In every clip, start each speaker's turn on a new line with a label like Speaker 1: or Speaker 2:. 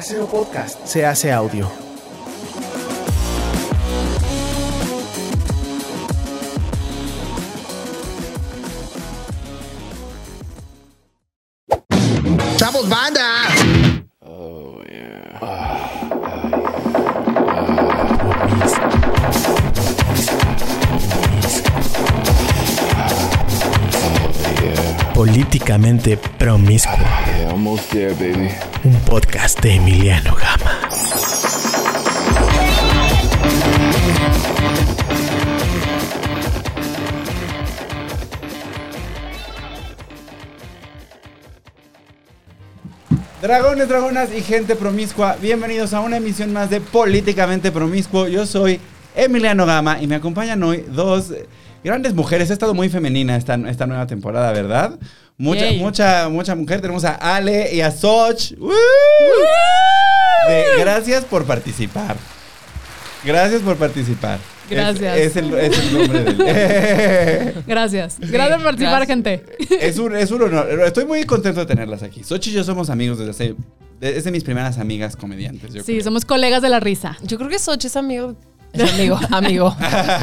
Speaker 1: Cero Podcast se hace audio.
Speaker 2: ¡Chavos, banda!
Speaker 1: Políticamente promiscuo.
Speaker 3: Yeah, almost there, baby.
Speaker 1: Un podcast de Emiliano Gama.
Speaker 4: Dragones, dragonas y gente promiscua, bienvenidos a una emisión más de Políticamente Promiscuo. Yo soy Emiliano Gama y me acompañan hoy dos eh, grandes mujeres. Ha estado muy femenina esta, esta nueva temporada, ¿verdad? Mucha,
Speaker 5: Yay.
Speaker 4: mucha, mucha mujer. Tenemos a Ale y a Soch. ¡Woo! De- gracias por participar. Gracias por participar. Es-
Speaker 5: Gracias.
Speaker 4: Es, el, es el nombre del...
Speaker 5: Gracias. Gracias por participar, gente.
Speaker 4: Es un, es un honor. Estoy muy contento de tenerlas aquí. Sochi y yo somos amigos desde hace. de- Es de mis primeras amigas comediantes. Yo
Speaker 5: Sí,
Speaker 4: creo.
Speaker 5: somos colegas de la risa.
Speaker 6: Yo creo que Soch es amigo. Es amigo, amigo.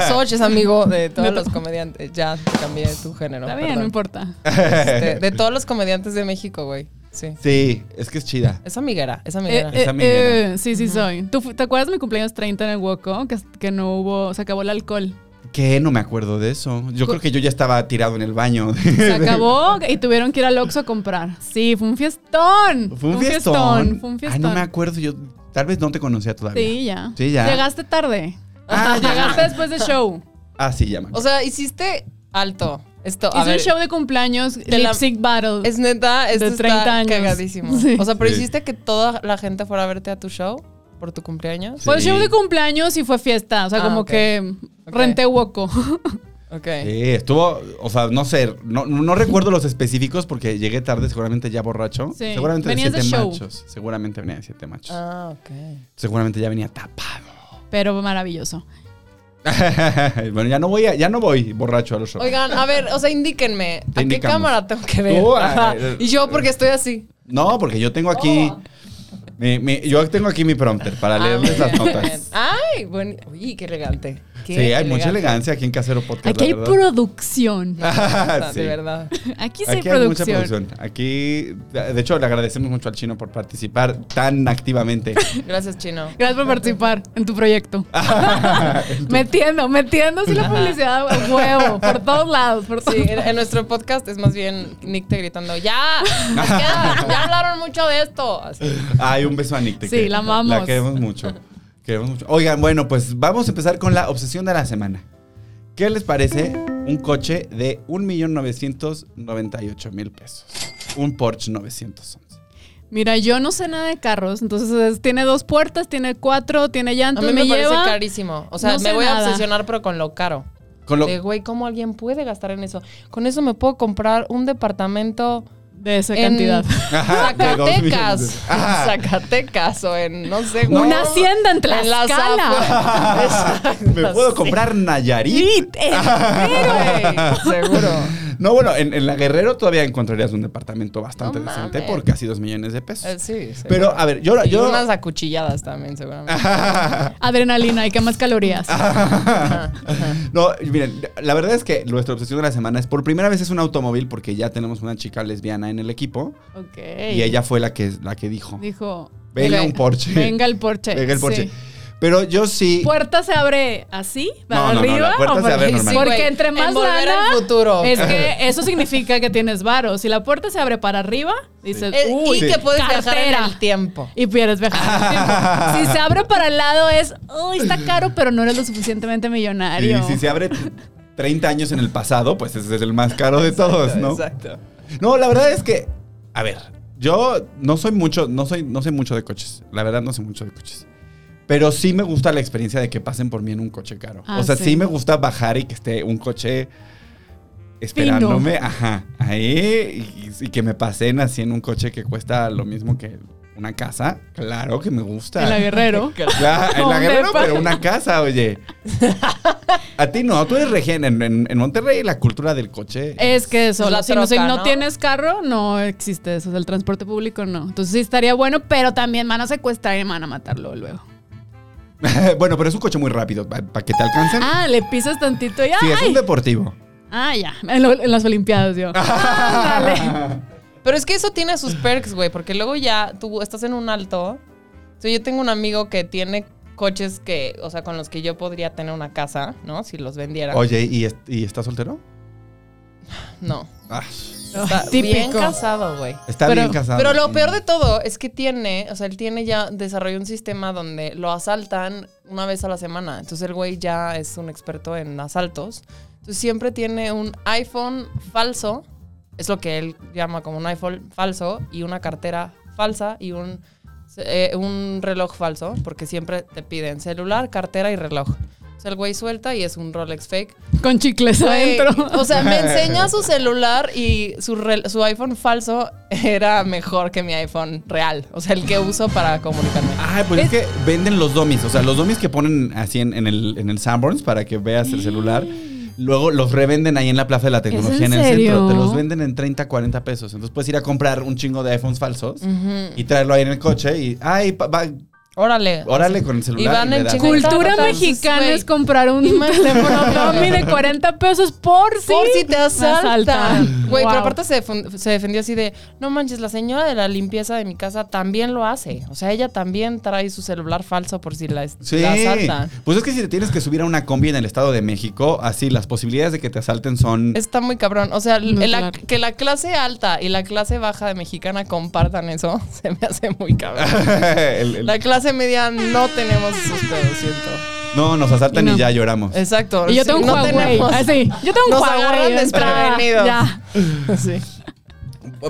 Speaker 6: Soch es amigo de todos los comediantes. Ya cambié tu género.
Speaker 5: Está bien,
Speaker 6: perdón.
Speaker 5: no importa.
Speaker 6: Este, de todos los comediantes de México, güey. Sí.
Speaker 4: Sí, es que es chida.
Speaker 6: Es amiguera, es
Speaker 5: Eh,
Speaker 6: amiguera.
Speaker 5: eh,
Speaker 4: Esa minera.
Speaker 5: eh, sí, sí soy. ¿Tú fu- ¿Te acuerdas de mi cumpleaños 30 en el Woco? Que, que no hubo, se acabó el alcohol.
Speaker 4: ¿Qué? No me acuerdo de eso. Yo creo que yo ya estaba tirado en el baño.
Speaker 5: Se acabó y tuvieron que ir al Oxxo a comprar. Sí, fue un fiestón.
Speaker 4: Fue un fiestón.
Speaker 5: Fue un
Speaker 4: Ay,
Speaker 5: fiestón.
Speaker 4: no me acuerdo. Yo tal vez no te conocía todavía.
Speaker 5: sí, ya.
Speaker 4: Sí, ya.
Speaker 5: Llegaste tarde. Ah, Llegaste después del show.
Speaker 4: Ah, sí, ya me
Speaker 6: eh, o sea, hiciste alto. Esto,
Speaker 5: Hice
Speaker 6: a
Speaker 5: un
Speaker 6: ver,
Speaker 5: show de cumpleaños,
Speaker 6: la-
Speaker 5: Lip Sync Battle.
Speaker 6: Es neta, esto
Speaker 5: de 30
Speaker 6: está
Speaker 5: años.
Speaker 6: cagadísimo.
Speaker 5: Sí.
Speaker 6: O sea, pero
Speaker 4: Sí.
Speaker 6: hiciste que toda la gente fuera a verte a tu show por tu cumpleaños.
Speaker 5: Fue
Speaker 4: Sí.
Speaker 5: show de cumpleaños y fue fiesta. O sea,
Speaker 6: Ah,
Speaker 5: como
Speaker 6: ok.
Speaker 5: que renté Woco.
Speaker 6: Ok.
Speaker 4: Sí, estuvo, o sea, no sé, no, no recuerdo los específicos porque llegué tarde, seguramente ya borracho.
Speaker 5: Sí.
Speaker 4: Seguramente de
Speaker 5: Venías de
Speaker 4: siete
Speaker 5: show.
Speaker 4: machos. Seguramente venía de siete machos.
Speaker 6: Ah, ok.
Speaker 4: Seguramente ya venía tapado.
Speaker 5: Pero maravilloso.
Speaker 4: bueno, ya no voy, a- ya no voy borracho a los shows.
Speaker 6: Oigan, a ver, o sea, indíquenme. ¿A qué
Speaker 4: indicamos.
Speaker 6: cámara tengo que ver?
Speaker 4: Tú,
Speaker 6: Ajá.
Speaker 4: eh,
Speaker 6: Y yo porque estoy así.
Speaker 4: No, porque yo tengo aquí, mi- mi- yo tengo aquí mi prompter para
Speaker 6: Oh. Ah,
Speaker 4: leerles
Speaker 6: muy
Speaker 4: las
Speaker 6: bien, muy bien.
Speaker 4: notas.
Speaker 6: Ay, bueno. Uy, qué elegante. Qué
Speaker 4: Sí, hay mucha
Speaker 6: elegante.
Speaker 4: elegancia aquí en Casero Podcast.
Speaker 5: Aquí hay
Speaker 4: la verdad.
Speaker 5: producción.
Speaker 4: Ah, sí.
Speaker 6: De verdad.
Speaker 5: Aquí sí hay
Speaker 4: Aquí hay mucha
Speaker 5: producción.
Speaker 4: producción. Aquí, de hecho, le agradecemos mucho al chino por participar tan activamente.
Speaker 6: Gracias, Chino.
Speaker 5: Gracias por participar en tu proyecto. metiendo, metiendo así la publicidad a huevo, por todos lados, por todos
Speaker 6: Sí, en,
Speaker 5: lados.
Speaker 6: en nuestro podcast es más bien Nick te gritando, ¡ya! nos queda, ¡Ya hablaron mucho de esto! Así.
Speaker 4: Ay, un beso a Nick. te
Speaker 5: Sí,
Speaker 4: queremos.
Speaker 5: la amamos.
Speaker 4: La queremos mucho. Queremos mucho. Oigan, bueno, pues vamos a empezar con la obsesión de la semana. ¿Qué les parece un coche de 1.998.000 pesos? Un Porsche 911.
Speaker 5: Mira, yo no sé nada de carros, entonces es- tiene dos puertas, tiene cuatro, tiene
Speaker 6: A
Speaker 5: llantas,
Speaker 6: mí
Speaker 5: me,
Speaker 6: me parece
Speaker 5: lleva.
Speaker 6: carísimo. O sea,
Speaker 5: No
Speaker 6: me
Speaker 5: sé
Speaker 6: voy a
Speaker 5: nada.
Speaker 6: obsesionar, pero con lo caro.
Speaker 4: Con lo,
Speaker 6: De, güey, ¿cómo alguien puede gastar en eso? Con eso me puedo comprar un departamento
Speaker 5: de esa
Speaker 6: en
Speaker 5: cantidad.
Speaker 4: Ajá, de dos millones de-
Speaker 6: Zacatecas.
Speaker 4: Ajá.
Speaker 6: Zacatecas o en, no sé, güey.
Speaker 5: Una hacienda en
Speaker 6: En las
Speaker 5: Tlaxcala.
Speaker 6: afueras.
Speaker 4: Me puedo comprar Nayarit.
Speaker 5: It, eh.
Speaker 6: Güey, Seguro.
Speaker 4: No, bueno, en, en la Guerrero todavía encontrarías un departamento bastante
Speaker 6: No
Speaker 4: decente
Speaker 6: mames.
Speaker 4: por casi dos millones de pesos.
Speaker 6: Eh, sí, sí.
Speaker 4: Pero, a ver, yo...
Speaker 6: Y
Speaker 4: yo
Speaker 6: unas acuchilladas también, seguramente.
Speaker 5: Adrenalina y que más calorías.
Speaker 4: no, miren, la verdad es que nuestra obsesión de la semana es por primera vez es un automóvil porque ya tenemos una chica lesbiana en el equipo
Speaker 5: Ok.
Speaker 4: y ella fue la que, la que dijo,
Speaker 5: dijo:
Speaker 4: venga
Speaker 6: ok,
Speaker 4: un Porsche.
Speaker 5: Venga el Porsche.
Speaker 4: Venga el Porsche.
Speaker 5: Sí.
Speaker 4: Pero yo sí...
Speaker 5: puerta se abre así, para
Speaker 4: No, no, no, la
Speaker 5: arriba.
Speaker 4: puerta
Speaker 5: o
Speaker 4: se
Speaker 5: para-
Speaker 4: abre normal. Sí,
Speaker 5: Porque
Speaker 6: güey,
Speaker 5: entre más
Speaker 6: en Volver
Speaker 5: lana,
Speaker 6: al futuro. Eh,
Speaker 5: es que eso significa que tienes varo. Si la puerta se abre para arriba, dices,
Speaker 6: Eh,
Speaker 5: uy,
Speaker 6: y que puedes viajar
Speaker 5: cartera.
Speaker 6: en el tiempo.
Speaker 5: Y pierdes viajar. en el tiempo. si se abre para el lado es, uy, está caro, pero no eres lo suficientemente
Speaker 4: Y
Speaker 5: millonario.
Speaker 4: si se abre 30 años en el pasado, pues ese es el más caro de todos, ¿no?
Speaker 6: Exacto.
Speaker 4: No, la verdad es que, a ver, yo no soy mucho, no soy, no sé mucho de coches. La verdad no sé mucho de coches. Pero sí me gusta la experiencia de que pasen por mí en un coche caro.
Speaker 5: Ah,
Speaker 4: o sea, sí.
Speaker 5: sí
Speaker 4: me gusta bajar y que esté un coche esperándome, ajá, ahí y, y que me pasen así en un coche que cuesta lo mismo que una casa, claro que me gusta.
Speaker 5: En la Guerrero.
Speaker 4: Cla- en la
Speaker 5: ¿Dónde
Speaker 4: Guerrero,
Speaker 5: pa-
Speaker 4: pero una casa, oye. A ti no, tú eres regén. En, en- en Monterrey la cultura del coche.
Speaker 5: Es que eso,
Speaker 6: Es la
Speaker 5: si, no, si
Speaker 6: troca,
Speaker 5: no
Speaker 6: ¿no?
Speaker 5: tienes carro, no existe eso. o sea, El transporte público no. Entonces sí estaría bueno, pero también van a secuestrar y me van a matarlo luego.
Speaker 4: bueno, pero es un coche muy rápido. ¿Para que te alcancen?
Speaker 5: Ah, le pisas tantito y
Speaker 4: sí, es un
Speaker 5: ¡ay!
Speaker 4: deportivo.
Speaker 5: Ah, ya. En, lo- en las Olimpiadas yo. Ándale.
Speaker 6: Pero es que eso tiene sus perks, güey, porque luego ya tú estás en un alto. O sea, yo tengo un amigo que tiene coches que, o sea, con los que yo podría tener una casa, ¿no? Si los vendiera.
Speaker 4: Oye, ¿y, es- y está soltero?
Speaker 6: No.
Speaker 4: Ah,
Speaker 6: Está
Speaker 5: típico.
Speaker 6: bien casado, güey.
Speaker 4: está
Speaker 5: Pero-
Speaker 4: bien casado.
Speaker 6: Pero lo peor de todo es que tiene, o sea, él tiene ya, desarrolló un sistema donde lo asaltan una vez a la semana. Entonces el güey ya es un experto en asaltos. Entonces siempre tiene un iPhone falso, es lo que él llama como un iPhone falso, y una cartera falsa y un, eh, un reloj falso, porque siempre te piden celular, cartera y reloj. Entonces el güey suelta y es un Rolex fake.
Speaker 5: Con chicles
Speaker 6: Güey,
Speaker 5: adentro.
Speaker 6: O sea, me enseña su celular y su, rel- su iPhone falso era mejor que mi iPhone real. O sea, el que uso para comunicarme.
Speaker 4: Ay, pues es que venden los dummies. O sea, los dummies que ponen así en, en el, en el Sanborns para que veas el celular. Luego los revenden ahí en la Plaza de la Tecnología
Speaker 5: en
Speaker 4: en, el
Speaker 5: serio?
Speaker 4: centro. Te los venden en 30, 40 pesos. Entonces puedes ir a comprar un chingo de iPhones falsos y traerlo ahí en el coche y. ¡Ay! pa- va-
Speaker 6: Órale.
Speaker 4: órale con el celular.
Speaker 6: Y van
Speaker 4: le
Speaker 6: en
Speaker 4: das.
Speaker 6: chinga.
Speaker 5: Cultura
Speaker 6: Entonces,
Speaker 5: mexicana
Speaker 6: güey,
Speaker 5: es comprar un
Speaker 6: imagínate.
Speaker 5: teléfono Tommy de 40 pesos por si,
Speaker 6: Por si te
Speaker 5: me
Speaker 6: asaltan. Güey,
Speaker 5: Wow.
Speaker 6: pero aparte se, defun- se defendió así de, no manches, la señora de la limpieza de mi casa también lo hace. O sea, ella también trae su celular falso por si la,
Speaker 4: Sí.
Speaker 6: la asaltan.
Speaker 4: Pues es que si te tienes que subir a una combi en el Estado de México, así las posibilidades de que te asalten son.
Speaker 6: Está muy cabrón. O sea,
Speaker 5: No,
Speaker 6: la-
Speaker 5: claro.
Speaker 6: que la clase alta y la clase baja de mexicana compartan eso, se me hace muy cabrón.
Speaker 4: El- el-
Speaker 6: La clase media no tenemos esos pedos, siento.
Speaker 4: no, nos asaltan
Speaker 5: Y no.
Speaker 4: y ya lloramos.
Speaker 6: Exacto.
Speaker 5: Y yo
Speaker 6: sí,
Speaker 5: tengo un
Speaker 6: no
Speaker 5: Huawei. Ah,
Speaker 6: tenemos-
Speaker 5: Así. Yo tengo un
Speaker 6: Nos
Speaker 5: Huawei.
Speaker 6: agarran
Speaker 5: de entrada.
Speaker 6: desprevenidos.
Speaker 5: Ya.
Speaker 6: Sí.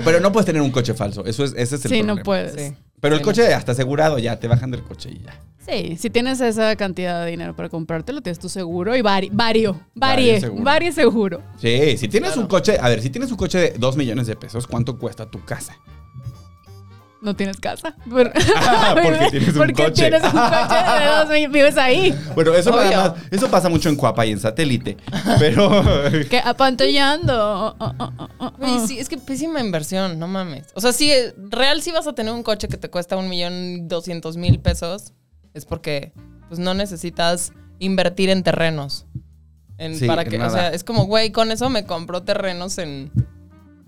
Speaker 4: Pero no puedes tener un coche falso. Eso es, ese es el
Speaker 5: Sí,
Speaker 4: problema.
Speaker 5: no puedes.
Speaker 6: Sí.
Speaker 4: Pero el
Speaker 6: Sí,
Speaker 4: coche hasta asegurado ya, te bajan del coche y ya.
Speaker 5: Sí, si tienes esa cantidad de dinero para comprártelo, tienes tu seguro y vari, vario,
Speaker 4: Vario
Speaker 5: varie,
Speaker 4: seguro.
Speaker 5: varie seguro.
Speaker 4: Sí, si tienes un coche, a ver, si tienes un coche de 2 millones de pesos, ¿cuánto cuesta tu casa?
Speaker 5: No tienes casa. Pero-
Speaker 4: Ah, porque tienes un
Speaker 5: Porque
Speaker 4: coche.
Speaker 5: tienes un coche de dos mil, vives ahí.
Speaker 4: Bueno, eso,
Speaker 6: Obvio.
Speaker 4: nada más- eso pasa mucho en Cuapa y en Satélite, pero...
Speaker 5: Que apantallando. Oh, oh, oh, oh, oh.
Speaker 6: Güey, sí, es que pésima inversión, no mames. O sea, sí, eh, real si vas a tener un coche que te cuesta un millón doscientos mil pesos, es porque pues no necesitas invertir en terrenos. En-
Speaker 4: Sí,
Speaker 6: para
Speaker 4: en
Speaker 6: que, o
Speaker 4: nada.
Speaker 6: sea, es como, güey, con eso me compro terrenos en,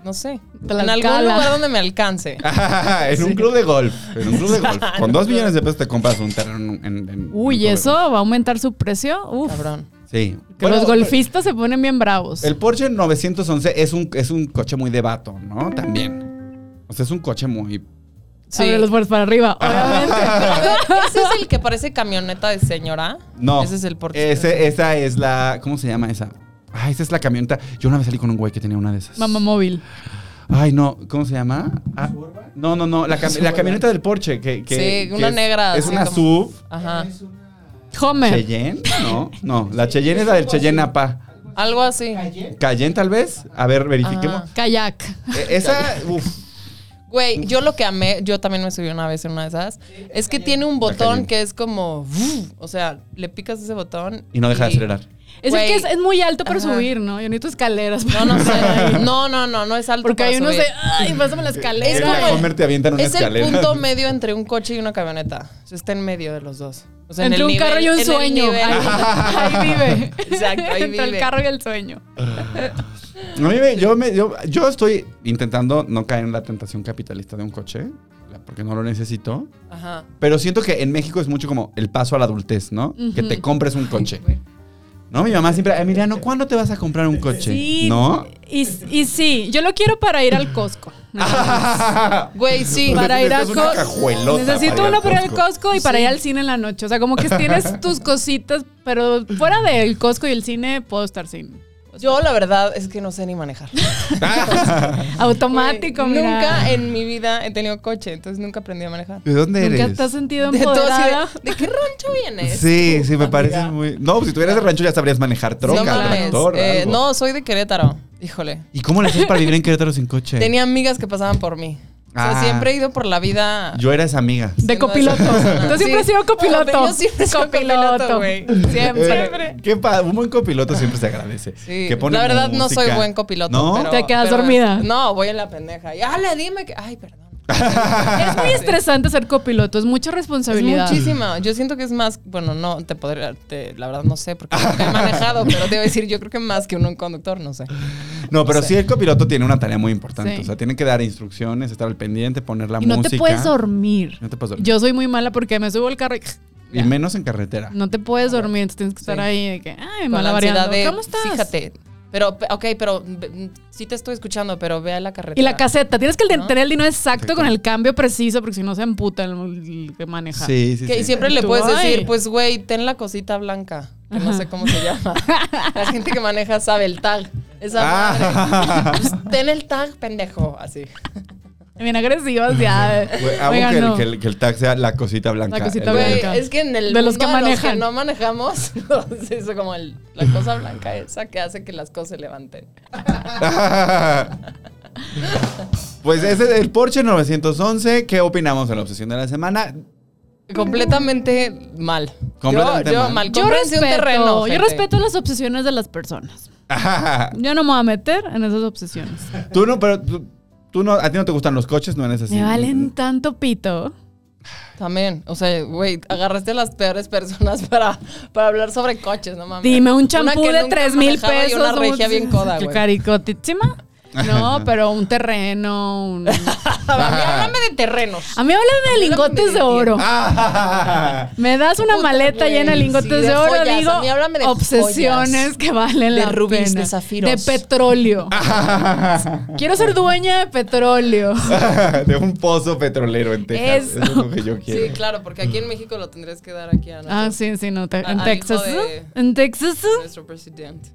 Speaker 6: no sé, en
Speaker 5: Tlaxcala.
Speaker 6: algún lugar donde me alcance.
Speaker 4: en un club de golf, en un club de golf. Con 2 millones de pesos te compras un terreno en... en- en un
Speaker 5: Uy,
Speaker 4: club de
Speaker 5: ¿eso
Speaker 4: golf.
Speaker 5: va a aumentar su precio? Uf.
Speaker 6: Cabrón.
Speaker 4: Sí.
Speaker 5: Que
Speaker 4: Bueno,
Speaker 5: los golfistas se ponen bien bravos.
Speaker 4: El Porsche 911 es un, es un coche muy de vato, ¿no? También. O sea, es un coche muy...
Speaker 6: Sí.
Speaker 5: Abre los puertos para arriba,
Speaker 4: Ah.
Speaker 6: Pero,
Speaker 5: obviamente.
Speaker 6: a ver, ¿Ese es el que parece camioneta de señora?
Speaker 4: No.
Speaker 6: Ese es el Porsche.
Speaker 4: Ese, esa es la... ¿Cómo se llama esa? Ah, esa es la camioneta. Yo una vez salí con un güey que tenía una de esas.
Speaker 5: Mamá móvil.
Speaker 4: Ay, no, ¿cómo se llama? Ah, no, no, no, la, cam- la camioneta del Porsche. Que, que-
Speaker 6: Sí,
Speaker 4: que
Speaker 6: una
Speaker 4: es-
Speaker 6: negra,
Speaker 4: Es
Speaker 6: así
Speaker 4: una
Speaker 6: como-
Speaker 4: SUV.
Speaker 6: Ajá.
Speaker 5: Homer.
Speaker 4: ¿Cheyenne? No, no, la Cheyenne es la del Cheyenne APA.
Speaker 6: Algo así.
Speaker 4: ¿Cayenne tal vez? A ver, verifiquemos.
Speaker 6: Ajá.
Speaker 5: Kayak.
Speaker 4: Eh, Esa, uff.
Speaker 6: Güey, yo lo que amé, yo también me subí una vez en una de esas, es que tiene un
Speaker 4: cayendo.
Speaker 6: botón que es como, ¡vuf! o sea, le picas ese botón
Speaker 4: Y no deja de acelerar.
Speaker 5: Es el
Speaker 6: Güey.
Speaker 5: que es, es muy alto para
Speaker 6: Ajá.
Speaker 5: subir, ¿no? Yo necesito escaleras.
Speaker 6: No, no sé. No, no, no, no es alto.
Speaker 5: Porque
Speaker 6: para
Speaker 5: hay unos
Speaker 6: subir.
Speaker 5: de. ¡Ay, pásame la
Speaker 6: Es
Speaker 4: en
Speaker 5: escalera!
Speaker 4: la
Speaker 6: como-
Speaker 4: Homer te avientan una
Speaker 6: Es
Speaker 4: escalera.
Speaker 6: el punto medio entre un coche y una camioneta. O sea, está en medio de los dos. O sea, en
Speaker 5: Entre
Speaker 6: el
Speaker 5: un
Speaker 6: nivel-
Speaker 5: carro y
Speaker 6: en
Speaker 5: un
Speaker 6: el
Speaker 5: sueño.
Speaker 6: nivel.
Speaker 5: Ahí, ahí vive.
Speaker 6: Exacto, ahí
Speaker 5: Entre el
Speaker 6: vive.
Speaker 5: carro y el sueño.
Speaker 4: A mí me- yo, me- yo, yo estoy intentando no caer en la tentación capitalista de un coche, porque no lo necesito.
Speaker 6: Ajá.
Speaker 4: Pero siento que en México es mucho como el paso a la adultez, ¿no? Que te compres un coche. No, mi mamá siempre, Emiliano, ¿cuándo te vas a comprar un coche?
Speaker 5: Sí.
Speaker 4: ¿No?
Speaker 5: Y, y sí, yo lo quiero para ir al Costco.
Speaker 6: Güey, sí.
Speaker 5: para ir al
Speaker 4: Ah, necesitas una
Speaker 5: Costco.
Speaker 4: cajuelota
Speaker 5: Necesito
Speaker 4: para ir
Speaker 5: una
Speaker 4: al
Speaker 5: para ir al
Speaker 4: Costco.
Speaker 5: Costco y para ir al cine en la noche. O sea, como que tienes tus cositas, pero fuera del Costco y el cine puedo estar sin.
Speaker 6: Yo la verdad es que no sé ni manejar.
Speaker 5: Automático,
Speaker 6: Güey,
Speaker 5: mira.
Speaker 6: Nunca en mi vida he tenido coche, entonces nunca aprendí a manejar.
Speaker 4: ¿De dónde
Speaker 5: ¿Nunca
Speaker 4: eres?
Speaker 5: te has sentido
Speaker 6: De, todo así
Speaker 5: empoderada?
Speaker 6: de, ¿de qué rancho vienes?
Speaker 4: Sí, sí, me parece muy. No, pues si tuvieras el rancho ya sabrías manejar troca,
Speaker 6: no, mames.
Speaker 4: tractor.
Speaker 6: Eh,
Speaker 4: algo.
Speaker 6: no, soy de Querétaro. Híjole.
Speaker 4: ¿Y cómo le haces para vivir en Querétaro sin coche?
Speaker 6: Tenía amigas que pasaban por mí. O sea,
Speaker 4: Ah.
Speaker 6: siempre he ido por la vida.
Speaker 4: Yo era esa amiga.
Speaker 5: De
Speaker 6: Siendo
Speaker 5: copiloto.
Speaker 6: esa persona.
Speaker 5: Yo siempre he sido copiloto.
Speaker 6: Yo siempre he sido copiloto, güey. Eh.
Speaker 5: Siempre.
Speaker 6: Siempre.
Speaker 4: Eh, Qué pa- un buen copiloto siempre se agradece.
Speaker 6: Sí,
Speaker 4: Que pone
Speaker 6: la verdad no
Speaker 4: música.
Speaker 6: soy buen copiloto.
Speaker 4: ¿No?
Speaker 6: pero-
Speaker 5: Te quedas
Speaker 6: pero-
Speaker 5: dormida.
Speaker 6: No, voy en la pendeja. Y, le dime que. Ay, perdón.
Speaker 5: Es muy estresante ser copiloto, es mucha
Speaker 6: Es
Speaker 5: responsabilidad.
Speaker 6: muchísima. Yo siento que es más. Bueno, no, te podría. te- la verdad no sé, porque nunca he manejado, pero te voy a decir, yo creo que más que un conductor, no sé.
Speaker 4: No, pero
Speaker 6: sé.
Speaker 4: sí el copiloto tiene una tarea muy importante.
Speaker 5: Sí.
Speaker 4: O sea, tiene que dar instrucciones, estar al pendiente, poner la
Speaker 5: y no
Speaker 4: música.
Speaker 5: te puedes dormir.
Speaker 4: No te puedes dormir.
Speaker 5: Yo soy muy mala porque me subo al carro y
Speaker 4: y menos en carretera.
Speaker 5: no te puedes dormir, entonces tienes que estar
Speaker 6: Ah, Sí.
Speaker 5: ahí de que, ay,
Speaker 6: Con
Speaker 5: mala
Speaker 6: la ansiedad de.
Speaker 5: ¿Cómo estás?
Speaker 6: Fíjate. Pero, pe- ok, pero ve- sí te estoy escuchando, pero vea la carretera.
Speaker 5: Y la caseta, tienes que
Speaker 6: ¿No?
Speaker 5: tener el dinero exacto,
Speaker 4: Exacto.
Speaker 5: con el cambio preciso porque si no se amputa el, el que maneja.
Speaker 4: Sí, sí,
Speaker 6: Que
Speaker 4: sí.
Speaker 6: siempre
Speaker 5: Y
Speaker 6: le
Speaker 5: tú,
Speaker 6: puedes
Speaker 5: ay.
Speaker 6: decir, pues, güey, ten la cosita blanca. Que no sé cómo se llama. La gente que maneja sabe el tag. Esa
Speaker 4: Ah.
Speaker 6: madre. Pues, ten el tag, pendejo. Así.
Speaker 5: Bien agresivas ya.
Speaker 4: Güey, amo
Speaker 5: Oigan,
Speaker 4: que, el,
Speaker 5: no.
Speaker 4: que el- que el tag sea la cosita blanca.
Speaker 5: La cosita
Speaker 4: El-
Speaker 5: blanca.
Speaker 6: Güey, es que en el
Speaker 5: De los que
Speaker 6: mundo a
Speaker 5: manejan.
Speaker 6: no manejamos, es eso como el- la cosa blanca esa que hace que las cosas se levanten.
Speaker 4: Pues ese es el Porsche 911. ¿Qué opinamos de la obsesión de la semana?
Speaker 6: Completamente mal.
Speaker 4: Completamente
Speaker 6: yo, yo
Speaker 4: mal.
Speaker 6: mal.
Speaker 5: Yo
Speaker 6: Cómprense
Speaker 5: respeto,
Speaker 6: un terreno.
Speaker 5: yo
Speaker 6: gente.
Speaker 5: respeto las obsesiones de las personas. Yo no me voy a meter en esas obsesiones.
Speaker 4: Tú no, pero tú, tú no, a ti no te gustan los coches, no eres así.
Speaker 5: Me valen tanto pito.
Speaker 6: También, o sea, güey, agarraste a las peores personas para, para hablar sobre coches, no mames.
Speaker 5: Dime un
Speaker 6: Una
Speaker 5: champú
Speaker 6: que
Speaker 5: de
Speaker 6: nunca
Speaker 5: 3 mil
Speaker 6: manejaba
Speaker 5: pesos.
Speaker 6: Y una
Speaker 5: un-
Speaker 6: regia bien coda, güey.
Speaker 5: Caricotísima. No, pero un terreno. un- A
Speaker 6: Háblame de terrenos.
Speaker 5: mí háblame de lingotes de oro.
Speaker 4: Ah,
Speaker 5: Me das una
Speaker 6: Puta,
Speaker 5: maleta
Speaker 6: güey,
Speaker 5: llena de lingotes
Speaker 6: sí,
Speaker 5: de,
Speaker 6: de
Speaker 5: oro,
Speaker 6: joyas.
Speaker 5: digo,
Speaker 6: A mí háblame de
Speaker 5: obsesiones
Speaker 6: joyas.
Speaker 5: que valen
Speaker 6: De
Speaker 5: la
Speaker 6: rubíes,
Speaker 5: pena.
Speaker 6: de zafiros. Ah.
Speaker 5: De petróleo. Quiero ser dueña de petróleo.
Speaker 4: de un pozo petrolero en Texas.
Speaker 5: Eso.
Speaker 4: Eso. es lo que yo quiero.
Speaker 6: Sí, claro, porque aquí en México lo tendrías que dar aquí a nuestro,
Speaker 5: Ah, sí, sí, no, te-
Speaker 6: A-
Speaker 5: en
Speaker 6: al
Speaker 5: Texas.
Speaker 6: hijo de-
Speaker 5: En Texas.
Speaker 6: nuestro presidente.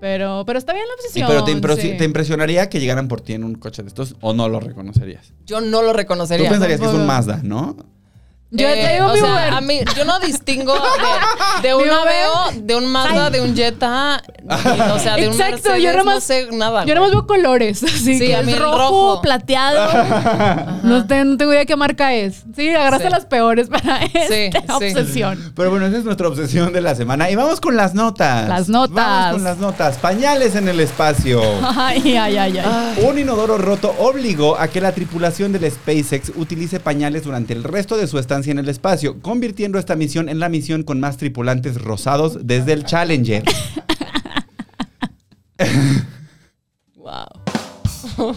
Speaker 5: Pero, pero está bien la
Speaker 4: Sí,
Speaker 5: obsesión.
Speaker 4: pero te, impro-
Speaker 5: sí.
Speaker 4: te impresionaría que llegaran por ti en un coche de estos o no lo reconocerías.
Speaker 6: Yo no lo
Speaker 4: Tú
Speaker 6: reconocería.
Speaker 4: pensarías que es un
Speaker 5: Tampoco.
Speaker 4: Mazda, ¿no?
Speaker 5: Yo
Speaker 6: Eh,
Speaker 5: te digo
Speaker 6: o
Speaker 5: mi
Speaker 6: sea,
Speaker 5: Uber.
Speaker 6: a mí- yo no distingo de, de
Speaker 5: Mi
Speaker 6: un
Speaker 5: Uber.
Speaker 6: Aveo, de un Mazda, de un Jetta, o sea, de un
Speaker 5: Exacto,
Speaker 6: Mercedes,
Speaker 5: yo nada
Speaker 6: no
Speaker 5: más-
Speaker 6: sé nada.
Speaker 5: Yo nada más veo colores. Así
Speaker 6: Sí,
Speaker 5: que
Speaker 6: a
Speaker 5: es
Speaker 6: mí el
Speaker 5: rojo,
Speaker 6: rojo.
Speaker 5: plateado. no, te- no tengo idea qué marca es. Sí, agarraste
Speaker 6: Sí.
Speaker 5: las peores para esta
Speaker 6: sí.
Speaker 5: obsesión.
Speaker 4: Pero bueno, esa es nuestra obsesión de la semana. Y vamos con las notas.
Speaker 5: Las notas.
Speaker 4: Vamos con las notas. Pañales en el espacio.
Speaker 5: Ay, ay, ay, ay.
Speaker 4: Un inodoro roto obligó a que la tripulación del SpaceX utilice pañales durante el resto de su estancia en el espacio, convirtiendo esta misión en la misión con más tripulantes rosados desde el Challenger.
Speaker 6: Wow.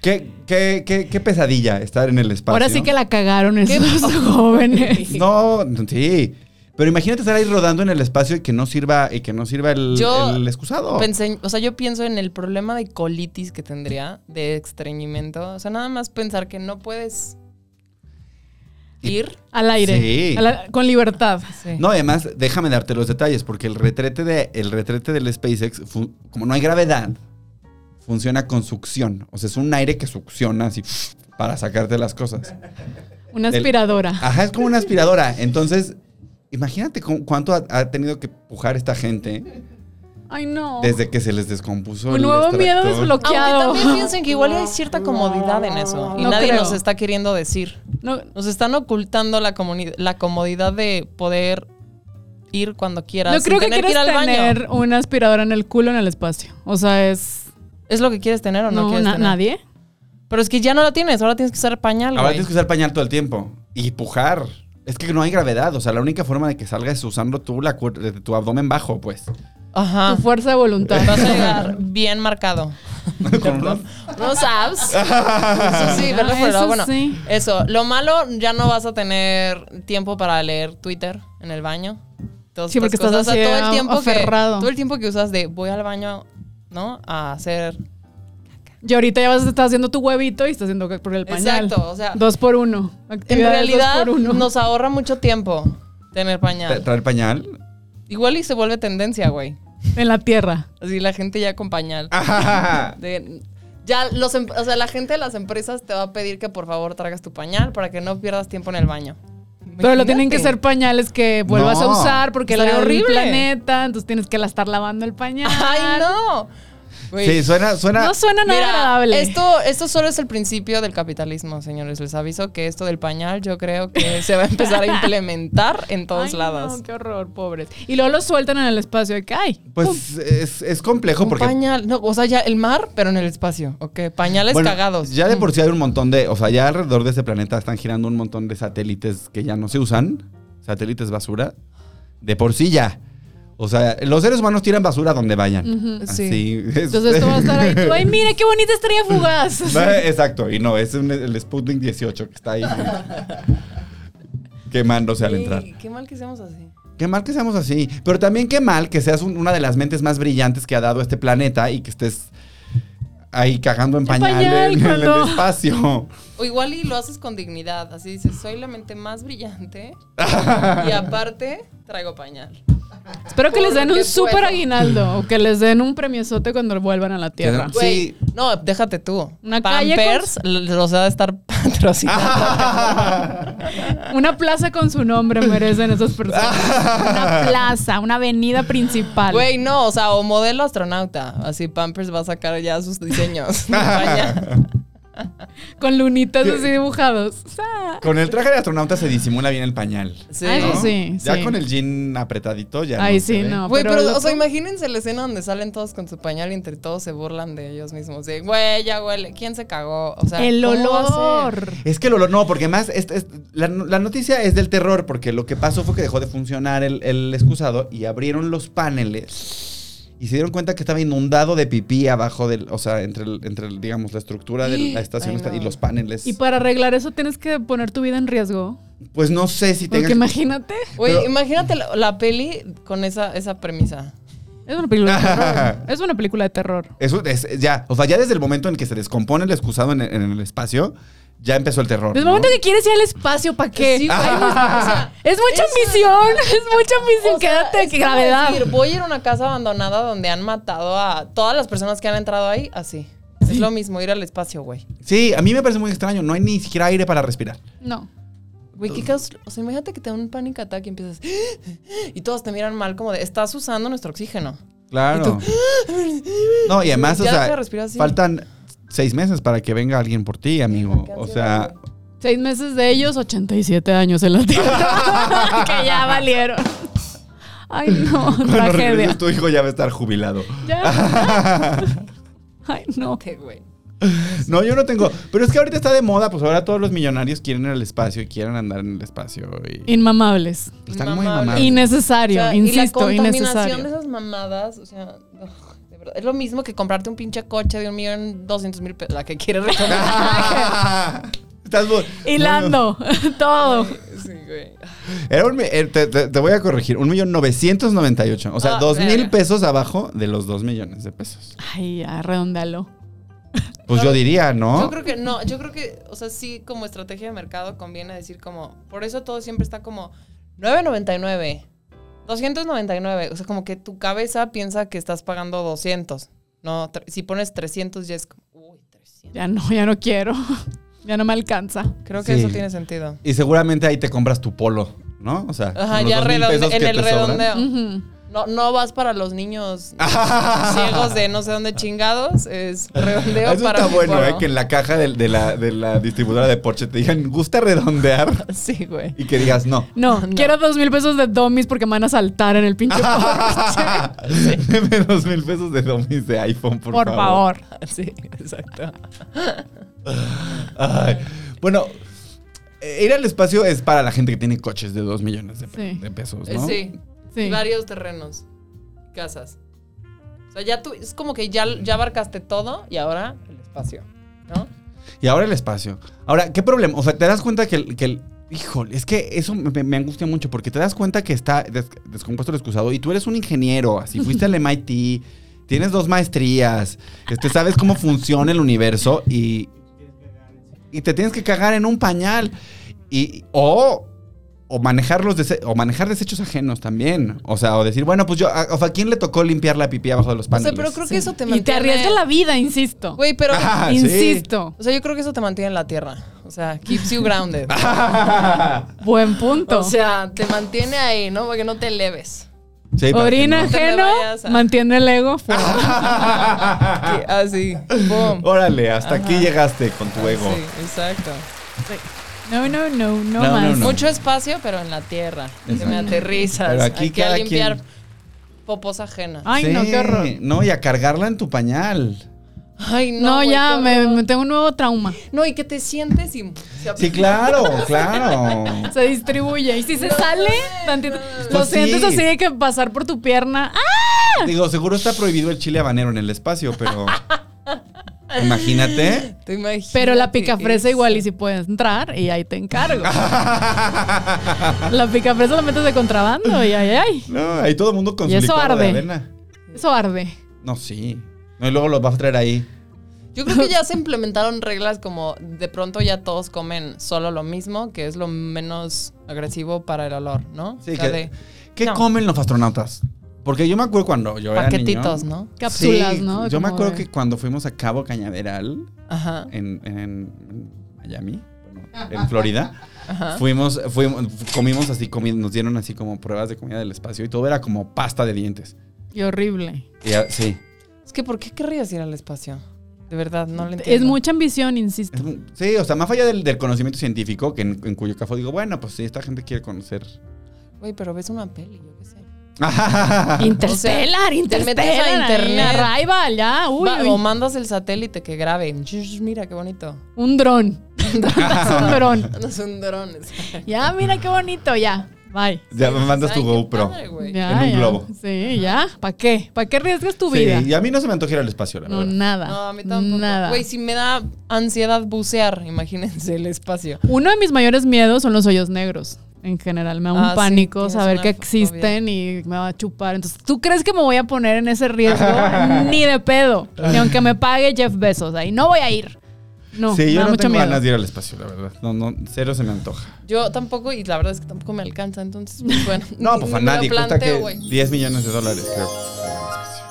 Speaker 4: qué, qué- qué- qué pesadilla estar en el espacio.
Speaker 5: Ahora sí que la cagaron esos jóvenes.
Speaker 4: No, sí. Pero imagínate estar ahí rodando en el espacio y que no sirva, y que no sirva el,
Speaker 6: Yo
Speaker 4: el excusado.
Speaker 6: Pensé- o sea, yo pienso en el problema de colitis que tendría, de estreñimiento. O sea, nada más pensar que no puedes ir.
Speaker 5: Al aire.
Speaker 4: Sí.
Speaker 5: A la- con libertad.
Speaker 4: No, además, déjame darte los detalles, porque el retrete, de, el retrete del SpaceX, fu- como no hay gravedad, funciona con succión. O sea, es un aire que succiona así para sacarte las cosas.
Speaker 5: Una
Speaker 4: El- ah.
Speaker 5: aspiradora.
Speaker 4: Ajá, es como una aspiradora. Entonces, imagínate cu- cuánto ha, ha tenido que pujar esta gente
Speaker 5: Ay, no.
Speaker 4: desde que se les descompuso
Speaker 5: Un
Speaker 4: el
Speaker 5: nuevo miedo
Speaker 4: extractor.
Speaker 6: Aunque
Speaker 5: desbloqueado.
Speaker 6: también piensen que igual hay cierta comodidad en eso. Y
Speaker 5: No
Speaker 6: nadie
Speaker 5: creo.
Speaker 6: nos está queriendo decir.
Speaker 5: No,
Speaker 6: Nos están ocultando la, comuni- la comodidad de poder ir cuando quieras.
Speaker 5: no
Speaker 6: sin
Speaker 5: creo que
Speaker 6: tener ir
Speaker 5: quieras
Speaker 6: al baño.
Speaker 5: tener una aspiradora en el culo en el espacio. O sea, es.
Speaker 6: ¿Es lo que quieres tener o no,
Speaker 5: No,
Speaker 6: quieres
Speaker 5: na-
Speaker 6: tener?
Speaker 5: nadie.
Speaker 6: Pero es que ya no la tienes, ahora tienes que usar pañal.
Speaker 4: Ahora
Speaker 6: güey.
Speaker 4: tienes que usar pañal todo el tiempo y pujar. Es que no hay gravedad, o sea, la única forma de que salga es usando tú la, cuer- tu abdomen bajo, pues.
Speaker 6: Ajá.
Speaker 5: Tu fuerza de voluntad.
Speaker 6: Vas a llegar bien marcado.
Speaker 4: Con unos-
Speaker 6: Unos abs. Eso sí,
Speaker 5: Ah,
Speaker 6: verlo por el lado
Speaker 5: eso
Speaker 6: bueno.
Speaker 5: sí.
Speaker 6: Eso. Lo malo, ya no vas a tener tiempo para leer Twitter en el baño. Todas
Speaker 5: Sí, porque
Speaker 6: estas
Speaker 5: estás
Speaker 6: cosas. O sea,
Speaker 5: así,
Speaker 6: todo el tiempo
Speaker 5: aferrado.
Speaker 6: Que, todo el tiempo que usas de voy al baño, ¿no? A hacer.
Speaker 5: Y ahorita ya vas a estar haciendo tu huevito y estás haciendo caca por el pañal.
Speaker 6: Exacto, o sea,
Speaker 5: Dos por uno.
Speaker 6: En
Speaker 5: Actividades
Speaker 6: realidad,
Speaker 5: dos por uno.
Speaker 6: nos ahorra mucho tiempo tener
Speaker 4: Tra-
Speaker 6: pañal.
Speaker 4: Traer pañal.
Speaker 6: Igual y se vuelve tendencia, güey.
Speaker 5: En la tierra.
Speaker 6: Así la gente ya con pañal.
Speaker 4: Ah.
Speaker 6: De- ya los, em- o sea, la gente de las empresas te va a pedir que por favor traigas tu pañal para que no pierdas tiempo en el baño.
Speaker 5: Pero lo tienen
Speaker 6: Imagínate.
Speaker 5: que ser pañales que vuelvas
Speaker 4: No.
Speaker 5: a usar porque la
Speaker 6: Estaría
Speaker 5: horrible
Speaker 6: horrible.
Speaker 5: planeta, entonces tienes que la estar lavando el pañal.
Speaker 6: Ay, no. Güey.
Speaker 4: Sí, suena, suena.
Speaker 5: No suena nada
Speaker 6: Mira,
Speaker 5: agradable.
Speaker 6: Esto, esto solo es el principio del capitalismo, señores. Les aviso que esto del pañal yo creo que se va a empezar a implementar en todos
Speaker 5: Ay, no,
Speaker 6: lados.
Speaker 5: qué horror, pobres. Y luego los sueltan en el espacio de que ay, pum.
Speaker 4: Pues es, es complejo
Speaker 6: Un
Speaker 4: porque.
Speaker 6: pañal, no, o sea, ya el mar, pero en el espacio. Ok, pañales
Speaker 4: bueno,
Speaker 6: cagados.
Speaker 4: Ya
Speaker 5: Mm.
Speaker 4: de por sí hay un montón de. O sea, ya alrededor de este planeta están girando un montón de satélites que ya no se usan. Satélites basura. De por sí ya. O sea, los seres humanos tiran basura donde vayan.
Speaker 6: sí.
Speaker 4: Así es.
Speaker 5: Entonces esto va a estar ahí. tú, ay, mira qué bonita estrella fugaz.
Speaker 4: Va, Exacto, y no, es un- el Sputnik 18 que está ahí quemándose al
Speaker 6: Ey,
Speaker 4: entrar.
Speaker 6: Mm. Qué mal que seamos así.
Speaker 4: Qué mal que seamos así, pero también qué mal que seas un- una de las mentes más brillantes que ha dado este planeta y que estés ahí cagando en
Speaker 5: El
Speaker 4: pañal,
Speaker 5: pañal,
Speaker 4: en, en
Speaker 5: cuando-
Speaker 4: el espacio.
Speaker 6: O igual y lo haces con dignidad. Así dices, soy la mente más brillante y aparte traigo pañal.
Speaker 5: Espero que les den un
Speaker 6: Porque
Speaker 5: súper
Speaker 6: puedo.
Speaker 5: aguinaldo o que les den un premiozote cuando vuelvan a la tierra.
Speaker 4: Sí.
Speaker 6: Güey, no, déjate tú.
Speaker 5: Una calle con-
Speaker 6: Pampers los va a estar patrocinando.
Speaker 5: Una plaza con su nombre merecen esas personas. Una plaza, una avenida principal.
Speaker 6: Güey, no, o sea, o modelo astronauta. Así Pampers va a sacar ya sus diseños. de pañal.
Speaker 5: Con lunitas así dibujados. Ah,
Speaker 4: Con el traje de astronauta se disimula bien el pañal.
Speaker 6: Sí.
Speaker 5: Ah, eso sí,
Speaker 4: Ya
Speaker 5: sí.
Speaker 4: con el jean apretadito ya.
Speaker 5: Ay,
Speaker 4: no se
Speaker 5: sí,
Speaker 4: ve.
Speaker 5: no.
Speaker 6: Güey, pero,
Speaker 5: lo-
Speaker 6: o sea, imagínense la escena donde salen todos con su pañal y entre todos se burlan de ellos mismos. De, güey, ya huele. ¿Quién se cagó? O sea,
Speaker 5: el
Speaker 6: ¿cómo va a ser?
Speaker 5: olor.
Speaker 4: Es que el olor, no, porque más es- es- la, la noticia es del terror, porque lo que pasó fue que dejó de funcionar el, el excusado y abrieron los paneles y se dieron cuenta que estaba inundado de pipí abajo del, o sea, entre, el- entre el, digamos, la estructura de la estación
Speaker 6: Ay, no.
Speaker 4: y los paneles.
Speaker 5: Y para arreglar eso tienes que poner tu vida en riesgo.
Speaker 4: pues no sé si
Speaker 5: Porque
Speaker 4: tenga...
Speaker 5: imagínate.
Speaker 6: Güey,
Speaker 4: Pero-
Speaker 6: imagínate la, la peli con esa, esa premisa.
Speaker 5: Es una película de terror. Es una película de terror.
Speaker 4: Eso es, ya, o sea, ya desde el momento en que se descompone el excusado en, el- en el espacio, ya empezó el terror.
Speaker 5: Desde el
Speaker 4: ¿no?
Speaker 5: momento que quieres ir al espacio, ¿para qué?
Speaker 6: Sí, güey, o sea,
Speaker 5: es mucha
Speaker 6: eso-
Speaker 5: ambición, es mucha ambición.
Speaker 6: O sea,
Speaker 5: Quédate,
Speaker 6: es
Speaker 5: que
Speaker 6: como
Speaker 5: gravedad.
Speaker 6: decir, voy a ir a una casa abandonada donde han matado a todas las personas que han entrado ahí, así. Es lo mismo ir al espacio, güey.
Speaker 4: Sí, a mí me parece muy extraño, no hay ni siquiera aire para respirar.
Speaker 5: No.
Speaker 6: Güey, qué caos. O sea, imagínate que te da un panic attack y empiezas. Y todos te miran mal, como de, estás usando nuestro oxígeno.
Speaker 4: Claro. No, y además, o
Speaker 6: Ya deja de
Speaker 4: sea,
Speaker 6: respirar así.
Speaker 4: faltan seis meses para que venga alguien por ti, amigo.
Speaker 6: qué
Speaker 4: O
Speaker 6: ansiedad,
Speaker 4: sea,
Speaker 5: Seis meses de ellos, 87 años en la tierra. que ya valieron. Ay, no,
Speaker 4: cuando regreses
Speaker 5: tragedia.
Speaker 4: tu hijo ya va a estar jubilado.
Speaker 5: Ya. Ay, no.
Speaker 6: Qué güey.
Speaker 4: No, yo no tengo. Pero es que ahorita está de moda, pues ahora todos los millonarios quieren ir al espacio y quieren andar en el espacio. Y pues,
Speaker 5: Inmamables.
Speaker 4: están muy
Speaker 6: Inmamables.
Speaker 4: mamados.
Speaker 6: Ah, O
Speaker 5: Innecesario,
Speaker 6: sea, y la
Speaker 5: insisto,
Speaker 6: contaminación de
Speaker 5: innecesario.
Speaker 6: esas mamadas, o sea, ugh, de verdad, es lo mismo que comprarte un pinche coche de un millón doscientos mil pesos, la que quieres recomendar.
Speaker 4: Estás bu-
Speaker 5: Hilando, todo.
Speaker 6: sí, güey.
Speaker 4: Era un mi- eh, te, te- te voy a corregir, un millón novecientos noventa y ocho. O sea,
Speaker 6: Ah,
Speaker 4: dos mil
Speaker 6: verga.
Speaker 4: pesos abajo de los dos millones de pesos.
Speaker 5: Ay, ya, redóndalo.
Speaker 4: Pues yo diría,
Speaker 6: Yo
Speaker 4: ¿no?
Speaker 6: creo que no, yo creo que, o sea, sí como estrategia de mercado conviene decir como, por eso todo siempre está como 9.99, 299, o sea, como que tu cabeza piensa que estás pagando 200. No, tre- si pones 300 ya es como, uy, 300.
Speaker 5: Ya no, ya no quiero. Ya no me alcanza.
Speaker 6: Creo que
Speaker 4: Sí.
Speaker 6: eso tiene sentido.
Speaker 4: Y seguramente ahí te compras tu polo, ¿no? O sea,
Speaker 6: Ajá,
Speaker 4: con los
Speaker 6: ya
Speaker 4: dos mil
Speaker 6: redonde-
Speaker 4: pesos
Speaker 6: en
Speaker 4: que
Speaker 6: el
Speaker 4: te sobran.
Speaker 6: redondeo.
Speaker 5: Ujú.
Speaker 6: No, no vas para los niños ciegos de no sé dónde chingados, es redondeo
Speaker 4: Eso
Speaker 6: para
Speaker 4: está
Speaker 6: mi
Speaker 4: bueno,
Speaker 6: polo.
Speaker 4: eh, que en la caja del- de, la, de la distribuidora de Porsche te digan, ¿gusta redondear?
Speaker 6: Sí, güey.
Speaker 4: Y que digas, no.
Speaker 5: No, quiero dos mil pesos de dummies porque me van a saltar en el pinche Porsche.
Speaker 4: Deme dos mil pesos de domis de iPhone, por,
Speaker 5: Por favor.
Speaker 6: Sí, exacto.
Speaker 4: Ay, Bueno, eh, ir al espacio es para la gente que tiene coches de dos millones de, pe-
Speaker 5: Sí.
Speaker 4: de pesos,
Speaker 6: Eh,
Speaker 4: ¿no?
Speaker 6: Sí.
Speaker 5: Sí.
Speaker 6: Y varios terrenos, casas. O sea, ya tú, es como que ya, ya abarcaste todo y ahora el espacio, ¿no?
Speaker 4: Y ahora el espacio. Ahora, ¿qué problema? O sea, te das cuenta que el... Que el- Híjole, es que eso me, me angustia mucho porque te das cuenta que está des- descompuesto el excusado y tú eres un ingeniero, así fuiste al MIT, tienes dos maestrías, este, sabes cómo funciona el universo y, y te tienes que cagar en un pañal y o, o manejar los dese- o manejar desechos ajenos también, o sea, o decir, bueno, pues yo, a- o sea, ¿a quién le tocó limpiar la pipí abajo de los
Speaker 6: O sea,
Speaker 4: paneles?
Speaker 6: pero creo
Speaker 5: Sí.
Speaker 6: que eso te
Speaker 5: Y te
Speaker 6: mantiene...
Speaker 5: arriesgas la vida, insisto.
Speaker 6: Güey, pero...
Speaker 4: Ah, sí.
Speaker 5: insisto.
Speaker 6: O sea, yo creo que eso te mantiene en la tierra. O sea, keeps you grounded.
Speaker 5: Buen punto.
Speaker 6: o sea, te mantiene ahí, ¿no? Para que no te eleves.
Speaker 4: Sí, para que
Speaker 5: Orina
Speaker 4: no-
Speaker 6: te
Speaker 5: ajeno,
Speaker 6: vayas a-
Speaker 5: mantiene el ego. fuera.
Speaker 6: Aquí, Así. ah, Boom.
Speaker 4: Órale, hasta aquí
Speaker 6: Ajá.
Speaker 4: llegaste con tu ego.
Speaker 6: Sí, exacto.
Speaker 5: No, no, no, no,
Speaker 4: no,
Speaker 5: más.
Speaker 4: no.
Speaker 6: Mucho espacio, pero en la tierra. Que me
Speaker 4: Exacto.
Speaker 6: aterrizas.
Speaker 4: Pero aquí
Speaker 6: Hay que
Speaker 4: cada
Speaker 6: limpiar
Speaker 4: quien-
Speaker 6: popos ajenas.
Speaker 5: Ay, no,
Speaker 4: Sí,
Speaker 5: qué horror.
Speaker 4: No, y a cargarla en tu pañal.
Speaker 6: Ay, no.
Speaker 5: No,
Speaker 6: güey,
Speaker 5: ya,
Speaker 6: qué
Speaker 5: me,
Speaker 6: horror.
Speaker 5: me tengo un nuevo trauma.
Speaker 6: No, y que te sientes y.
Speaker 4: Sí, claro, claro.
Speaker 5: Se distribuye. Y si se sale, tantito. Lo
Speaker 4: Pues sí.
Speaker 5: sientes así de que pasar por tu pierna. ¡Ah!
Speaker 4: Digo, seguro está prohibido el chile habanero en el espacio, pero. Imagínate.
Speaker 6: Te imaginas
Speaker 5: Pero la
Speaker 6: que
Speaker 5: picafresa
Speaker 6: es-
Speaker 5: igual, y si puedes entrar, y ahí te encargo. La picafresa la metes de contrabando, y ay, ay.
Speaker 4: No, ahí todo el mundo con
Speaker 5: Y
Speaker 4: su
Speaker 5: eso
Speaker 4: licuado de
Speaker 5: arde.
Speaker 4: avena.
Speaker 5: Eso arde.
Speaker 4: No, sí. No, y luego los vas a traer ahí.
Speaker 6: Yo creo que ya se implementaron reglas como de pronto ya todos comen solo lo mismo, que es lo menos agresivo para el olor, ¿no?
Speaker 4: Sí,
Speaker 6: O sea,
Speaker 4: que-
Speaker 6: de
Speaker 4: ¿Qué
Speaker 6: No.
Speaker 4: comen los astronautas? Porque yo me acuerdo cuando yo era niño-
Speaker 6: paquetitos, ¿no?
Speaker 5: Cápsulas, ¿no?
Speaker 4: Yo me
Speaker 5: Como
Speaker 4: acuerdo
Speaker 5: de-
Speaker 4: que cuando fuimos a Cabo Cañaveral,
Speaker 6: Ajá.
Speaker 4: en, en Miami, bueno, en Florida, fuimos, fuimos, comimos así, comi- nos dieron así como pruebas de comida del espacio y todo era como pasta de dientes.
Speaker 5: Y horrible.
Speaker 4: Y a- sí.
Speaker 6: Es que ¿por qué querrías ir al espacio? De verdad, no lo entiendo.
Speaker 5: Es mucha ambición, insisto.
Speaker 4: Es un- Sí, o sea, más allá del, del conocimiento científico, que en, en cuyo caso digo, bueno, pues sí, esta gente quiere conocer.
Speaker 6: Güey, pero ves una peli, yo qué sé.
Speaker 5: Interstellar,
Speaker 6: te metes a
Speaker 5: Interstellar,
Speaker 6: internet.
Speaker 5: internet. Arrival, ya, uy,
Speaker 6: Va-
Speaker 5: uy.
Speaker 6: O mandas el satélite que grabe. Shh, Mira, qué bonito.
Speaker 5: Un dron. Mandas un dron.
Speaker 6: No son drones.
Speaker 5: Ya, mira qué bonito, ya. Bye.
Speaker 4: ya me mandas tu
Speaker 6: Ay, qué
Speaker 4: GoPro.
Speaker 6: padre, güey.
Speaker 5: Ya,
Speaker 4: En un
Speaker 5: ya.
Speaker 4: globo.
Speaker 5: Sí, ya. ¿Para qué? ¿Para qué arriesgas tu vida?
Speaker 4: Sí, y a mí no se me antoja ir al espacio, la
Speaker 5: No,
Speaker 4: verdad.
Speaker 5: nada.
Speaker 6: No, a mí tampoco.
Speaker 5: Nada.
Speaker 6: Güey, si me da ansiedad bucear, imagínense el espacio.
Speaker 5: Uno de mis mayores miedos son los hoyos negros. En general, me da un
Speaker 6: Ah, sí,
Speaker 5: pánico
Speaker 6: tienes
Speaker 5: saber
Speaker 6: una
Speaker 5: que existen y me va a chupar. Entonces, ¿tú crees que me voy a poner en ese riesgo? Ni de pedo. Ni aunque me pague Jeff Bezos. Ahí no voy a ir. No,
Speaker 4: sí,
Speaker 5: me
Speaker 4: yo
Speaker 5: da
Speaker 4: no
Speaker 5: mucho
Speaker 4: tengo
Speaker 5: miedo.
Speaker 4: ganas de ir al espacio, la verdad. No, no, cero se me antoja.
Speaker 6: Yo tampoco, y la verdad es que tampoco me alcanza, entonces, pues, bueno.
Speaker 4: No,
Speaker 6: ni-
Speaker 4: pues
Speaker 6: ni
Speaker 4: a
Speaker 6: me lo
Speaker 4: nadie. Cuesta
Speaker 6: planteo,
Speaker 4: que
Speaker 6: güey.
Speaker 4: 10 millones de dólares, creo. ir al espacio.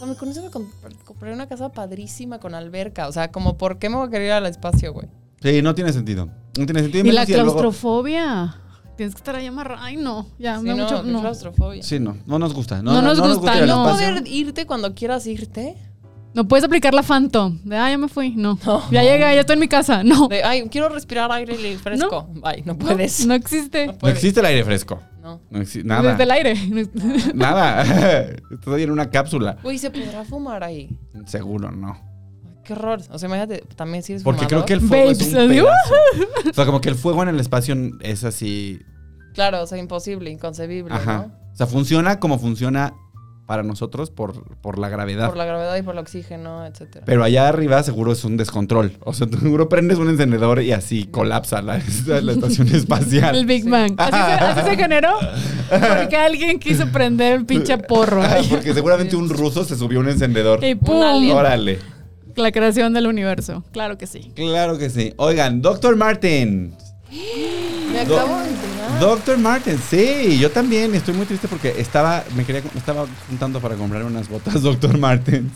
Speaker 6: No, me con eso me comp- compré una casa padrísima con alberca. O sea, como, ¿por qué me voy a querer ir al espacio, güey?
Speaker 4: Sí, no tiene sentido. No tiene sentido.
Speaker 5: Y
Speaker 4: menos
Speaker 5: la
Speaker 4: si luego-
Speaker 5: claustrofobia. Tienes que estar ahí amarrado. Ay, no. Ya,
Speaker 6: Sí,
Speaker 5: me da
Speaker 6: no,
Speaker 5: mucho.
Speaker 6: qué
Speaker 5: No.
Speaker 6: claustrofobia.
Speaker 4: Sí, no, no nos gusta. No,
Speaker 5: No nos gusta,
Speaker 4: ir al
Speaker 5: no.
Speaker 6: ¿No
Speaker 4: espacio.
Speaker 6: poder irte cuando quieras irte?
Speaker 5: No puedes aplicar la Phantom. De, ah, ya me fui. No.
Speaker 6: No.
Speaker 5: Ya llegué, ya estoy en mi casa. No.
Speaker 6: De, ay, quiero respirar aire li- fresco. Ay, no
Speaker 5: no,
Speaker 6: puedes.
Speaker 5: no existe.
Speaker 4: No existe el aire fresco.
Speaker 6: No.
Speaker 4: No existe
Speaker 5: Desde el
Speaker 4: nada.
Speaker 5: aire.
Speaker 4: Nada. Estás ahí en una cápsula.
Speaker 6: Güey, ¿se podrá fumar ahí?
Speaker 4: Seguro no.
Speaker 6: Ay, Qué horror. O sea, imagínate, también si eres
Speaker 4: Porque creo
Speaker 6: fumador.
Speaker 4: que el fuego es
Speaker 5: Babes,
Speaker 4: un
Speaker 5: así, ¡uh!
Speaker 4: pedazo. O sea, como que el fuego en el espacio es así.
Speaker 6: Claro, o sea, imposible, inconcebible,
Speaker 4: Ajá.
Speaker 6: ¿no?
Speaker 4: O sea, funciona como funciona para nosotros por, por la gravedad.
Speaker 6: Por la gravedad y por el oxígeno, etcétera.
Speaker 4: Pero allá arriba seguro es un descontrol. O sea, tú seguro prendes un encendedor y así colapsa la, la estación
Speaker 5: El
Speaker 4: espacial.
Speaker 5: Big Bang. Así se, así se generó porque alguien quiso prender el pinche porro.
Speaker 4: Ah, Porque seguramente un ruso se subió a un encendedor.
Speaker 5: Y
Speaker 6: Un
Speaker 5: ¡pum!
Speaker 6: alien.
Speaker 4: Órale.
Speaker 5: La creación del universo. Claro que sí.
Speaker 4: Claro que sí. Oigan, Dr. Martin.
Speaker 6: Me
Speaker 4: Do-
Speaker 6: acabo de enterar.
Speaker 4: Dr. Martin, sí, yo también estoy muy triste porque estaba, me quería, me estaba juntando para comprar unas botas Dr. Martens.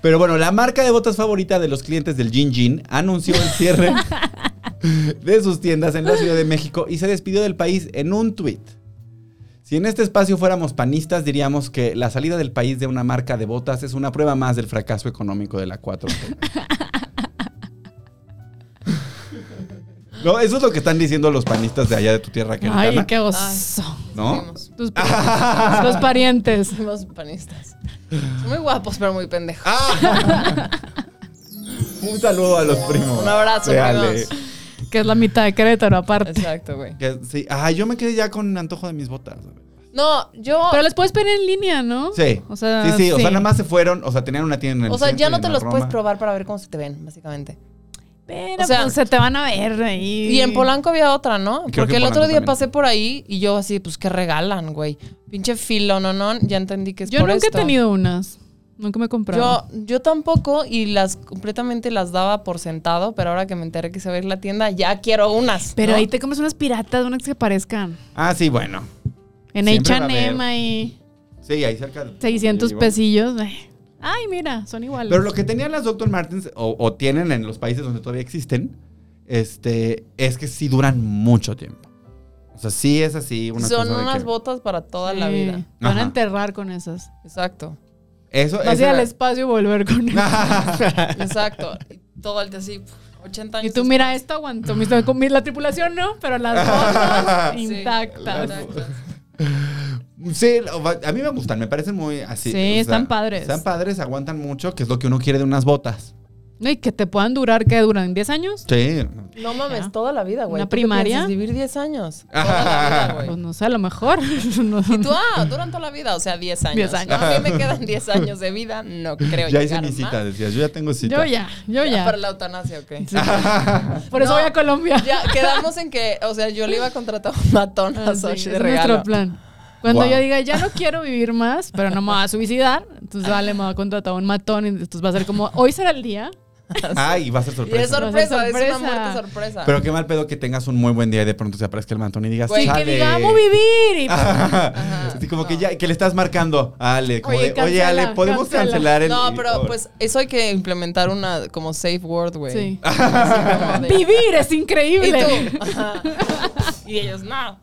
Speaker 4: Pero bueno, la marca de botas favorita de los clientes del Jin Jin anunció el cierre de sus tiendas en la Ciudad de México y se despidió del país en un tuit. Si en este espacio fuéramos panistas, diríamos que la salida del país de una marca de botas es una prueba más del fracaso económico de la 4T. No, eso es lo que están diciendo los panistas de allá de tu tierra, Querétaro.
Speaker 5: Ay, qué gozo.
Speaker 4: ¿No?
Speaker 6: Fuimos-
Speaker 5: Tus parientes, los parientes.
Speaker 6: Fuimos panistas. Son muy guapos, pero muy pendejos.
Speaker 4: Ah. Un saludo a los primos.
Speaker 6: Un abrazo,
Speaker 4: de
Speaker 6: primos.
Speaker 4: Ale.
Speaker 5: Que es la mitad de Querétaro aparte.
Speaker 6: Exacto, güey.
Speaker 4: Que sí. Ah, yo me quedé ya con antojo de mis botas.
Speaker 6: No, yo.
Speaker 5: Pero les puedes pedir en línea, ¿no?
Speaker 4: Sí.
Speaker 5: O sea,
Speaker 4: sí, sí, O sea, nada más se fueron. O sea, tenían una tienda en el
Speaker 6: O sea, ya
Speaker 4: centro y
Speaker 6: no
Speaker 4: en
Speaker 6: te
Speaker 4: la
Speaker 6: los
Speaker 4: Roma.
Speaker 6: puedes probar para ver cómo se te ven, básicamente.
Speaker 5: Pero
Speaker 6: o sea-
Speaker 5: pues, se te van a ver ahí.
Speaker 6: Y en Polanco había otra, ¿no?
Speaker 4: Creo que
Speaker 6: Porque
Speaker 4: en
Speaker 6: el otro
Speaker 4: Polanco
Speaker 6: día
Speaker 4: también.
Speaker 6: pasé por ahí y yo así, pues, ¿qué regalan, güey? Pinche filo, no, no, ya entendí que es
Speaker 5: Yo
Speaker 6: por
Speaker 5: nunca he
Speaker 6: esto.
Speaker 5: tenido unas. Nunca me he comprado.
Speaker 6: Yo, yo tampoco y las completamente las daba por sentado, pero ahora que me enteré que se va a ir la tienda, ya quiero unas.
Speaker 5: Pero
Speaker 6: ¿no?
Speaker 5: ahí te comes unas piratas, unas que parezcan.
Speaker 4: Ah, sí, bueno.
Speaker 5: En
Speaker 4: Siempre va a haber.
Speaker 5: H&M ahí.
Speaker 4: Sí, ahí cerca. de-
Speaker 5: 600
Speaker 4: Ahí va.
Speaker 5: pesillos. Ay, Ay, mira, son iguales.
Speaker 4: Pero lo que tenían las Dr. Martens o, o tienen en los países donde todavía existen, este, es que sí duran mucho tiempo. O sea, sí es así una
Speaker 6: Son
Speaker 4: cosa de
Speaker 6: unas
Speaker 4: que-
Speaker 6: botas para toda la
Speaker 5: Sí,
Speaker 6: vida.
Speaker 5: Van a
Speaker 4: Ajá.
Speaker 5: enterrar con esas.
Speaker 6: Exacto.
Speaker 4: Eso
Speaker 5: Vas a
Speaker 4: eso
Speaker 5: ir al
Speaker 4: era-
Speaker 5: espacio y volver con esas.
Speaker 6: Exacto. Y todo el así, pf, 80
Speaker 5: Y
Speaker 6: años.
Speaker 5: tú, mira, esto aguantó. mis- con mi- La tripulación no, pero las
Speaker 4: Ah,
Speaker 5: botas
Speaker 6: Sí,
Speaker 5: intactas.
Speaker 6: intactas.
Speaker 4: Sí, o va- a mí me gustan, me parecen muy así.
Speaker 5: Sí, están padres.
Speaker 4: Están padres, aguantan mucho, que es lo que uno quiere de unas botas.
Speaker 5: No, y que te puedan durar, ¿qué duran? ¿10 años?
Speaker 4: Sí.
Speaker 6: No mames, toda la vida, güey.
Speaker 5: ¿Una
Speaker 6: ¿Tú qué
Speaker 5: primaria?
Speaker 6: piensas? Vivir 10 años. Toda la vida,
Speaker 5: Pues
Speaker 6: güey.
Speaker 5: no sé, a lo mejor. No,
Speaker 6: Y tú, ah, duran toda la vida, o sea, 10 años.
Speaker 5: 10 años.
Speaker 6: No, a mí me quedan 10 años de vida, no creo.
Speaker 4: ya hice
Speaker 6: llegar
Speaker 4: mi
Speaker 6: más.
Speaker 4: cita, decías, yo ya tengo cita.
Speaker 5: yo ya, yo
Speaker 6: Ya
Speaker 5: ya.
Speaker 6: Para la eutanasia, ok.
Speaker 5: Sí. Por eso
Speaker 6: No,
Speaker 5: voy a Colombia.
Speaker 6: Ya quedamos en que, o sea, yo le iba a contratar un matón a
Speaker 5: Ah, sí,
Speaker 6: Sochi de
Speaker 5: es
Speaker 6: regalo.
Speaker 5: nuestro plan. Cuando
Speaker 4: Guau.
Speaker 5: yo diga, ya no quiero vivir más, pero no me voy a suicidar, entonces vale, me voy a contratar un matón. y Entonces va a ser como, hoy será el día.
Speaker 4: Ay, va a ser
Speaker 6: Y es
Speaker 4: sorpresa.
Speaker 6: sorpresa, es
Speaker 5: sorpresa.
Speaker 6: una muerte sorpresa.
Speaker 4: Pero qué mal pedo que tengas un muy buen día y de pronto se aparezca el mantón y digas,
Speaker 6: Güey,
Speaker 5: Y
Speaker 4: "Chale".
Speaker 5: que diga, amo vivir. Y pues,
Speaker 4: Así como que ya, que le estás marcando a Ale, como
Speaker 5: Oye,
Speaker 4: de, oye Ale,
Speaker 5: cancela,
Speaker 4: podemos
Speaker 5: cancela".
Speaker 4: cancelar el.
Speaker 6: no, pero pues eso hay que implementar una como safe word, güey.
Speaker 5: Sí.
Speaker 6: Así como de-
Speaker 5: Vivir es
Speaker 6: Y
Speaker 5: increíble.
Speaker 6: tú. Ajá. y ellos, no.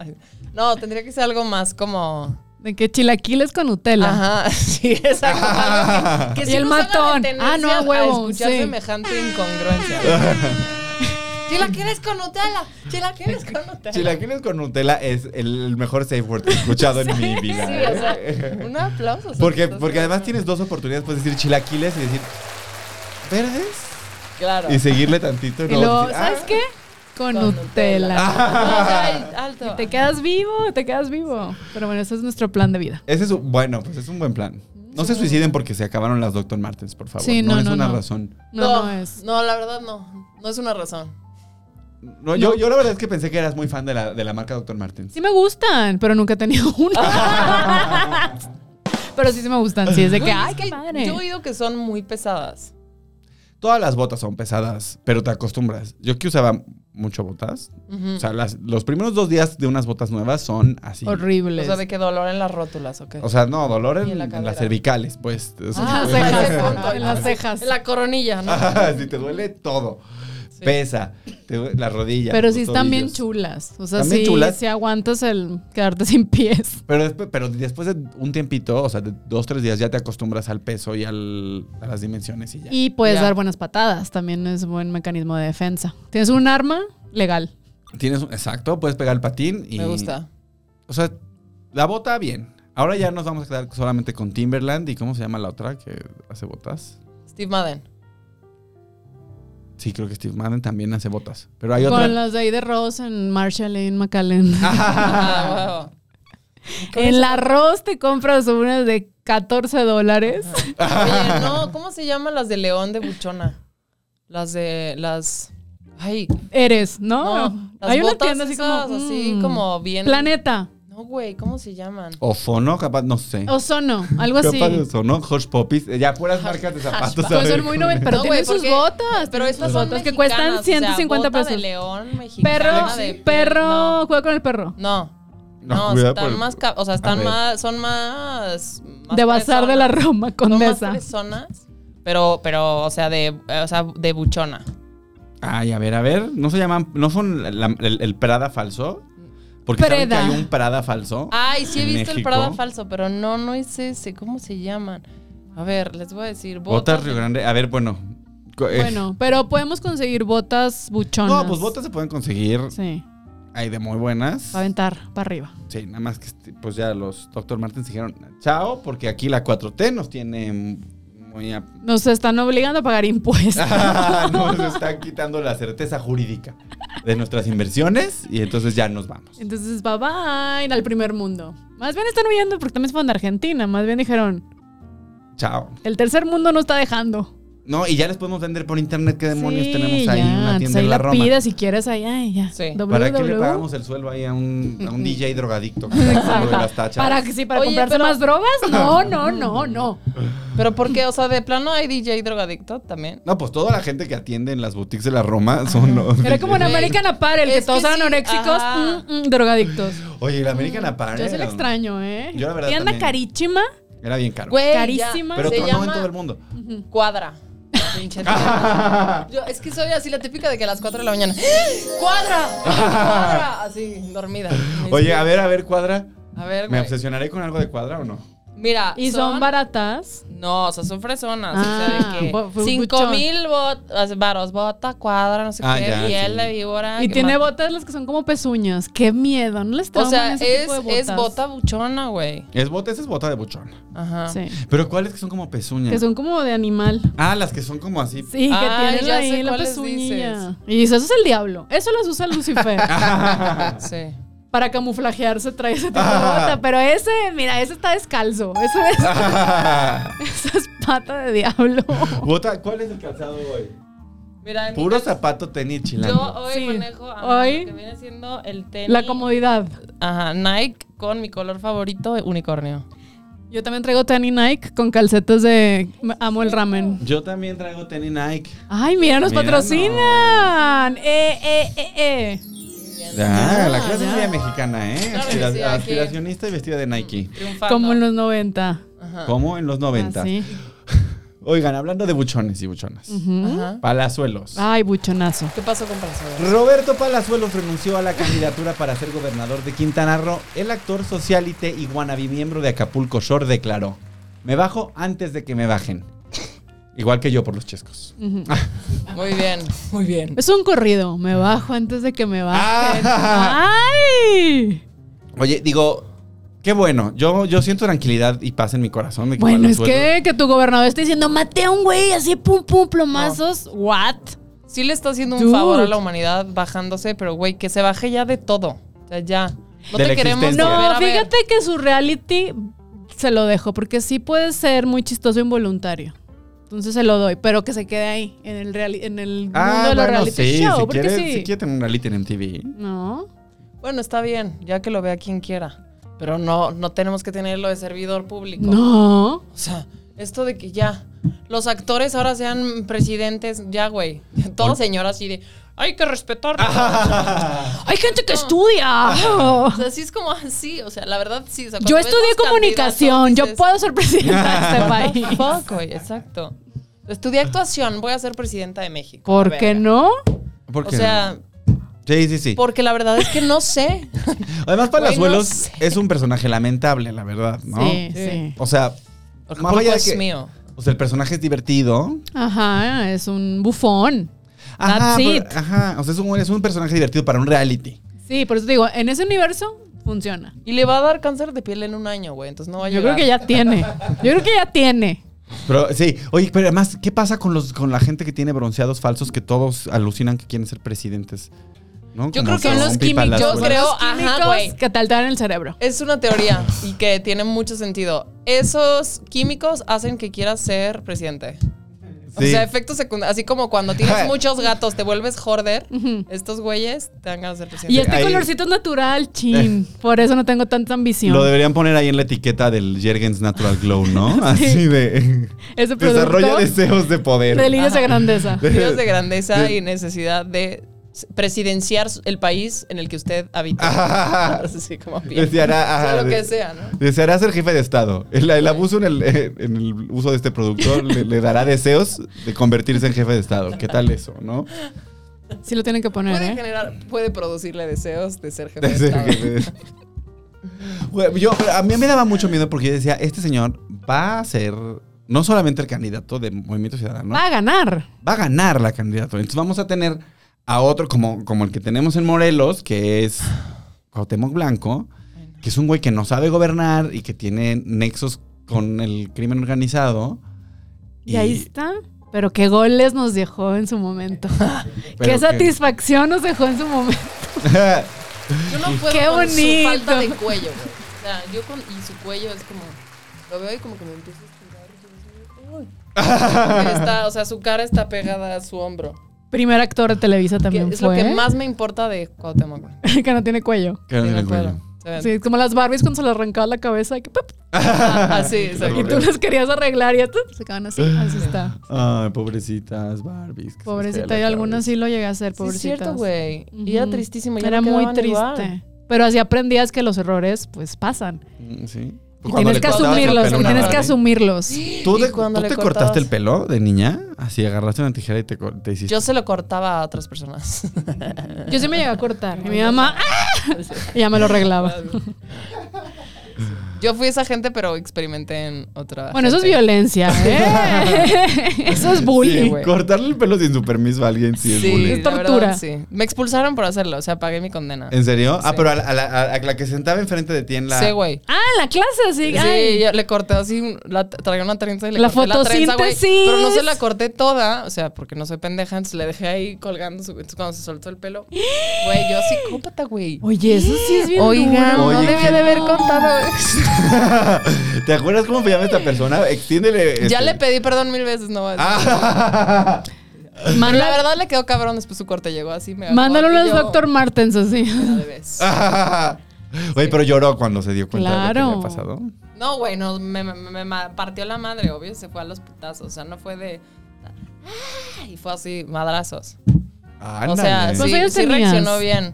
Speaker 6: No, tendría que ser algo más como.
Speaker 5: De que chilaquiles con Nutella.
Speaker 6: Ajá, sí, exacto. algo Que, que
Speaker 5: Y
Speaker 6: sí
Speaker 5: el
Speaker 6: nos haga
Speaker 5: matón.
Speaker 6: la tendencia
Speaker 5: Ah, no, a huevo,
Speaker 6: escuchar
Speaker 5: sí.
Speaker 6: semejante incongruencia. Si la quieres con Nutella, si la quieres con Nutella.
Speaker 4: Chilaquiles con Nutella es el mejor safe word que he escuchado en mi vida.
Speaker 6: Sí,
Speaker 4: ¿eh?
Speaker 6: o sea, un aplauso.
Speaker 4: Porque,
Speaker 6: Estás-
Speaker 4: porque además tienes dos oportunidades, puedes decir chilaquiles y decir verdes
Speaker 6: Claro.
Speaker 4: y seguirle tantito.
Speaker 5: Y luego,
Speaker 4: decir,
Speaker 5: ¿sabes
Speaker 4: "Ah".
Speaker 5: qué? Con,
Speaker 6: Con
Speaker 5: Nutella.
Speaker 6: No, o sea, alto.
Speaker 5: Te quedas vivo, te quedas vivo. Pero bueno, ese es nuestro plan de vida.
Speaker 4: Ese es un, bueno, pues es un buen plan. No se suiciden porque se acabaron las Dr. Martens, por favor.
Speaker 5: Sí,
Speaker 4: no,
Speaker 5: no,
Speaker 4: es
Speaker 5: no,
Speaker 4: una
Speaker 5: no.
Speaker 4: razón.
Speaker 5: No, no, es.
Speaker 6: No, la verdad no. No es una razón.
Speaker 4: No, Yo, yo la verdad es que pensé que eras muy fan de la, de la marca Dr. Martens.
Speaker 5: Sí me gustan, pero nunca he tenido una. pero sí, sí me gustan. Sí, es de que,
Speaker 6: Güey, es
Speaker 5: ay, qué
Speaker 6: que
Speaker 5: padre.
Speaker 6: Yo he oído que son muy pesadas.
Speaker 4: Todas las botas son pesadas, pero te acostumbras. Yo que usaba mucho botas.
Speaker 6: Ujú.
Speaker 4: O sea, las- los primeros dos días de unas botas nuevas son así.
Speaker 5: Horribles.
Speaker 6: O sea, de que dolor en las rótulas, ¿ok?
Speaker 4: O sea, no, dolor en,
Speaker 6: Y en la
Speaker 4: en
Speaker 6: cadera.
Speaker 4: las cervicales, pues. O sea,
Speaker 5: Ah,
Speaker 6: en
Speaker 5: cejas.
Speaker 6: las cejas.
Speaker 5: En las cejas.
Speaker 6: En la coronilla, ¿no?
Speaker 4: Ajá, si te duele todo.
Speaker 6: Sí.
Speaker 4: Pesa. Te duele la rodilla.
Speaker 5: pero
Speaker 4: los
Speaker 5: sí están bien
Speaker 4: tobillos.
Speaker 5: chulas. O sea,
Speaker 4: ¿Están bien
Speaker 5: sí,
Speaker 4: chulas?
Speaker 5: sí aguantas el quedarte sin pies.
Speaker 4: Pero después, pero después de un tiempito, o sea, de dos, tres días, ya te acostumbras al peso y al- a las dimensiones y ya.
Speaker 5: Y puedes
Speaker 6: Ya.
Speaker 5: dar buenas patadas. También es buen mecanismo de defensa. Tienes un arma legal.
Speaker 4: Tienes, un- exacto, puedes pegar el patín y...
Speaker 6: Me gusta.
Speaker 4: O sea, la bota bien. Ahora ya nos vamos a quedar solamente con Timberland y ¿cómo se llama la otra que hace botas?
Speaker 6: Steve Madden.
Speaker 4: Sí, creo que Steve Madden también hace botas. Pero hay otra...
Speaker 5: Con las de ahí de Ross en Marshall y en McAllen.
Speaker 6: Ah, huevo.
Speaker 5: En la Ross te compras unas de 14 dólares.
Speaker 6: Oye, no, ¿cómo se llaman las de León de Buchona? Las de las Ay,
Speaker 5: Eres, ¿no?
Speaker 6: no, las
Speaker 5: Ah, Hay una
Speaker 6: botas
Speaker 5: tienda así como.
Speaker 6: esas, así
Speaker 5: mm, Oh,
Speaker 6: como bien
Speaker 5: Planeta.
Speaker 6: No, güey, ¿cómo se llaman?
Speaker 4: O Fono, capaz, no sé.
Speaker 5: Ozono, algo así.
Speaker 4: Capaz de Ozono, Hush Poppies, eh, ya puras marcas de zapatos.
Speaker 5: Pues
Speaker 4: a
Speaker 5: son
Speaker 4: ver,
Speaker 5: muy noven- pero
Speaker 6: No, güey,
Speaker 5: tienen sus
Speaker 6: porque-
Speaker 5: botas.
Speaker 6: Pero
Speaker 5: tienen sus
Speaker 6: estas son
Speaker 5: botas que
Speaker 6: mexicanas,
Speaker 5: cuestan
Speaker 6: o sea,
Speaker 5: 150
Speaker 6: bota
Speaker 5: pesos.
Speaker 6: de león mexicana
Speaker 5: Perro,
Speaker 6: de piel,
Speaker 5: perro,
Speaker 6: no.
Speaker 5: juega con el perro.
Speaker 6: No.
Speaker 4: No,
Speaker 6: No,
Speaker 4: cuidado
Speaker 6: están
Speaker 4: por-
Speaker 6: más, ca- o sea,
Speaker 4: A
Speaker 6: están
Speaker 4: ver.
Speaker 6: más, son más, más
Speaker 5: de Bazar de la
Speaker 6: fresonas.
Speaker 5: Roma,
Speaker 6: Son
Speaker 5: Condesa.
Speaker 6: más personas, pero, pero, o sea, de, o sea, de buchona.
Speaker 4: Ay, a ver, a ver, ¿no se llaman, no son la- el, el Prada falso? Porque saben que
Speaker 5: Preda.
Speaker 4: hay un Prada falso.
Speaker 6: Ay, sí he
Speaker 4: en
Speaker 6: visto el
Speaker 4: México.
Speaker 6: Prada falso, pero no, no es ese. ¿Cómo se llaman? A ver, les voy a decir.
Speaker 4: Botas,
Speaker 6: botas
Speaker 4: Río Grande. A ver, bueno. co- eh,
Speaker 5: Bueno, pero podemos conseguir botas buchonas.
Speaker 4: No, pues botas se pueden conseguir.
Speaker 5: Sí,
Speaker 4: Hay de muy buenas.
Speaker 5: para aventar, para arriba.
Speaker 4: Sí, nada más que este, pues ya los Dr. Martens dijeron chao, porque aquí la 4T nos tiene muy... a-
Speaker 5: Nos están obligando a pagar impuestos.
Speaker 4: nos están quitando la certeza jurídica de nuestras inversiones y entonces ya nos vamos.
Speaker 5: Entonces, bye bye al primer mundo. Más bien están huyendo porque también se fueron de Argentina. Más bien dijeron,
Speaker 4: Chao.
Speaker 5: el tercer mundo no está dejando.
Speaker 4: No, y ya les podemos vender por internet qué demonios
Speaker 5: Sí,
Speaker 4: tenemos ahí
Speaker 5: ya,
Speaker 4: una
Speaker 5: entonces
Speaker 4: tienda
Speaker 5: ahí
Speaker 4: en la Roma.
Speaker 5: pides si quieres ahí, ay, ya.
Speaker 6: Sí.
Speaker 4: ¿Para qué le
Speaker 5: www.
Speaker 4: pagamos el sueldo ahí a un, a un DJ drogadicto? que está haciendo de las tachas?
Speaker 5: ¿Para, que sí, para
Speaker 6: Oye,
Speaker 5: comprarse
Speaker 6: pero-
Speaker 5: más drogas? No, no, no, no.
Speaker 6: Pero ¿por qué? O sea, de plano hay DJ drogadicto también.
Speaker 4: No, pues toda la gente que atiende en las boutiques de la Roma son los
Speaker 5: Era como en
Speaker 6: Güey.
Speaker 5: American Apparel, que
Speaker 6: Es que
Speaker 5: todos eran
Speaker 6: sí,
Speaker 5: anoréxicos,
Speaker 6: ajá.
Speaker 5: mm, mm, drogadictos.
Speaker 4: Oye, la American Apparel.
Speaker 5: Yo se lo extraño, ¿eh?
Speaker 4: Yo la verdad
Speaker 5: Tienda
Speaker 4: también.
Speaker 5: caríchima.
Speaker 4: Era bien caro.
Speaker 6: Güey, ya.
Speaker 5: Carísima.
Speaker 4: pero
Speaker 6: se
Speaker 4: tronó en
Speaker 6: llama
Speaker 4: todo el mundo.
Speaker 6: cuadra. pinche tía. Yo, es que soy así la típica de que a las 4 de la mañana. ¡Ah! ¡Cuadra! ¡Cuadra! Así, dormida.
Speaker 4: Oye, a ver, a ver, cuadra.
Speaker 6: A ver,
Speaker 4: ¿Me
Speaker 6: güey.
Speaker 4: obsesionaré con algo de cuadra o no?
Speaker 6: Mira,
Speaker 5: Y son, baratas.
Speaker 6: No, o sea, son fresonas.
Speaker 5: Ah, bu-
Speaker 6: o sea, de
Speaker 5: fue
Speaker 6: que
Speaker 5: un
Speaker 6: 5
Speaker 5: buchón.
Speaker 6: mil bot- o sea, varos, bota, cuadra, no sé
Speaker 4: Ah,
Speaker 6: qué,
Speaker 4: ya,
Speaker 6: piel
Speaker 4: sí.
Speaker 6: de víbora.
Speaker 5: Y
Speaker 6: Ah, ¿qué
Speaker 5: tiene
Speaker 6: más?
Speaker 5: botas las que son como pezuñas. Qué miedo, no les
Speaker 6: O
Speaker 5: trauman
Speaker 6: sea,
Speaker 5: ese
Speaker 6: es,
Speaker 5: tipo de botas.
Speaker 6: es bota buchona, güey.
Speaker 4: Es bota, esa es bota de buchón.
Speaker 6: Ajá.
Speaker 5: Sí.
Speaker 4: Pero ¿cuáles que son como pezuñas?
Speaker 5: Que son como de animal.
Speaker 4: Ah, las que son como así.
Speaker 5: Sí, que
Speaker 6: Ay,
Speaker 5: tienen
Speaker 6: Ah, ya
Speaker 5: ahí
Speaker 6: sé
Speaker 5: la
Speaker 6: cuáles
Speaker 5: pezuñilla. Y dice, eso es el diablo. Eso las usa Lucifer.
Speaker 6: Sí.
Speaker 5: Para camuflajearse trae ese tipo de bota. Pero ese, mira, ese está descalzo. Eso es, esa es pata de diablo.
Speaker 4: Bota, ¿cuál es el calzado hoy?
Speaker 6: Mira, en mi
Speaker 4: Puro
Speaker 6: caso,
Speaker 4: zapato tenis
Speaker 6: Yo
Speaker 4: chilango.
Speaker 6: hoy
Speaker 5: Sí.
Speaker 6: manejo a
Speaker 5: Hoy-
Speaker 6: lo que viene siendo el tenis.
Speaker 5: La comodidad.
Speaker 6: Ajá, Nike con mi color favorito, unicornio.
Speaker 5: Yo también traigo tenis Nike con calcetas de amo el ramen.
Speaker 4: Yo, también traigo tenis Nike.
Speaker 5: Ay, mira, nos
Speaker 4: Mira,
Speaker 5: patrocinan. Eh, eh, eh, eh.
Speaker 4: Ya, Ah, la clase
Speaker 5: ya.
Speaker 4: media mexicana, ¿eh?
Speaker 6: Claro que
Speaker 4: Aspira-
Speaker 6: sí, aquí.
Speaker 4: aspiracionista y vestida de Nike.
Speaker 6: Triunfando.
Speaker 5: Como en los Ah, 90.
Speaker 6: Ajá.
Speaker 4: Como en los 90.
Speaker 5: Así.
Speaker 4: Oigan, hablando de buchones y buchonas.
Speaker 5: ¿Mm?
Speaker 6: Ajá.
Speaker 4: Palazuelos.
Speaker 5: Ay, buchonazo.
Speaker 6: ¿Qué pasó con Brasil?
Speaker 4: Roberto Palazuelos renunció a la candidatura para ser gobernador de Quintana Roo. El actor socialite y wannabe miembro de Acapulco Shore declaró: Me bajo antes de que me bajen. Igual que yo por los chescos.
Speaker 5: Mm.
Speaker 6: Muy bien, muy bien.
Speaker 5: Es un corrido. Me bajo antes de que me bajen.
Speaker 4: Ah.
Speaker 5: ¡Ay!
Speaker 4: Oye, digo, qué bueno. Yo, yo siento tranquilidad y paz en mi corazón. De que
Speaker 5: Bueno, es
Speaker 4: Palazuelos-
Speaker 5: que, que tu gobernador esté diciendo, maté a un güey así, pum, pum, plomazos. ¿What?
Speaker 6: Sí le está haciendo un
Speaker 5: Dude.
Speaker 6: favor a la humanidad bajándose, pero güey, que se baje ya de todo. O sea, ya. No
Speaker 4: De la
Speaker 6: te queremos
Speaker 4: existencia.
Speaker 5: No,
Speaker 6: volver a ver.
Speaker 5: fíjate que su reality se lo dejo, porque sí puede ser muy chistoso e involuntario. Entonces se lo doy, pero que se quede ahí, en el, reali- en el
Speaker 4: Ah,
Speaker 5: mundo de los
Speaker 4: bueno,
Speaker 5: reality
Speaker 4: sí,
Speaker 5: show.
Speaker 4: si
Speaker 5: porque
Speaker 4: quiere,
Speaker 5: sí.
Speaker 4: si quiere tener un reality en MTV.
Speaker 5: No.
Speaker 6: Bueno, está bien, ya que lo vea quien quiera. Pero no, no tenemos que tenerlo de servidor público.
Speaker 5: No.
Speaker 6: O sea, esto de que ya los actores ahora sean presidentes, ya, güey. Todas señoras así de, hay que respetar.
Speaker 5: Hay gente que estudia.
Speaker 6: O sea, sí es como así, o sea, la verdad sí. o sea, cuando
Speaker 5: Yo
Speaker 6: ves
Speaker 5: estudié
Speaker 6: los
Speaker 5: comunicación,
Speaker 6: candidatos,
Speaker 5: yo
Speaker 6: dices,
Speaker 5: puedo ser presidenta de este país.
Speaker 6: Fuck, güey, exacto. Estudié actuación, voy a ser presidenta de México.
Speaker 5: ¿Por
Speaker 6: La
Speaker 5: qué
Speaker 6: verga.
Speaker 5: no?
Speaker 4: ¿Por
Speaker 6: O
Speaker 4: qué
Speaker 6: sea,
Speaker 4: no? Sí, sí, sí.
Speaker 6: porque la verdad es que no sé.
Speaker 4: Además,
Speaker 6: Güey, no
Speaker 4: Palazuelos
Speaker 6: sé.
Speaker 4: es un personaje lamentable, la verdad, ¿no?
Speaker 5: Sí,
Speaker 6: Sí.
Speaker 5: sí.
Speaker 4: O sea, más
Speaker 6: Pulpo
Speaker 4: allá de
Speaker 6: es
Speaker 4: que-
Speaker 6: mío.
Speaker 4: O sea, el personaje es divertido.
Speaker 5: Ajá, es un bufón.
Speaker 4: Ajá,
Speaker 5: That's
Speaker 4: pero-
Speaker 5: it.
Speaker 4: ajá. O sea, es un, es un personaje divertido para un reality.
Speaker 5: Sí, por eso te digo, en ese universo funciona.
Speaker 6: Y le va a dar cáncer de piel en un año, güey. Entonces no va a
Speaker 5: Yo
Speaker 6: llegar.
Speaker 5: creo que ya tiene. Yo creo que ya tiene.
Speaker 4: Pero sí, oye, pero además, ¿qué pasa con los con la gente que tiene bronceados falsos que todos alucinan que quieren ser presidentes? ¿No?
Speaker 6: Yo
Speaker 4: Como
Speaker 6: creo que son
Speaker 4: Trump
Speaker 6: los
Speaker 4: y
Speaker 5: químicos,
Speaker 4: Palazuelos.
Speaker 6: Yo creo,
Speaker 5: Los
Speaker 6: ajá,
Speaker 5: químicos
Speaker 6: güey.
Speaker 5: que te alteran el cerebro.
Speaker 6: Es una teoría y que tiene mucho sentido. Esos químicos hacen que quieras ser presidente. O
Speaker 4: Sí.
Speaker 6: sea, efectos secundarios. Así como cuando tienes muchos gatos, te vuelves hoarder.
Speaker 5: Ujú.
Speaker 6: Estos güeyes te dan ganas de ser presidente.
Speaker 5: Y este
Speaker 4: Ahí-
Speaker 5: colorcito es natural, chin. Por eso no tengo tanta ambición.
Speaker 4: Lo deberían poner ahí en la etiqueta del Jergens Natural Glow, ¿no? Así de.
Speaker 5: Ese producto
Speaker 4: Desarrolla deseos de poder.
Speaker 5: Delirios de grandeza.
Speaker 6: Deseos de grandeza
Speaker 4: De-
Speaker 6: y necesidad de s- presidenciar el país en el que usted habita. Así como bien.
Speaker 4: Deseará-
Speaker 6: O sea,
Speaker 4: ajá,
Speaker 6: lo que
Speaker 4: de-
Speaker 6: sea, ¿no?
Speaker 4: Deseará ser jefe de Estado. El, el abuso en el, eh, en el uso de este producto le, le dará deseos de convertirse en jefe de Estado. ¿Qué tal eso, no?
Speaker 5: Sí lo tienen que poner,
Speaker 6: Puede
Speaker 5: ¿eh?
Speaker 6: generar, puede producirle deseos de ser jefe
Speaker 4: De
Speaker 6: de
Speaker 4: ser
Speaker 6: Estado.
Speaker 4: jefe de- Güey, yo, pero a mí me daba mucho miedo porque yo decía, este señor va a ser no solamente el candidato de Movimiento Ciudadano,
Speaker 5: Va a ganar.
Speaker 4: va a ganar la candidatura. Entonces vamos a tener a otro como, como el que tenemos en Morelos, que es Cuauhtémoc Blanco, que es un güey que no sabe gobernar y que tiene nexos con el crimen organizado.
Speaker 5: Y, ahí está. Pero qué goles nos dejó en su momento.
Speaker 4: Pero
Speaker 5: qué
Speaker 4: que-
Speaker 5: satisfacción nos dejó en su momento.
Speaker 6: Yo no puedo
Speaker 5: Qué
Speaker 6: con su
Speaker 5: bonito.
Speaker 6: falta de cuello, güey. O sea, yo con y su cuello es como lo veo y como que me empiezo a estirar. y yo así, uy. Porque Está, o sea, su cara está pegada a su hombro.
Speaker 5: Primer actor de Televisa
Speaker 6: Que
Speaker 5: también
Speaker 6: es lo
Speaker 5: fue.
Speaker 6: que más me importa de Cuauhtémoc. Blanco.
Speaker 5: que no tiene cuello.
Speaker 4: Que no
Speaker 6: Sí,
Speaker 4: tiene
Speaker 6: me
Speaker 4: cuello.
Speaker 6: acuerdo. Se ven.
Speaker 5: Sí, es como las Barbies cuando se le arrancaba la cabeza. y que ¡pap!
Speaker 6: Ah, Así, exacto.
Speaker 5: Y tú las querías arreglar y estas se quedaban así. Así está.
Speaker 4: Ay, pobrecitas Barbies. que se les cae
Speaker 5: Pobrecita,
Speaker 4: la
Speaker 5: y algunas
Speaker 4: cabeza.
Speaker 5: sí lo llegué a hacer,
Speaker 6: Sí, es
Speaker 5: pobrecita.
Speaker 6: cierto, güey.
Speaker 5: Ujú.
Speaker 6: Y era tristísimo. ya
Speaker 5: Era
Speaker 6: no
Speaker 5: muy
Speaker 6: quedaban
Speaker 5: triste.
Speaker 6: igual.
Speaker 5: Pero así aprendías que los errores, pues, pasan.
Speaker 4: Mm, Sí.
Speaker 5: Y tienes que asumirlos, y tienes que asumirlos.
Speaker 4: ¿Tú,
Speaker 6: ¿Y
Speaker 4: te-
Speaker 6: cuando
Speaker 4: tú
Speaker 6: le
Speaker 4: te
Speaker 6: cortabas?
Speaker 4: cortaste el pelo de niña? Así agarraste una tijera y te, cor- te hiciste.
Speaker 6: Yo se lo cortaba a otras personas.
Speaker 5: Yo sí me llegué a cortar. Y mi mamá, ¡ah! Y ya me lo arreglaba.
Speaker 6: Yo fui esa gente, pero experimenté en otra.
Speaker 5: Bueno, eso es
Speaker 6: gente.
Speaker 5: violencia, ¿eh? Eso es
Speaker 4: Sí,
Speaker 5: bullying.
Speaker 6: güey.
Speaker 4: cortarle el pelo sin su permiso a alguien sí, es bullying.
Speaker 5: Es
Speaker 6: la verdad,
Speaker 5: tortura.
Speaker 6: sí. Me expulsaron por hacerlo, o sea, pagué mi condena.
Speaker 4: ¿En serio? Ah,
Speaker 6: Sí.
Speaker 4: pero a la, a la- a la que sentaba enfrente de ti en la.
Speaker 6: Sí, güey.
Speaker 5: Ah, en la clase, así.
Speaker 6: Sí,
Speaker 5: ay.
Speaker 6: yo le corté así, la, traía una trenza y le
Speaker 5: La
Speaker 6: corté la trenza, güey.
Speaker 5: fotosíntesis.
Speaker 6: Pero no se la corté toda, o sea, porque no soy pendeja, entonces le dejé ahí colgando, su- entonces cuando se soltó el pelo, güey, yo psicópata, güey.
Speaker 5: Oye, eso sí es bien
Speaker 6: Oigan,
Speaker 5: duro.
Speaker 4: Oye,
Speaker 6: no debía
Speaker 4: ¿quién-
Speaker 6: de haber contado.
Speaker 4: ¿Te acuerdas cómo se llama esta persona? Extiéndele. este-
Speaker 6: Ya le pedí perdón mil veces, no va a decir.
Speaker 4: Ah.
Speaker 6: Pero
Speaker 5: Manda-
Speaker 6: la verdad le quedó cabrón después su corte llegó así. Me
Speaker 5: Mándale
Speaker 6: unos
Speaker 5: unos Dr. Martens así.
Speaker 4: Oye, pero lloró cuando se dio cuenta de lo que
Speaker 5: Claro.
Speaker 4: le había pasado.
Speaker 6: No, güey, no, me, me- me- me partió la madre, obvio, se fue a los putazos. O sea, no fue de. "Ah", Y fue así, madrazos. O sea,
Speaker 4: Ándale.
Speaker 5: ¿Cuántos
Speaker 6: sí,
Speaker 5: años
Speaker 6: sí
Speaker 5: Pues, tenías?
Speaker 6: reaccionó bien.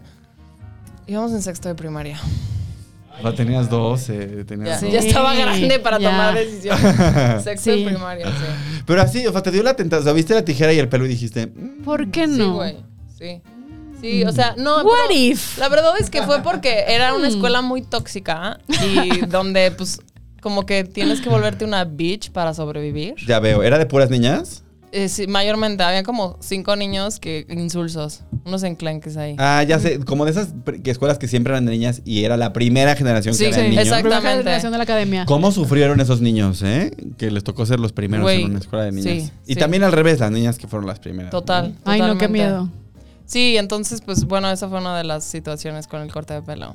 Speaker 6: Íbamos en sexto de primaria.
Speaker 4: Ah, tenías 12,
Speaker 6: Ya,
Speaker 4: tenías
Speaker 5: Sí.
Speaker 6: ya estaba grande para
Speaker 5: Ya.
Speaker 6: tomar decisiones. Sexto
Speaker 5: Sí.
Speaker 6: de primaria, sí.
Speaker 4: 12. Pero así, o sea, te dio la tentación, o sea, viste la tijera y el pelo y dijiste, "Mm,
Speaker 5: ¿Por qué
Speaker 6: Sí,
Speaker 5: no?
Speaker 6: güey. Sí. Sí, o sea, no.
Speaker 5: What
Speaker 6: pero
Speaker 5: if? Hmm.
Speaker 6: La verdad es que fue porque era una escuela muy tóxica y donde, pues, como que tienes que volverte una bitch para sobrevivir.
Speaker 4: ya veo, ¿era de puras niñas?
Speaker 6: Eh, sí, mayormente, había como cinco niños que insulsos, unos enclenques ahí.
Speaker 4: Ah, ya sé, como de esas pr- que escuelas que siempre eran de niñas y era la primera generación
Speaker 6: Sí,
Speaker 4: que eran
Speaker 6: sí,
Speaker 4: niños.
Speaker 6: exacto.
Speaker 5: Primera
Speaker 6: Exactamente.
Speaker 5: generación de la academia.
Speaker 4: ¿Cómo sufrieron esos niños, eh? Que les tocó ser los primeros
Speaker 6: Güey,
Speaker 4: en una escuela de niñas.
Speaker 6: sí,
Speaker 4: y
Speaker 6: sí.
Speaker 4: también al revés, las niñas que fueron las primeras.
Speaker 6: Total.
Speaker 5: Ay, no, qué
Speaker 6: totalmente.
Speaker 5: miedo.
Speaker 6: Sí, entonces, pues bueno, esa fue una de las situaciones con el corte de pelo.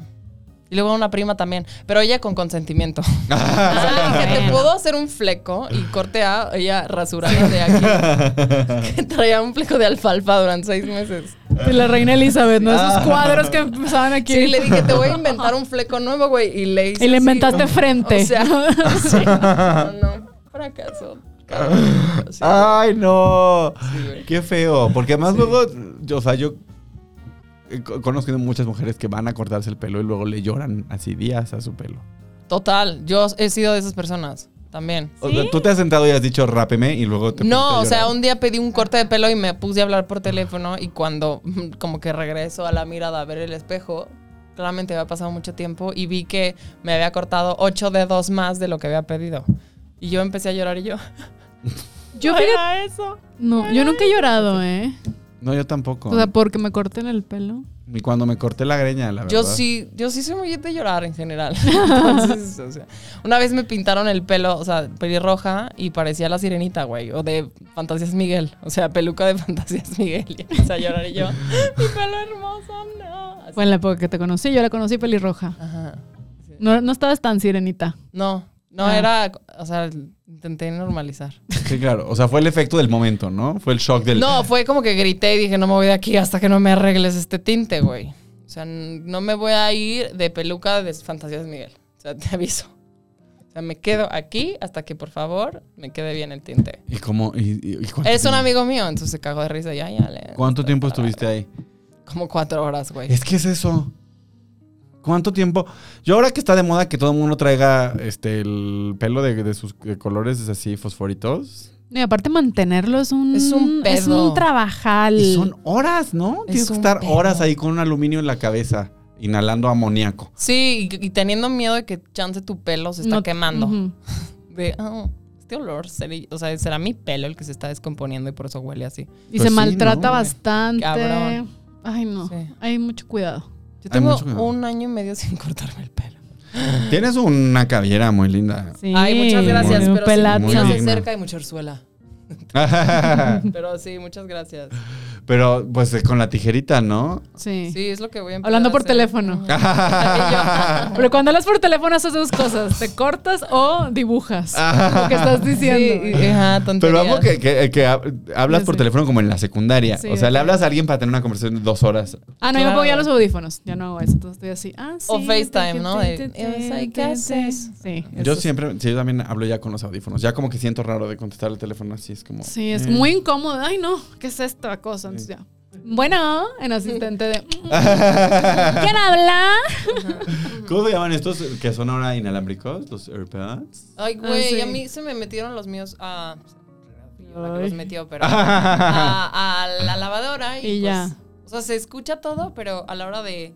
Speaker 6: Y luego una prima también, pero ella con consentimiento.
Speaker 4: ¿no?
Speaker 6: O sea, le dije, te
Speaker 5: bueno.
Speaker 6: puedo hacer un fleco y corte a ella rasurada de aquí. Que traía un fleco de alfalfa durante seis meses.
Speaker 5: De la reina Elizabeth, ¿no? Esos cuadros que empezaban aquí.
Speaker 6: Ah. Sí, le dije, te voy a inventar un fleco nuevo, güey. Y le hice
Speaker 5: Y le
Speaker 6: así.
Speaker 5: inventaste frente.
Speaker 6: O sea, sí. No, no, fracaso. cabrón, sí.
Speaker 4: Ay, no.
Speaker 6: Sí, güey.
Speaker 4: Qué feo. Porque además luego, yo, o sea, yo he co- conocido muchas mujeres que van a cortarse el pelo y luego le lloran así días a su pelo.
Speaker 6: Total, yo he sido de esas personas también.
Speaker 4: O sea, tú te has sentado y has dicho rápeme y luego te
Speaker 6: No, o
Speaker 4: pusiste a
Speaker 6: sea,
Speaker 4: llorar.
Speaker 6: un día pedí un corte de pelo y me puse a hablar por teléfono y cuando como que regreso a la mirada a ver el espejo, claramente había pasado mucho tiempo y vi que me había cortado ocho dedos más de lo que había pedido. Y yo empecé a llorar y yo...
Speaker 5: yo fíjate, eso. No, yo nunca he llorado, ¿eh?
Speaker 4: No, yo tampoco.
Speaker 5: O sea, porque me corten el pelo.
Speaker 4: Ni cuando me corté la greña, la verdad.
Speaker 6: Yo sí, yo sí soy muy de llorar en general. Entonces, o sea, una vez me pintaron el pelo, o sea, pelirroja y parecía la sirenita, güey, o de Fantasías Miguel, o sea, peluca de Fantasías Miguel. Y empecé a llorar y yo, mi pelo hermoso, no. Así.
Speaker 5: Fue en la época que te conocí, yo la conocí pelirroja.
Speaker 6: Ajá.
Speaker 5: No, no estabas tan sirenita.
Speaker 6: No, no
Speaker 5: Ah.
Speaker 6: era, o sea, intenté normalizar.
Speaker 4: Sí, claro. O sea, fue el efecto del momento, ¿no? Fue el shock del.
Speaker 6: No, fue como que grité y dije, no me voy de aquí hasta que no me arregles este tinte, güey. O sea, n- no me voy a ir de peluca de Fantasías Miguel. O sea, te aviso. O sea, me quedo aquí hasta que, por favor, me quede bien el tinte.
Speaker 4: ¿Y cómo? Y, y- y cuánto
Speaker 6: Es un
Speaker 4: tiempo-
Speaker 6: amigo mío, entonces se cagó de risa. Ya, ya, le-
Speaker 4: ¿Cuánto tiempo estuviste ahí?
Speaker 6: Como cuatro horas, güey.
Speaker 4: Es que es eso. ¿Cuánto tiempo? Yo ahora que está de moda que todo el mundo traiga este el pelo de, de sus de colores así fosforitos.
Speaker 5: No, y aparte mantenerlo es un...
Speaker 6: Es un
Speaker 5: Es
Speaker 6: pedo.
Speaker 5: un trabajal.
Speaker 4: Y son horas, ¿no?
Speaker 6: Es
Speaker 4: Tienes que
Speaker 6: un
Speaker 4: estar
Speaker 6: pedo.
Speaker 4: horas ahí con un aluminio en la cabeza, inhalando amoníaco.
Speaker 6: Sí, y, y teniendo miedo de que chance tu pelo se está
Speaker 5: No-
Speaker 6: quemando.
Speaker 5: Ujú.
Speaker 6: De, oh, este olor, seré- o sea, será mi pelo el que se está descomponiendo y por eso huele así.
Speaker 5: Y
Speaker 4: Pues
Speaker 5: se
Speaker 4: sí,
Speaker 5: maltrata
Speaker 4: ¿no?
Speaker 5: bastante.
Speaker 6: Cabrón.
Speaker 5: Ay, no.
Speaker 6: Sí.
Speaker 5: Hay mucho cuidado.
Speaker 6: Yo
Speaker 4: Hay
Speaker 6: tengo
Speaker 4: mucho que-
Speaker 6: un año y medio sin cortarme el pelo.
Speaker 4: Tienes una cabellera muy linda.
Speaker 5: Sí.
Speaker 6: Ay, muchas gracias,
Speaker 5: Un
Speaker 6: pero
Speaker 5: pelazo.
Speaker 6: sí, muchas
Speaker 4: Muy
Speaker 6: de
Speaker 4: digna.
Speaker 6: cerca y mucha orzuela. Pero sí, muchas gracias.
Speaker 4: Pero pues eh, con la tijerita, ¿no?
Speaker 5: Sí.
Speaker 6: Sí, es lo que voy a empezar
Speaker 5: Hablando
Speaker 6: a
Speaker 5: por
Speaker 6: hacer.
Speaker 5: teléfono. Pero cuando hablas por teléfono haces dos cosas. Te cortas o dibujas. Lo que estás
Speaker 6: Sí,
Speaker 5: diciendo.
Speaker 6: y- ajá,
Speaker 4: Pero
Speaker 6: tonterías.
Speaker 4: amo que, que- que hab- hablas
Speaker 5: Ya
Speaker 4: por
Speaker 5: sé.
Speaker 4: teléfono como en la secundaria.
Speaker 5: Sí,
Speaker 4: o sea,
Speaker 5: de
Speaker 4: le
Speaker 5: que-
Speaker 4: hablas a alguien para tener una conversación de dos horas.
Speaker 5: Ah, no, yo me pongo ya
Speaker 6: Claro.
Speaker 5: los audífonos. Ya no hago eso. Entonces estoy así. Ah, sí.
Speaker 6: O FaceTime, ¿no?
Speaker 5: De-
Speaker 6: De- y vas ahí, ¿qué haces?
Speaker 5: Sí.
Speaker 4: Yo siempre, sí, yo también hablo ya con los audífonos. Ya como que siento raro de contestar el teléfono así, es como...
Speaker 5: Sí, es
Speaker 4: eh.
Speaker 5: muy incómodo. Ay, no. ¿Qué es esta cosa? Entonces ya. Bueno, en asistente de. "Mm, ¿Quién habla?
Speaker 4: ¿Cómo se llaman estos que son ahora inalámbricos? Los AirPods.
Speaker 6: Ay, güey,
Speaker 5: Ah, sí.
Speaker 6: a mí se me metieron los míos a. la que
Speaker 5: Ay.
Speaker 6: los metió, pero. a, a la lavadora y,
Speaker 5: Y ya.
Speaker 6: ya. O sea, se escucha todo, pero a la hora de.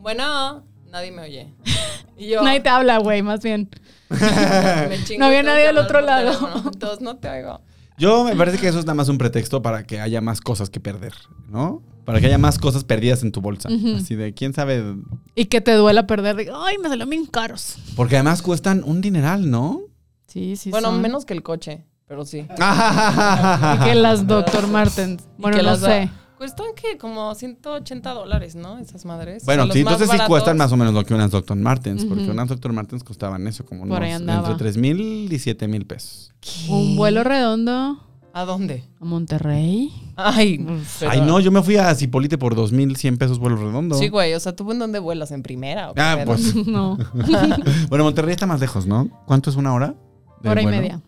Speaker 6: Bueno, nadie me oye. Y yo.
Speaker 5: Nadie te habla, güey, más bien.
Speaker 6: me chingo
Speaker 5: No había
Speaker 6: y tengo
Speaker 5: nadie
Speaker 6: que
Speaker 5: al
Speaker 6: hablar
Speaker 5: otro
Speaker 6: por
Speaker 5: lado.
Speaker 6: teléfono, Entonces no te oigo.
Speaker 4: Yo me parece que eso es nada más un pretexto para que haya más cosas que perder, ¿no? Para que haya más cosas perdidas en tu bolsa. Así de, quién sabe.
Speaker 5: Y que te duela perder. de, Ay, me salieron bien caros.
Speaker 4: Porque además cuestan un dineral, ¿no?
Speaker 5: Sí, sí.
Speaker 6: bueno,
Speaker 5: son.
Speaker 6: menos que el coche, pero sí.
Speaker 5: Y que las Dr. Martens.
Speaker 6: Y
Speaker 5: Bueno,
Speaker 6: que
Speaker 5: no
Speaker 6: las da-
Speaker 5: sé.
Speaker 6: Cuestan que como 180 dólares, ¿no? Esas madres. O
Speaker 4: Bueno,
Speaker 6: sea,
Speaker 4: sí,
Speaker 6: los más
Speaker 4: entonces sí
Speaker 6: baratos.
Speaker 4: cuestan más o menos lo que unas Dr. Martens, porque
Speaker 5: Ujú.
Speaker 4: unas Dr. Martens costaban eso, como
Speaker 5: Por ahí
Speaker 4: unos
Speaker 5: andaba.
Speaker 4: entre 3 mil y 7 mil pesos.
Speaker 5: Un vuelo redondo
Speaker 6: ¿A dónde?
Speaker 5: a Monterrey.
Speaker 6: Ay,
Speaker 5: Mm,
Speaker 6: pero-
Speaker 4: Ay, no, yo me fui a Cipolite por 2 mil 100 pesos vuelo redondo.
Speaker 6: Sí, güey, o sea, ¿tú en dónde vuelas? ¿En primera? o qué
Speaker 4: Ah,
Speaker 6: pedo?
Speaker 4: pues.
Speaker 5: No,
Speaker 4: bueno, Monterrey está más lejos, ¿no? ¿Cuánto es una hora? de
Speaker 5: hora y
Speaker 4: vuelo?
Speaker 5: media.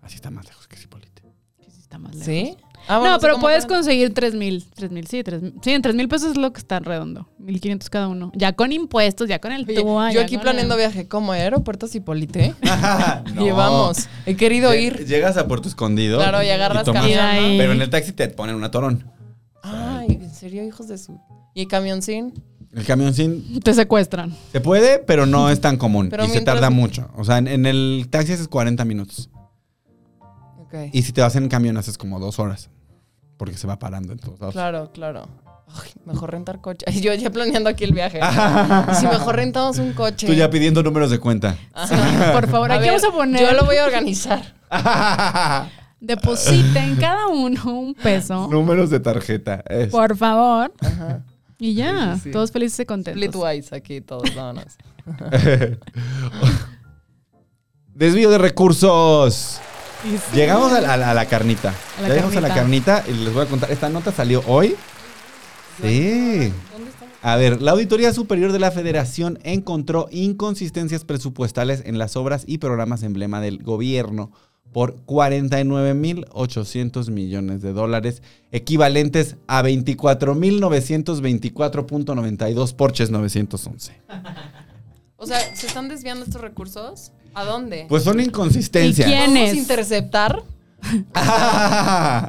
Speaker 4: Así está más lejos que Cipolite.
Speaker 5: Sí, sí está más lejos.
Speaker 6: ¿Sí?
Speaker 5: No, pero puedes
Speaker 6: con...
Speaker 5: conseguir 3 mil. 3 mil, sí, 3 mil. Sí, en 3 mil pesos es lo que está redondo. 1500 cada uno. Ya con impuestos, ya con el TUA.
Speaker 6: yo
Speaker 5: ya
Speaker 6: aquí
Speaker 5: con
Speaker 6: planeando
Speaker 5: el-
Speaker 6: viaje como aeropuertos Hipólite.
Speaker 4: No.
Speaker 6: Y vamos, he querido
Speaker 4: Lle-
Speaker 6: ir.
Speaker 4: Llegas a Puerto Escondido.
Speaker 6: Claro, y agarras
Speaker 4: tomas-
Speaker 5: Y de
Speaker 6: camión.
Speaker 5: ahí-
Speaker 4: Pero en el taxi te ponen una torón.
Speaker 6: Ay, en serio, hijos de su. Y camioncín.
Speaker 4: El camión sin.
Speaker 5: Te secuestran.
Speaker 4: Se puede, pero no es tan común.
Speaker 6: Pero
Speaker 4: y se
Speaker 6: mientras-
Speaker 4: tarda mucho. O sea, en, en el taxi haces 40 minutos.
Speaker 6: Ok.
Speaker 4: Y si te vas en camión haces como dos horas. Porque se va parando en todos lados.
Speaker 6: Claro, claro. Ay, mejor rentar coche. Ay, Yo ya planeando aquí el viaje. si mejor rentamos un coche.
Speaker 4: Tú ya pidiendo números de cuenta.
Speaker 5: Sí, por favor,
Speaker 6: A
Speaker 5: aquí
Speaker 6: ver,
Speaker 5: vamos a poner.
Speaker 6: Yo lo voy a organizar.
Speaker 5: Depositen cada uno un peso.
Speaker 4: números de tarjeta. es.
Speaker 5: Por favor.
Speaker 6: Ajá.
Speaker 5: Y ya,
Speaker 6: Sí, sí, sí.
Speaker 5: todos felices y
Speaker 6: Split
Speaker 5: contentos.
Speaker 6: wise aquí todos, vámonos.
Speaker 4: Desvío de recursos.
Speaker 5: Y sí.
Speaker 4: Llegamos a la, a la- a la carnita.
Speaker 5: A la
Speaker 4: ya llegamos a la carnita y les voy a contar. Esta nota salió hoy. Sí. A ver, la Auditoría Superior de la Federación encontró inconsistencias presupuestales en las obras y programas emblema del gobierno por 49.800 millones de dólares, equivalentes a 24.924.92 porches 911.
Speaker 6: O sea, ¿se están desviando estos recursos? ¿A dónde?
Speaker 4: Pues son inconsistencias.
Speaker 5: ¿Y quién?
Speaker 6: ¿Podemos
Speaker 5: es?
Speaker 6: interceptar?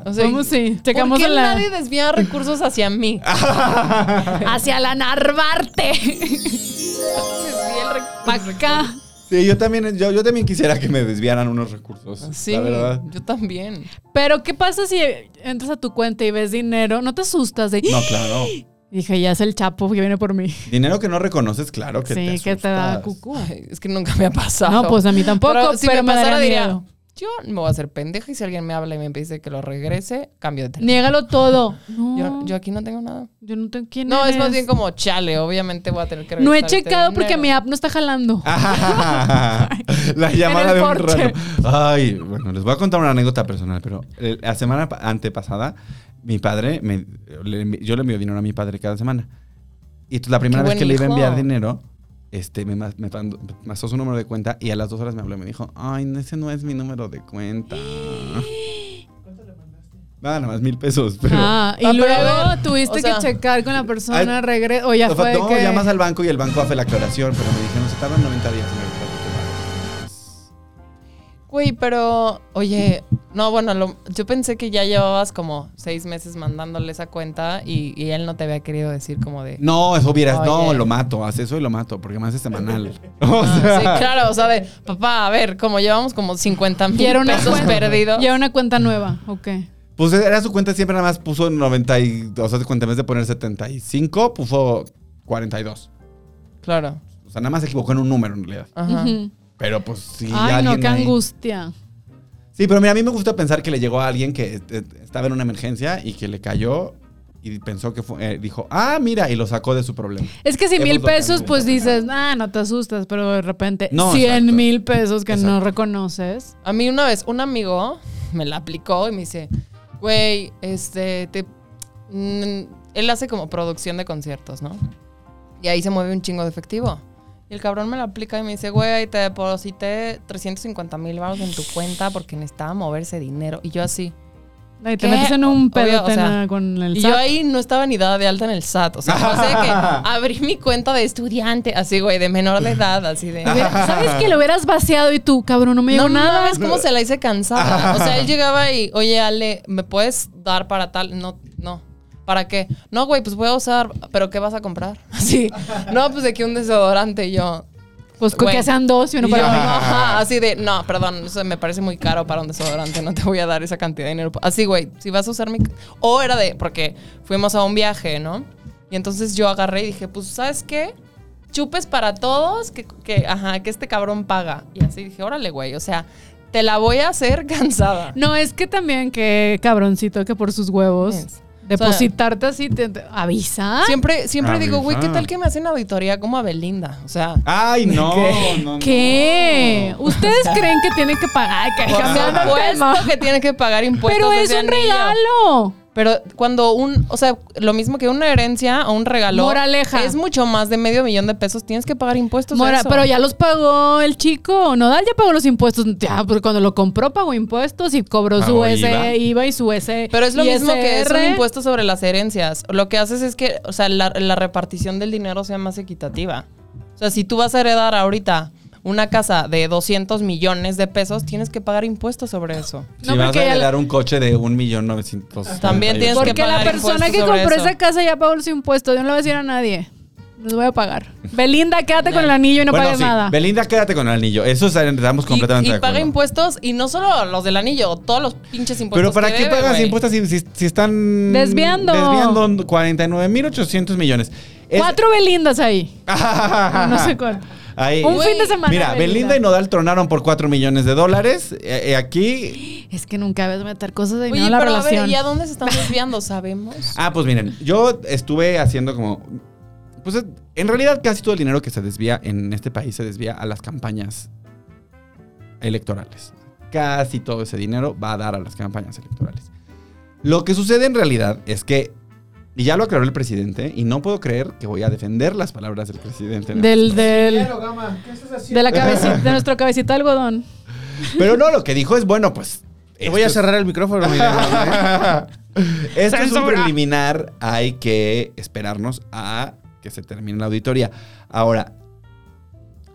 Speaker 6: O sea,
Speaker 5: Vamos, sí, checamos
Speaker 6: ¿por qué
Speaker 5: en la-
Speaker 6: nadie desvía recursos hacia mí?
Speaker 4: Ah.
Speaker 5: Hacia la Narvarte.
Speaker 6: Desvía el rec-
Speaker 5: Pa' acá.
Speaker 4: Sí, yo también, yo, yo también quisiera que me desviaran unos recursos.
Speaker 6: Sí,
Speaker 4: La verdad.
Speaker 6: yo también.
Speaker 5: Pero, ¿qué pasa si entras a tu cuenta y ves dinero? ¿No te asustas de.?
Speaker 4: No, claro.
Speaker 5: Dije, ya es el chapo que viene por mí.
Speaker 4: Dinero que no reconoces, claro que
Speaker 5: sí,
Speaker 4: te
Speaker 5: que te da
Speaker 4: asustas.
Speaker 5: cucú.
Speaker 6: Ay, es que nunca me ha pasado.
Speaker 5: No, pues a mí tampoco, pero,
Speaker 6: si
Speaker 5: me,
Speaker 6: pasara,
Speaker 5: daría
Speaker 6: diría,
Speaker 5: miedo.
Speaker 6: yo me voy a hacer pendeja y si alguien me habla y me dice que lo regrese, cambio de teléfono.
Speaker 5: Niégalo todo. No,
Speaker 6: Yo,
Speaker 5: yo,
Speaker 6: yo aquí no tengo nada.
Speaker 5: no tengo quién
Speaker 6: No, es más
Speaker 5: eres?
Speaker 6: bien como chale, obviamente voy a tener que
Speaker 5: No he
Speaker 6: regresar este
Speaker 5: checado porque
Speaker 6: dinero.
Speaker 5: mi app no está jalando.
Speaker 4: Ah, la llamada
Speaker 5: el
Speaker 4: de un
Speaker 5: porche.
Speaker 4: rato. Ay, bueno, les voy a contar una anécdota personal, pero eh, la semana pa- antepasada, mi padre, me- le envi- yo le envío dinero a mi padre cada semana. Y entonces la primera
Speaker 6: Qué
Speaker 4: vez que le
Speaker 6: buen
Speaker 4: iba a
Speaker 6: hijo.
Speaker 4: enviar dinero, este, me, ma- me mandó me pasó su número de cuenta y a las dos horas me habló y me dijo, ay, no, ese no es mi número de cuenta. Nada, nada más mil pesos. Pero,
Speaker 5: ah, y
Speaker 6: Ah, pero a
Speaker 5: luego
Speaker 6: ver,
Speaker 5: tuviste
Speaker 6: o sea-
Speaker 5: que checar con la persona,
Speaker 4: Ay,
Speaker 5: regreso. O ya
Speaker 4: O sea,
Speaker 5: fue
Speaker 4: no,
Speaker 5: que.
Speaker 4: llamas al banco y el banco hace la aclaración, pero me dijeron, se tardan 90 días. Me dijo,
Speaker 6: Güey, pero, oye, no, bueno, lo- yo pensé que ya llevabas como seis meses mandándole esa cuenta y, y él no te había querido decir como de...
Speaker 4: No, eso hubieras, no,
Speaker 6: Oye.
Speaker 4: lo mato, haz eso y lo mato, porque más es semanal.
Speaker 6: Ah,
Speaker 4: O sea,
Speaker 6: sí, claro, o sea, de, papá, a ver, como llevamos como 50 mil
Speaker 5: Y era una
Speaker 6: pesos
Speaker 5: cuenta-
Speaker 6: perdidos.
Speaker 5: Ya una cuenta nueva, ok.
Speaker 4: pues era su cuenta, siempre nada más puso 90, y, o sea, de cuenta, en vez de poner 75, puso 42.
Speaker 6: Claro,
Speaker 4: O sea, nada más se equivocó en un número en realidad.
Speaker 6: ajá.
Speaker 5: Ujú.
Speaker 4: Pero pues sí,
Speaker 5: Ay, no,
Speaker 4: alguien
Speaker 5: qué
Speaker 4: ahí-
Speaker 5: angustia.
Speaker 4: Sí, pero mira, a mí me gusta pensar que le llegó a alguien que eh, estaba en una emergencia y que le cayó y pensó que fue, eh, dijo, ah, mira, y lo sacó de su problema.
Speaker 5: Es que si
Speaker 4: Hemos
Speaker 5: mil
Speaker 4: tocado
Speaker 5: pesos,
Speaker 4: mucho.
Speaker 5: pues dices, ah, no te asustas, pero de repente
Speaker 4: No, exacto.
Speaker 5: cien mil pesos que no
Speaker 4: Exacto.
Speaker 5: reconoces.
Speaker 6: A mí una vez un amigo me la aplicó y me dice, güey, este, te... mm, él hace como producción de conciertos, ¿no? Y ahí se mueve un chingo de efectivo. Y el cabrón me la aplica y me dice, güey, te deposité 350 mil baros en tu cuenta porque necesitaba moverse dinero. Y yo así,
Speaker 5: Ay, te
Speaker 6: ¿Qué?
Speaker 5: metes en un
Speaker 6: Obvio,
Speaker 5: pedo
Speaker 6: o sea,
Speaker 5: con el
Speaker 6: Y
Speaker 5: SAT.
Speaker 6: yo ahí no estaba ni dada de alta en el SAT. O sea, o sea que abrí mi cuenta de estudiante, así, güey, de menor de edad, así de.
Speaker 5: Hubiera- ¿Sabes que lo hubieras vaciado y tú, cabrón, no me llegó
Speaker 6: No
Speaker 5: nada?
Speaker 6: mames cómo se la hice cansada. O sea, él llegaba y, oye, Ale, ¿me puedes dar para tal? No, no. ¿Para qué? No, güey, pues voy a usar, pero ¿qué vas a comprar? Así. No, pues de que un desodorante y yo.
Speaker 5: Pues con
Speaker 6: Güey.
Speaker 5: que sean dos y uno
Speaker 6: Y yo,
Speaker 5: para uno.
Speaker 6: ajá, así de, no, perdón, eso me parece muy caro para un desodorante, no te voy a dar esa cantidad de dinero. Así, güey, si vas a usar mi... O era de, porque fuimos a un viaje, ¿no? Y entonces yo agarré y dije, pues, ¿sabes qué? Chupes para todos, que, que, ajá, que este cabrón paga. Y así dije, órale, güey, o sea, te la voy a hacer cansada.
Speaker 5: No, es que también que cabroncito que por sus huevos
Speaker 6: Es.
Speaker 5: depositarte así te, te- avisa.
Speaker 6: Siempre,
Speaker 5: Ah,
Speaker 6: siempre digo, güey, ¿qué
Speaker 4: Avisa.
Speaker 6: tal que me hacen auditoría como a Belinda? O sea...
Speaker 4: Ay, no, no, no.
Speaker 5: ¿Qué? ¿Ustedes creen que tienen que pagar? Que
Speaker 6: Por
Speaker 5: cambiando el tema.
Speaker 6: supuesto que tiene que pagar impuestos.
Speaker 5: Pero es
Speaker 6: desde
Speaker 5: un
Speaker 6: anillo.
Speaker 5: regalo.
Speaker 6: Pero cuando un, o sea, lo mismo que una herencia o un regalo,
Speaker 5: Moraleja.
Speaker 6: es mucho más de medio millón de pesos, tienes que pagar impuestos. de
Speaker 5: Mora,
Speaker 6: Pues eso.
Speaker 5: pero ya los pagó el chico. Nodal ya pagó los impuestos. Ya, porque cuando lo compró pagó impuestos y cobró su
Speaker 4: Pagó
Speaker 5: S,
Speaker 4: IVA.
Speaker 5: IVA. y su S.
Speaker 6: Pero es lo mismo que es un
Speaker 5: ISR.
Speaker 6: impuesto sobre las herencias. Lo que haces es que, o sea, la, la repartición del dinero sea más equitativa. O sea, si tú vas a heredar ahorita una casa de 200 millones de pesos, tienes que pagar impuestos sobre eso.
Speaker 4: Si
Speaker 5: No,
Speaker 4: vas
Speaker 5: porque
Speaker 4: a
Speaker 5: ya-
Speaker 4: heredar un coche de 1.900.000.
Speaker 6: También tienes que
Speaker 5: Porque la
Speaker 6: pagar
Speaker 5: persona
Speaker 6: impuestos
Speaker 5: que
Speaker 6: sobre
Speaker 5: compró
Speaker 6: eso.
Speaker 5: esa casa ya pagó los impuestos. Yo no le voy a decir a nadie. Los voy a pagar. Belinda, quédate con el anillo y no
Speaker 4: bueno,
Speaker 5: pagues
Speaker 4: sí.
Speaker 5: nada.
Speaker 4: Belinda, quédate con el anillo. Eso es- estamos
Speaker 6: Y,
Speaker 4: completamente
Speaker 6: y
Speaker 4: de
Speaker 6: paga
Speaker 4: acuerdo.
Speaker 6: impuestos y no solo los del anillo, todos los pinches
Speaker 4: Pero
Speaker 6: impuestos.
Speaker 4: ¿para
Speaker 6: que
Speaker 4: qué
Speaker 6: debe,
Speaker 4: pagas
Speaker 6: güey.
Speaker 4: impuestos si, si- si están
Speaker 5: Desviando.
Speaker 4: Desviando 49.800 millones. Es-
Speaker 5: Cuatro Belindas ahí. No sé cuál.
Speaker 4: Ahí.
Speaker 5: Un
Speaker 6: Güey.
Speaker 5: fin de semana.
Speaker 4: Mira, Belinda y Nodal tronaron por 4 millones de dólares. Eh, eh, aquí.
Speaker 5: Es que nunca ves meter cosas de dinero
Speaker 6: Oye,
Speaker 5: a la
Speaker 6: pero
Speaker 5: relación.
Speaker 6: a ver, ¿y a dónde se están desviando? ¿Sabemos?
Speaker 4: Ah, pues miren, yo estuve haciendo como. Pues eh, en realidad casi todo el dinero que se desvía en este país se desvía a las campañas electorales. Casi todo ese dinero va a dar a las campañas electorales. Lo que sucede en realidad es que, y ya lo aclaró el presidente, y no puedo creer que voy a defender las palabras del presidente. ¿no?
Speaker 5: Del, del, de la cabecita, de nuestro cabecita de algodón.
Speaker 4: Pero no, lo que dijo es, bueno, pues...
Speaker 1: Te voy a
Speaker 4: esto-
Speaker 1: cerrar el micrófono.
Speaker 4: Esto es un
Speaker 5: Censura.
Speaker 4: preliminar, hay que esperarnos a que se termine la auditoría. Ahora,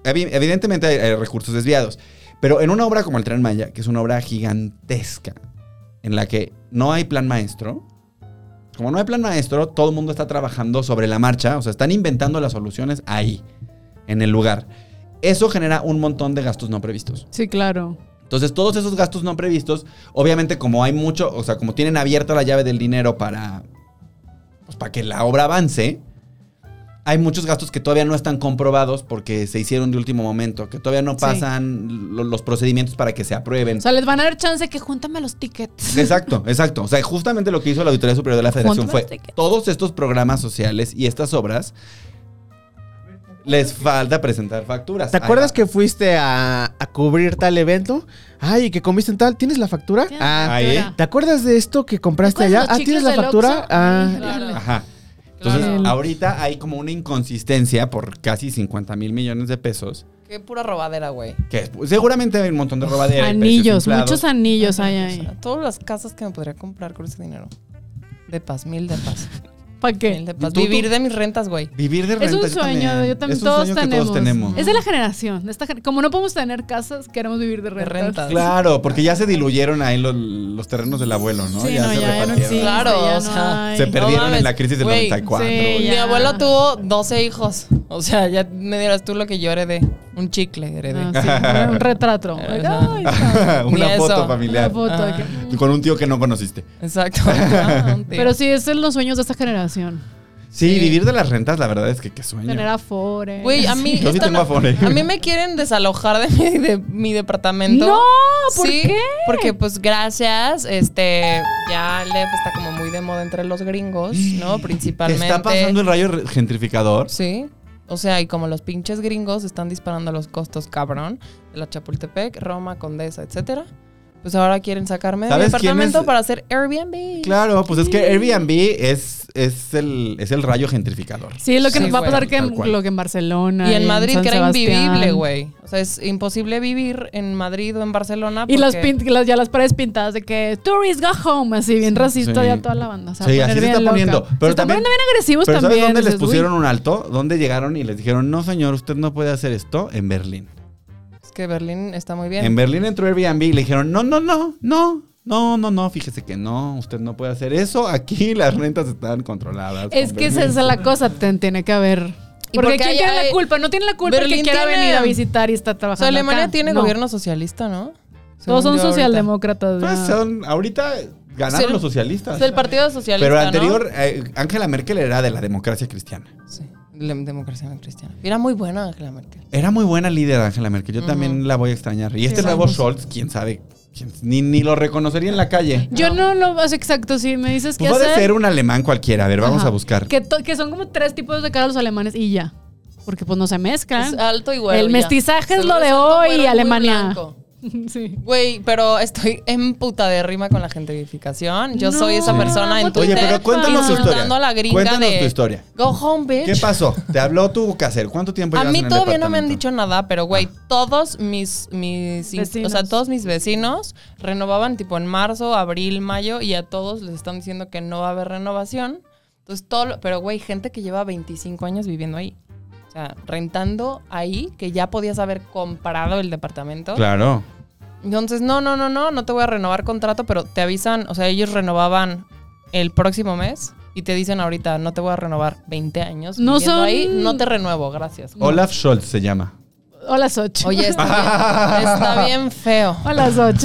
Speaker 4: evi- evidentemente hay, hay recursos desviados, pero en una obra como el Tren Maya, que es una obra gigantesca, en la que no hay plan maestro, como no hay plan maestro, todo el mundo está trabajando sobre la marcha, o sea, están inventando las soluciones ahí, en el lugar. Eso genera un montón de gastos no previstos.
Speaker 5: Sí, claro.
Speaker 4: Entonces, todos esos gastos no previstos, obviamente, como hay mucho, o sea, como tienen abierta la llave del dinero para, pues, para que la obra avance, hay muchos gastos que todavía no están comprobados porque se hicieron de último momento, que todavía no
Speaker 5: Sí.
Speaker 4: pasan lo- los procedimientos para que se aprueben.
Speaker 5: O sea, les van a dar chance que júntame los tickets.
Speaker 4: Exacto, exacto. O sea, justamente lo que hizo la Auditoría Superior de la Federación fue
Speaker 5: Cuéntame, ¿de qué?
Speaker 4: todos estos programas sociales y estas obras les falta presentar facturas.
Speaker 1: ¿Te
Speaker 4: Ahí
Speaker 1: acuerdas
Speaker 4: va.
Speaker 1: que fuiste a, a cubrir tal evento? Ay, que comiste en tal. ¿Tienes la factura?
Speaker 5: Tienes la
Speaker 1: Ah,
Speaker 4: ahí.
Speaker 5: factura.
Speaker 1: ¿te acuerdas de esto que compraste
Speaker 5: ¿Te acuerdas
Speaker 1: allá?
Speaker 5: los
Speaker 1: Ah,
Speaker 5: chicles
Speaker 1: ¿tienes la
Speaker 5: del
Speaker 1: factura?
Speaker 5: Oxxo?
Speaker 1: Ah,
Speaker 5: Híjole.
Speaker 4: Ajá. Entonces,
Speaker 5: Claro.
Speaker 4: ahorita hay como una inconsistencia por casi 50 mil millones de pesos,
Speaker 6: Qué pura robadera, güey.
Speaker 4: que es- pues, seguramente hay un montón de robadera. y precios
Speaker 5: Anillos,
Speaker 4: inflados.
Speaker 5: muchos anillos hay
Speaker 6: O
Speaker 5: ahí.
Speaker 6: sea, todas las casas que me podría comprar con ese dinero. De paz, mil de paz.
Speaker 5: ¿Para
Speaker 6: Mil
Speaker 5: qué?
Speaker 6: de paz.
Speaker 4: ¿Tú, tú?
Speaker 6: Vivir de mis rentas, güey.
Speaker 4: Vivir de renta.
Speaker 5: Es un
Speaker 4: yo
Speaker 5: sueño, yo también,
Speaker 4: Es un
Speaker 5: todos,
Speaker 4: sueño que
Speaker 5: tenemos.
Speaker 4: todos tenemos.
Speaker 5: Es de la generación. de esta gen- como no podemos tener casas, queremos vivir de
Speaker 6: De
Speaker 5: rentas.
Speaker 6: rentas.
Speaker 4: Claro, porque ya se diluyeron ahí los, los terrenos del abuelo, ¿no?
Speaker 5: Sí, no,
Speaker 4: se
Speaker 5: ya, ya no
Speaker 4: repartieron.
Speaker 5: existe.
Speaker 6: Claro,
Speaker 5: ya
Speaker 6: o
Speaker 5: no
Speaker 6: sea,
Speaker 5: hay.
Speaker 4: Se perdieron
Speaker 6: mames,
Speaker 4: en la crisis del
Speaker 6: güey.
Speaker 4: 94.
Speaker 5: Sí,
Speaker 6: Mi
Speaker 5: Ya.
Speaker 6: abuelo tuvo 12 hijos. O sea, ya me dirás tú lo que yo heredé. Un chicle heredé.
Speaker 5: No, Ah, sí, no, un retrato.
Speaker 6: Ajá.
Speaker 5: Ay, está.
Speaker 4: una
Speaker 6: Ni
Speaker 4: foto
Speaker 6: eso.
Speaker 4: familiar.
Speaker 5: Una foto
Speaker 6: Ajá.
Speaker 5: aquí.
Speaker 4: Con un tío que no conociste.
Speaker 6: Exacto. Ah, un tío.
Speaker 5: Pero sí, esos son los sueños de esta generación.
Speaker 4: Sí,
Speaker 6: Sí.
Speaker 4: vivir de las rentas, la verdad es que qué sueño.
Speaker 5: Tener afores.
Speaker 6: Güey, a mí.
Speaker 4: Yo sí
Speaker 6: esta
Speaker 4: tengo
Speaker 6: no-
Speaker 4: Afore.
Speaker 6: A mí me quieren desalojar de mi, de mi departamento.
Speaker 5: No, ¿por
Speaker 6: Sí,
Speaker 5: qué?
Speaker 6: Porque, pues, gracias. Este. Ya Aleph está como muy de moda entre los gringos, ¿no?
Speaker 4: ¿Te
Speaker 6: Principalmente.
Speaker 4: está pasando el rayo re- gentrificador?
Speaker 6: Sí. O sea, y como los pinches gringos están disparando los costos, cabrón, de la Chapultepec, Roma, Condesa, etcétera. Pues ahora quieren sacarme de mi
Speaker 4: ¿Sabes quién
Speaker 6: departamento
Speaker 4: es?
Speaker 6: para hacer Airbnb.
Speaker 4: Claro, pues es que Airbnb es es el, es el rayo gentrificador.
Speaker 5: Sí, lo que
Speaker 6: Sí,
Speaker 5: nos va a
Speaker 6: güey,
Speaker 5: pasar que
Speaker 4: tal cual.
Speaker 5: lo que en Barcelona.
Speaker 6: Y en Madrid,
Speaker 5: San
Speaker 6: que era
Speaker 5: Sebastián.
Speaker 6: invivible, güey. O sea, es imposible vivir en Madrid o en Barcelona.
Speaker 5: Y las,
Speaker 6: porque-
Speaker 5: pin- las- ya las paredes pintadas de que tourist go home, así bien racista
Speaker 4: Sí.
Speaker 5: ya toda la banda. O sea,
Speaker 4: Sí,
Speaker 5: poner
Speaker 4: así se
Speaker 5: bien
Speaker 4: está
Speaker 5: loca.
Speaker 4: poniendo.
Speaker 5: se
Speaker 4: Pero
Speaker 5: está
Speaker 4: también-
Speaker 5: poniendo bien agresivos
Speaker 4: Pero
Speaker 5: también.
Speaker 4: ¿sabes dónde les
Speaker 5: dices, "Uy".
Speaker 4: pusieron un alto? ¿Dónde llegaron y les dijeron, no señor, usted no puede hacer esto? En Berlín.
Speaker 6: Es que Berlín está muy bien.
Speaker 4: En Berlín entró Airbnb y le dijeron, no, no, no, no, no, no, no, fíjese que no, usted no puede hacer eso. Aquí las rentas están controladas.
Speaker 5: Es
Speaker 4: Pues con
Speaker 5: que esa
Speaker 4: Berlín.
Speaker 5: es la cosa, te- tiene que haber.
Speaker 6: Y
Speaker 5: Porque
Speaker 6: porque
Speaker 5: ¿quién
Speaker 6: hay-
Speaker 5: tiene la
Speaker 6: hay-
Speaker 5: culpa? No tiene la culpa el que
Speaker 6: Berlín
Speaker 5: quiera
Speaker 6: tiene-
Speaker 5: venir a visitar y está
Speaker 6: o sea,
Speaker 5: trabajando.
Speaker 6: Alemania
Speaker 5: acá.
Speaker 6: tiene
Speaker 5: No.
Speaker 6: gobierno socialista, ¿no?
Speaker 5: Todos son
Speaker 6: Según yo ahorita.
Speaker 5: socialdemócratas.
Speaker 4: Pues
Speaker 5: ya.
Speaker 4: son, ahorita ganaron
Speaker 6: Sí.
Speaker 4: los socialistas.
Speaker 6: Es Pues el Partido Socialista.
Speaker 4: Pero
Speaker 6: ¿no?
Speaker 4: anterior, eh, Angela Merkel era de la democracia cristiana.
Speaker 6: Sí, la democracia no cristiana. Era muy buena Angela Merkel.
Speaker 4: Era muy buena líder Angela Merkel, yo también la voy a extrañar. Y este nuevo
Speaker 6: vamos.
Speaker 4: Scholz, quién sabe, quién- ni, ni lo reconocería en la calle.
Speaker 5: Yo no lo hace exacto. Si me dices
Speaker 4: Pues
Speaker 5: que
Speaker 4: puede
Speaker 5: hacer.
Speaker 4: ser un alemán cualquiera, a ver, vamos
Speaker 5: Ajá.
Speaker 4: a buscar.
Speaker 5: Que, to- que son como tres tipos de cara a los alemanes y ya. Porque pues no se mezclan.
Speaker 6: Es alto y güero,
Speaker 5: El
Speaker 6: ya.
Speaker 5: mestizaje es
Speaker 6: Seguro
Speaker 5: lo de
Speaker 6: alto,
Speaker 5: hoy,
Speaker 6: güero y muy
Speaker 5: Alemania.
Speaker 6: blanco.
Speaker 5: sí.
Speaker 6: Güey, pero estoy en puta de rima con la gentrificación. Yo
Speaker 5: No,
Speaker 6: soy esa
Speaker 5: Sí.
Speaker 6: persona en
Speaker 5: Oye,
Speaker 6: Twitter.
Speaker 5: pero
Speaker 4: cuéntanos tu
Speaker 6: insultando
Speaker 4: historia.
Speaker 6: a la gringa
Speaker 4: Cuéntanos
Speaker 6: de,
Speaker 4: tu historia.
Speaker 6: Go home, bitch.
Speaker 4: ¿Qué pasó? ¿Te habló tu casero? ¿Cuánto tiempo
Speaker 6: A
Speaker 4: llevas
Speaker 6: mí
Speaker 4: en el
Speaker 6: todavía no me han
Speaker 4: departamento? Ah.
Speaker 6: dicho nada, pero güey, todos mis, mis
Speaker 5: Vecinos.
Speaker 6: o sea, todos mis vecinos renovaban tipo en marzo, abril, mayo y a todos les están diciendo que no va a haber renovación. Entonces todo, lo- pero güey, gente que lleva 25 años viviendo ahí. O sea, rentando ahí que ya podías haber comprado el departamento.
Speaker 4: Claro.
Speaker 6: Entonces, no, no, no, no, no te voy a renovar contrato, pero te avisan, o sea, ellos renovaban el próximo mes y te dicen ahorita, no te voy a renovar 20 años.
Speaker 5: No
Speaker 6: No viviendo
Speaker 5: son-
Speaker 6: ahí, no te renuevo, gracias.
Speaker 4: Olaf Scholz se llama.
Speaker 5: Hola, Soch.
Speaker 6: Oye, está bien, está bien feo.
Speaker 5: Hola, Soch.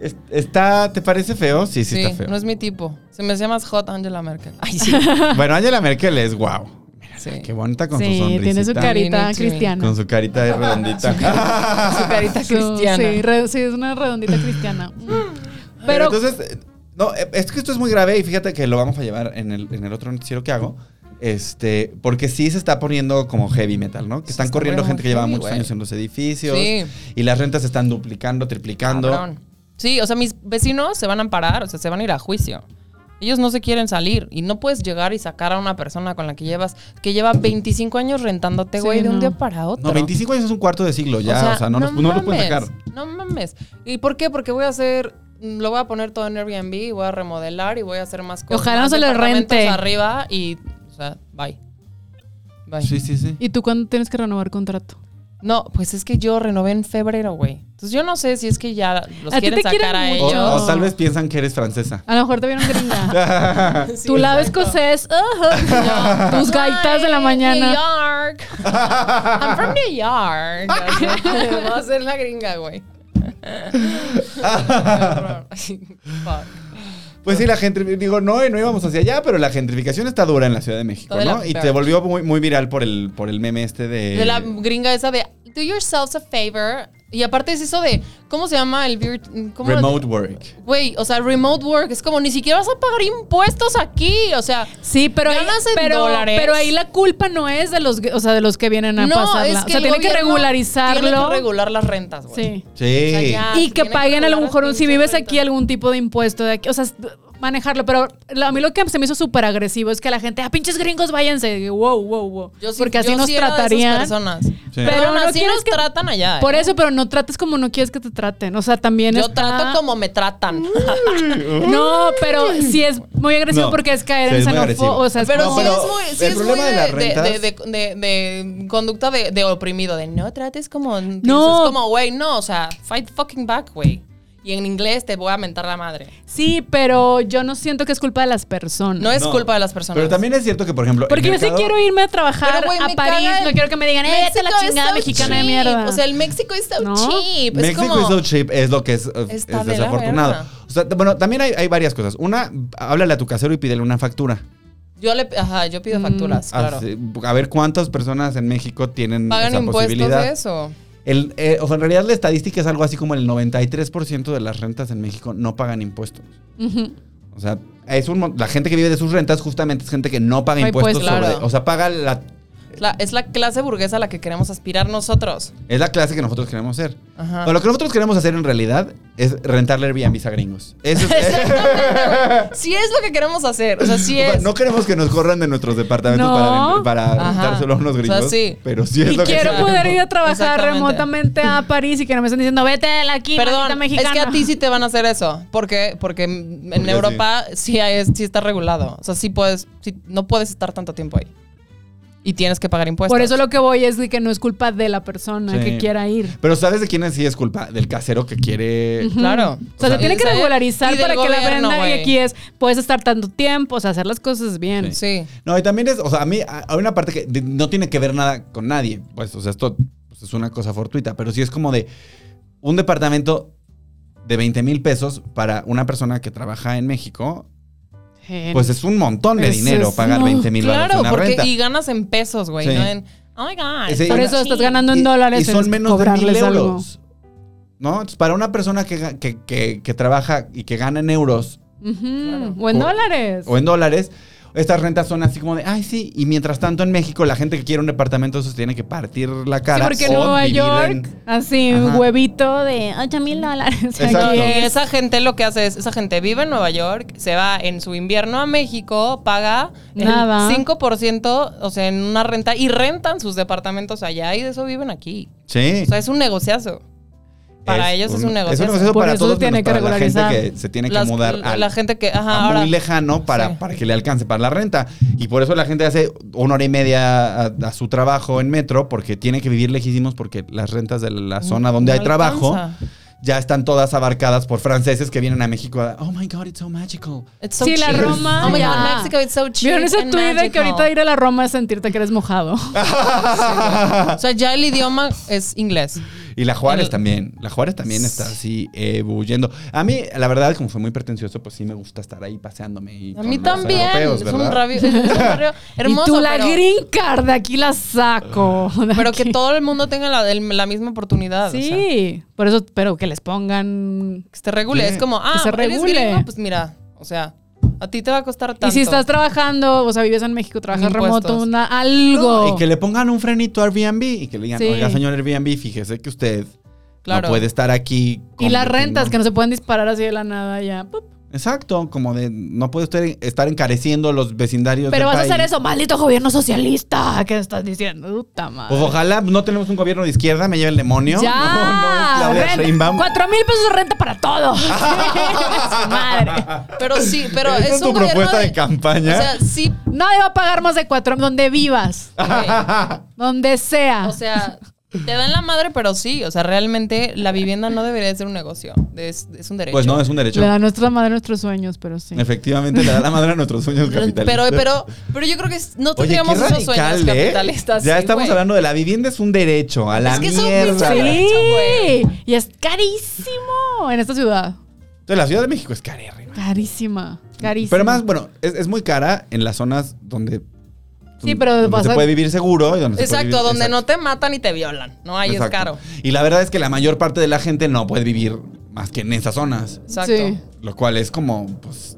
Speaker 4: Es- Está, ¿Te parece feo? Sí, sí,
Speaker 6: Sí,
Speaker 4: está feo.
Speaker 6: no es mi tipo. Se me hacía más hot Angela Merkel. Ay, sí.
Speaker 4: Bueno, Angela Merkel es guau.
Speaker 6: sí.
Speaker 4: Qué bonita con su
Speaker 5: sí,
Speaker 4: sonrisita.
Speaker 5: tiene su carita
Speaker 6: Mini chini.
Speaker 5: cristiana.
Speaker 4: Con su carita de redondita.
Speaker 6: Su carita
Speaker 5: Su-
Speaker 6: cristiana.
Speaker 5: Sí, re- sí, es una redondita cristiana.
Speaker 4: Pero
Speaker 5: Pero,
Speaker 4: entonces, eh, no, eh, es que esto es muy grave y fíjate que lo vamos a llevar en el, en el otro noticiero que hago. Este, porque sí se está poniendo como heavy metal, ¿no? Que
Speaker 6: Se
Speaker 4: están
Speaker 6: está
Speaker 4: corriendo gente
Speaker 6: poniendo
Speaker 4: que
Speaker 6: muy
Speaker 4: lleva
Speaker 6: heavy,
Speaker 4: muchos
Speaker 6: güey.
Speaker 4: años en los edificios.
Speaker 6: Sí.
Speaker 4: Y las rentas se están duplicando, triplicando.
Speaker 6: Cabrón. Sí, o sea, mis vecinos se van a amparar, o sea, se van a ir a juicio. Ellos no se quieren salir y no puedes llegar y sacar a una persona con la que llevas, que lleva 25 años rentándote,
Speaker 5: Sí,
Speaker 6: güey, de
Speaker 5: no.
Speaker 6: un día para otro.
Speaker 4: No, 25 años es un cuarto de siglo ya, o sea, no, nos, no los pueden sacar.
Speaker 6: mames, No mames. ¿Y por qué? Porque voy a hacer, lo voy a poner todo en Airbnb, voy a remodelar y voy a hacer más cosas.
Speaker 5: Ojalá no
Speaker 6: más
Speaker 5: se le
Speaker 6: departamentos
Speaker 5: rente.
Speaker 6: arriba y, o sea, bye. Bye.
Speaker 4: Sí, sí, sí.
Speaker 5: ¿y tú cuándo tienes que renovar contrato?
Speaker 6: No, pues es que yo renové en febrero, güey. Entonces yo no sé si es que ya los
Speaker 5: A ti
Speaker 6: quieren
Speaker 5: te quieren
Speaker 6: sacar a
Speaker 5: mucho. Oh,
Speaker 4: O,
Speaker 6: ellos.
Speaker 5: Yo-
Speaker 4: o tal vez piensan que eres francesa.
Speaker 5: A lo mejor te vieron gringa. tu lado escocés.
Speaker 6: No.
Speaker 5: Tus gaitas de la
Speaker 6: Hi,
Speaker 5: mañana.
Speaker 6: New York. I'm from New York. Voy a ser la gringa, güey. Fuck.
Speaker 4: Pues sí, la gentrificación, digo, no, y no íbamos hacia allá, pero la gentrificación está dura en la Ciudad de México,
Speaker 6: Está de
Speaker 4: ¿no?
Speaker 6: la
Speaker 4: Y
Speaker 6: peor.
Speaker 4: te volvió muy, muy viral por el, por el meme este de...
Speaker 6: De la gringa esa de do yourselves a favor. Y aparte es eso de ¿cómo se llama el vir- cómo-
Speaker 4: Remote work.
Speaker 6: Güey, o sea, remote work es como ni siquiera vas a pagar impuestos aquí, o sea,
Speaker 5: Sí, pero ahí,
Speaker 6: Ganas en
Speaker 5: pero,
Speaker 6: dólares.
Speaker 5: pero ahí la culpa no es de los, o sea, de los que vienen a pasarla. o sea,
Speaker 6: el
Speaker 5: tienen que
Speaker 6: gobierno
Speaker 5: regularizarlo.
Speaker 6: Tiene que regular las rentas, güey.
Speaker 5: Sí.
Speaker 4: Sí.
Speaker 6: O sea, ya.
Speaker 5: y
Speaker 6: se
Speaker 5: que
Speaker 6: tiene que
Speaker 5: paguen a lo
Speaker 6: regular
Speaker 5: mejor
Speaker 6: las
Speaker 5: un- si
Speaker 6: pinches
Speaker 5: vives
Speaker 6: rentas.
Speaker 5: aquí algún tipo de impuesto de aquí, o sea, s- manejarlo, pero la- a mí lo que se me hizo súper agresivo es que la gente, ah, pinches gringos, váyanse, Y digo, wow, wow, wow,
Speaker 6: Yo sí-
Speaker 5: porque así
Speaker 6: yo
Speaker 5: nos
Speaker 6: sí era de esas
Speaker 5: tratarían.
Speaker 6: personas.
Speaker 4: Pero
Speaker 6: Pero aún
Speaker 5: no
Speaker 6: así
Speaker 5: quieres
Speaker 6: nos
Speaker 5: que-
Speaker 6: tratan allá.
Speaker 5: Por
Speaker 6: ¿eh?
Speaker 5: eso, pero no trates como no quieres que te traten, o sea, también Ah,
Speaker 6: Yo
Speaker 5: está-
Speaker 6: trato como me tratan.
Speaker 5: Mm.
Speaker 6: Mm.
Speaker 5: No, pero sí es muy agresivo
Speaker 4: No,
Speaker 5: porque es caer
Speaker 4: sí
Speaker 5: en
Speaker 4: es muy
Speaker 5: xenofobia,
Speaker 4: agresivo.
Speaker 5: o sea, es
Speaker 6: pero
Speaker 4: No,
Speaker 5: como-
Speaker 6: sí
Speaker 4: pero
Speaker 6: es muy, sí
Speaker 4: el
Speaker 6: es
Speaker 4: problema
Speaker 6: muy
Speaker 4: de las
Speaker 6: de,
Speaker 4: rentas-
Speaker 6: de- de- de- de conducta de, de oprimido, de no trates como...
Speaker 5: No.
Speaker 6: No. Es como, güey, no, o sea, fight fucking back, güey. Y en inglés te voy a mentar la madre.
Speaker 5: Sí, pero yo no siento que es culpa de las personas.
Speaker 6: No es
Speaker 4: No,
Speaker 6: culpa de las personas.
Speaker 4: Pero también es cierto que, por ejemplo... el
Speaker 5: porque yo sí
Speaker 4: mercado-
Speaker 5: quiero irme a trabajar
Speaker 6: Pero, güey,
Speaker 5: a
Speaker 6: me
Speaker 5: París,
Speaker 6: caga el-
Speaker 5: no quiero que me digan, eh, vete a la
Speaker 6: México is
Speaker 5: chingada
Speaker 6: so
Speaker 5: mexicana de
Speaker 6: cheap.
Speaker 5: mierda.
Speaker 6: O sea, el México es so
Speaker 5: No.
Speaker 6: cheap. Es
Speaker 4: México
Speaker 6: como-
Speaker 4: is so cheap es lo que es, eh, es
Speaker 6: Está de la
Speaker 4: desafortunado.
Speaker 6: verga.
Speaker 4: O sea, t- bueno, también hay, hay varias cosas. Una, háblale a tu casero y pídele una factura.
Speaker 6: Yo le, ajá, yo pido facturas, claro.
Speaker 4: Así- A ver cuántas personas en México tienen
Speaker 6: Pagan
Speaker 4: Ah, esa
Speaker 6: impuestos
Speaker 4: posibilidad.
Speaker 6: de eso.
Speaker 4: El, eh, o sea, en realidad la estadística es algo así como el 93% de las rentas en México no pagan impuestos.
Speaker 5: Ujú.
Speaker 4: O sea, es un, mon- la gente que vive de sus rentas justamente es gente que no paga
Speaker 5: No hay
Speaker 4: impuestos
Speaker 5: impuestos,
Speaker 4: sobre-
Speaker 6: pues, claro.
Speaker 4: O sea, paga la
Speaker 6: Es la, es la clase burguesa a la que queremos aspirar nosotros.
Speaker 4: Es la clase que nosotros queremos ser.
Speaker 6: Ajá.
Speaker 4: O lo que nosotros queremos hacer en realidad es rentarle Airbnb a gringos. Eso es-
Speaker 6: Sí es lo que queremos hacer. O sea, sí
Speaker 4: O sea,
Speaker 6: es.
Speaker 4: no queremos que nos corran de nuestros departamentos
Speaker 5: No.
Speaker 4: para, ven- para
Speaker 6: Ajá.
Speaker 4: rentárselo a unos
Speaker 6: O sea,
Speaker 4: gringos.
Speaker 6: sí.
Speaker 4: Pero sí es
Speaker 5: Y
Speaker 4: lo que
Speaker 5: quiero
Speaker 4: queremos.
Speaker 5: poder ir a trabajar
Speaker 6: Exactamente.
Speaker 5: remotamente a París y que no me estén diciendo, vete de aquí, maldita
Speaker 6: Perdón, es
Speaker 5: mexicana.
Speaker 6: que a ti sí te van a hacer eso. Porque, porque en
Speaker 4: Porque
Speaker 6: Europa sí, hay- sí está regulado. O sea, sí puedes, sí- no puedes estar tanto tiempo ahí. Y tienes que pagar impuestos.
Speaker 5: Por eso lo que voy es de que no es culpa de la persona
Speaker 4: Sí.
Speaker 5: que quiera ir.
Speaker 4: Pero ¿sabes de quién es? sí es culpa? Del casero que quiere...
Speaker 6: Claro.
Speaker 5: O sea,
Speaker 4: O sea,
Speaker 5: se tiene que
Speaker 6: ¿sabes?
Speaker 5: regularizar
Speaker 6: Y del
Speaker 5: para que la
Speaker 6: gobierno,
Speaker 5: venda y
Speaker 6: güey.
Speaker 5: aquí es, puedes estar tanto tiempo, o sea, hacer las cosas bien.
Speaker 6: Sí.
Speaker 4: No, y también es, o sea, a mí a- hay una parte que de- no tiene que ver nada con nadie. Pues, o sea, esto pues, es una cosa fortuita, pero sí es como de un departamento de 20 mil pesos para una persona que trabaja en México,
Speaker 5: Gen-
Speaker 4: pues es un montón de
Speaker 5: Eso
Speaker 4: dinero
Speaker 5: es-
Speaker 4: pagar
Speaker 5: no,
Speaker 4: 20 mil dólares
Speaker 6: Claro,
Speaker 4: una
Speaker 6: porque
Speaker 4: renta.
Speaker 6: y ganas en pesos, güey,
Speaker 4: Sí.
Speaker 6: no en Oh my god.
Speaker 4: Ese-
Speaker 5: Por
Speaker 4: y-
Speaker 5: eso estás
Speaker 6: Sí.
Speaker 5: ganando en dólares.
Speaker 4: Y son
Speaker 5: en
Speaker 4: menos de mil
Speaker 5: cobrarles algo.
Speaker 4: euros. ¿No? Entonces, para una persona que, ga- que- que- que trabaja y que gana en euros
Speaker 5: Ujú, O en
Speaker 4: O-
Speaker 5: dólares.
Speaker 4: o en dólares, estas rentas son así como de, ay, sí. Y mientras tanto, en México, la gente que quiere un departamento, eso se tiene que partir la
Speaker 5: Sí,
Speaker 4: cara.
Speaker 5: porque en
Speaker 4: o
Speaker 5: Nueva
Speaker 4: vivir
Speaker 5: York,
Speaker 4: en-
Speaker 5: así, un
Speaker 4: Ajá.
Speaker 5: huevito de 8 mil dólares.
Speaker 4: Exacto.
Speaker 5: Aquí
Speaker 6: Y
Speaker 5: es-
Speaker 6: esa gente lo que hace es, esa gente vive en Nueva York, se va en su invierno a México, paga
Speaker 5: Nada.
Speaker 6: el 5%, o sea, en una renta, y rentan sus departamentos allá y de eso viven aquí.
Speaker 4: Sí.
Speaker 6: O sea, es un negociazo. Para ellos es un negocio.
Speaker 4: Es un negocio
Speaker 5: Por
Speaker 4: para
Speaker 5: eso
Speaker 4: todos,
Speaker 5: tiene
Speaker 4: menos
Speaker 5: que
Speaker 4: para la gente
Speaker 5: regularizar.
Speaker 4: que se tiene que
Speaker 6: Las-
Speaker 4: mudar
Speaker 6: la,
Speaker 4: a,
Speaker 6: gente que, ajá,
Speaker 4: a
Speaker 6: ahora,
Speaker 4: muy lejano para,
Speaker 6: Sí.
Speaker 4: para que le alcance para la renta. Y por eso la gente hace una hora y media a, a su trabajo en metro, porque tiene que vivir lejísimos, porque las rentas de la zona donde
Speaker 6: Mm, no
Speaker 4: hay trabajo
Speaker 6: alcanza.
Speaker 4: ya están todas abarcadas por franceses que vienen a México a, oh my God, it's so magical.
Speaker 6: It's so
Speaker 5: Sí, la
Speaker 6: cheap.
Speaker 5: Roma.
Speaker 6: Oh my God,
Speaker 5: Ajá.
Speaker 6: Mexico, it's so cheap
Speaker 5: ¿Vieron ese
Speaker 6: and
Speaker 5: tweet de que
Speaker 6: magical.
Speaker 5: ahorita ir a la Roma es sentirte que eres mojado?
Speaker 6: O sea, ya el idioma es inglés.
Speaker 4: Y la Juárez
Speaker 6: El-
Speaker 4: también. La Juárez también está así ebulliendo. A mí, la verdad, como fue muy pretencioso, pues sí me gusta estar ahí paseándome. y
Speaker 6: A
Speaker 4: con
Speaker 6: mí
Speaker 4: los
Speaker 6: también.
Speaker 4: europeos,
Speaker 6: es, un
Speaker 4: ¿verdad?
Speaker 6: rabio- es un barrio hermoso.
Speaker 5: y tú la
Speaker 6: pero,
Speaker 5: green card de aquí la saco. de
Speaker 6: pero
Speaker 5: aquí.
Speaker 6: que todo el mundo tenga la, el- la misma oportunidad. o sea, que
Speaker 5: Sí, por eso, pero que les pongan...
Speaker 6: se regule.
Speaker 4: Sí.
Speaker 6: Es como, ah,
Speaker 5: Que se
Speaker 6: ¿eres
Speaker 5: regule.
Speaker 6: gringo? Pues mira, o sea, a ti te va a costar tanto.
Speaker 5: Y si estás trabajando, o sea, vives en México, trabajas
Speaker 6: Impuestos.
Speaker 5: remoto, una,
Speaker 4: No,
Speaker 5: algo.
Speaker 4: y que le pongan un frenito a Airbnb y que le digan,
Speaker 5: Sí.
Speaker 4: oiga, señor Airbnb, fíjese que usted
Speaker 6: Claro.
Speaker 4: no puede estar aquí.
Speaker 5: Y
Speaker 4: con-
Speaker 5: las rentas
Speaker 4: no-
Speaker 5: que no se pueden disparar así de la nada ya. ¡pup!
Speaker 4: Exacto, como de no puede usted estar encareciendo los vecindarios.
Speaker 5: Pero
Speaker 4: del
Speaker 5: vas a hacer
Speaker 4: país.
Speaker 5: eso, maldito gobierno socialista. ¿Qué estás diciendo? Puta madre.
Speaker 4: Pues ojalá no tenemos un gobierno de izquierda, me lleve el demonio.
Speaker 5: Ya.
Speaker 4: No, no, Claudia
Speaker 5: Renta.
Speaker 4: Sheinbaum.
Speaker 5: Cuatro mil pesos de renta para todo. Su madre.
Speaker 6: Pero sí, pero
Speaker 4: ¿Esa
Speaker 6: es,
Speaker 4: es tu
Speaker 6: un gobierno
Speaker 4: propuesta de
Speaker 6: O
Speaker 4: campaña?
Speaker 6: sea, sí.
Speaker 5: Nadie va a pagar más de cuatro donde vivas,
Speaker 6: güey.
Speaker 5: donde sea.
Speaker 6: O sea, te dan la madre, pero sí. O sea, realmente la vivienda no debería de ser un negocio. Es, es un derecho.
Speaker 4: pues no, es un derecho.
Speaker 5: Le da a nuestra madre nuestros sueños, pero sí.
Speaker 4: Efectivamente, le da la madre a nuestros sueños capitalistas.
Speaker 6: pero, pero, pero yo creo que es- no
Speaker 4: Oye, qué
Speaker 6: tendríamos esos sueños
Speaker 4: radical, ¿eh?
Speaker 6: capitalistas.
Speaker 4: Ya
Speaker 6: sí,
Speaker 4: estamos
Speaker 6: güey.
Speaker 4: hablando de la vivienda es un derecho, a la
Speaker 6: Es que es un
Speaker 4: mierda.
Speaker 6: pinche
Speaker 4: Entonces,
Speaker 5: Sí,
Speaker 6: Derecho, güey.
Speaker 5: y es carísimo en esta ciudad.
Speaker 4: la Ciudad de México es carérrima.
Speaker 5: Carísima, carísima.
Speaker 4: Pero más, bueno, es, es muy cara en las zonas donde,
Speaker 5: Sí, pero
Speaker 4: donde
Speaker 5: vas
Speaker 4: se
Speaker 5: a-
Speaker 4: puede vivir seguro. y donde se puede
Speaker 6: Exacto,
Speaker 4: vivir-
Speaker 6: donde
Speaker 4: exacto.
Speaker 6: no te matan y te violan. No, ahí
Speaker 4: Exacto.
Speaker 6: es caro.
Speaker 4: Y la verdad es que la mayor parte de la gente no puede vivir más que en esas zonas.
Speaker 6: Exacto.
Speaker 5: Sí.
Speaker 6: Sí.
Speaker 4: Lo cual es como, pues.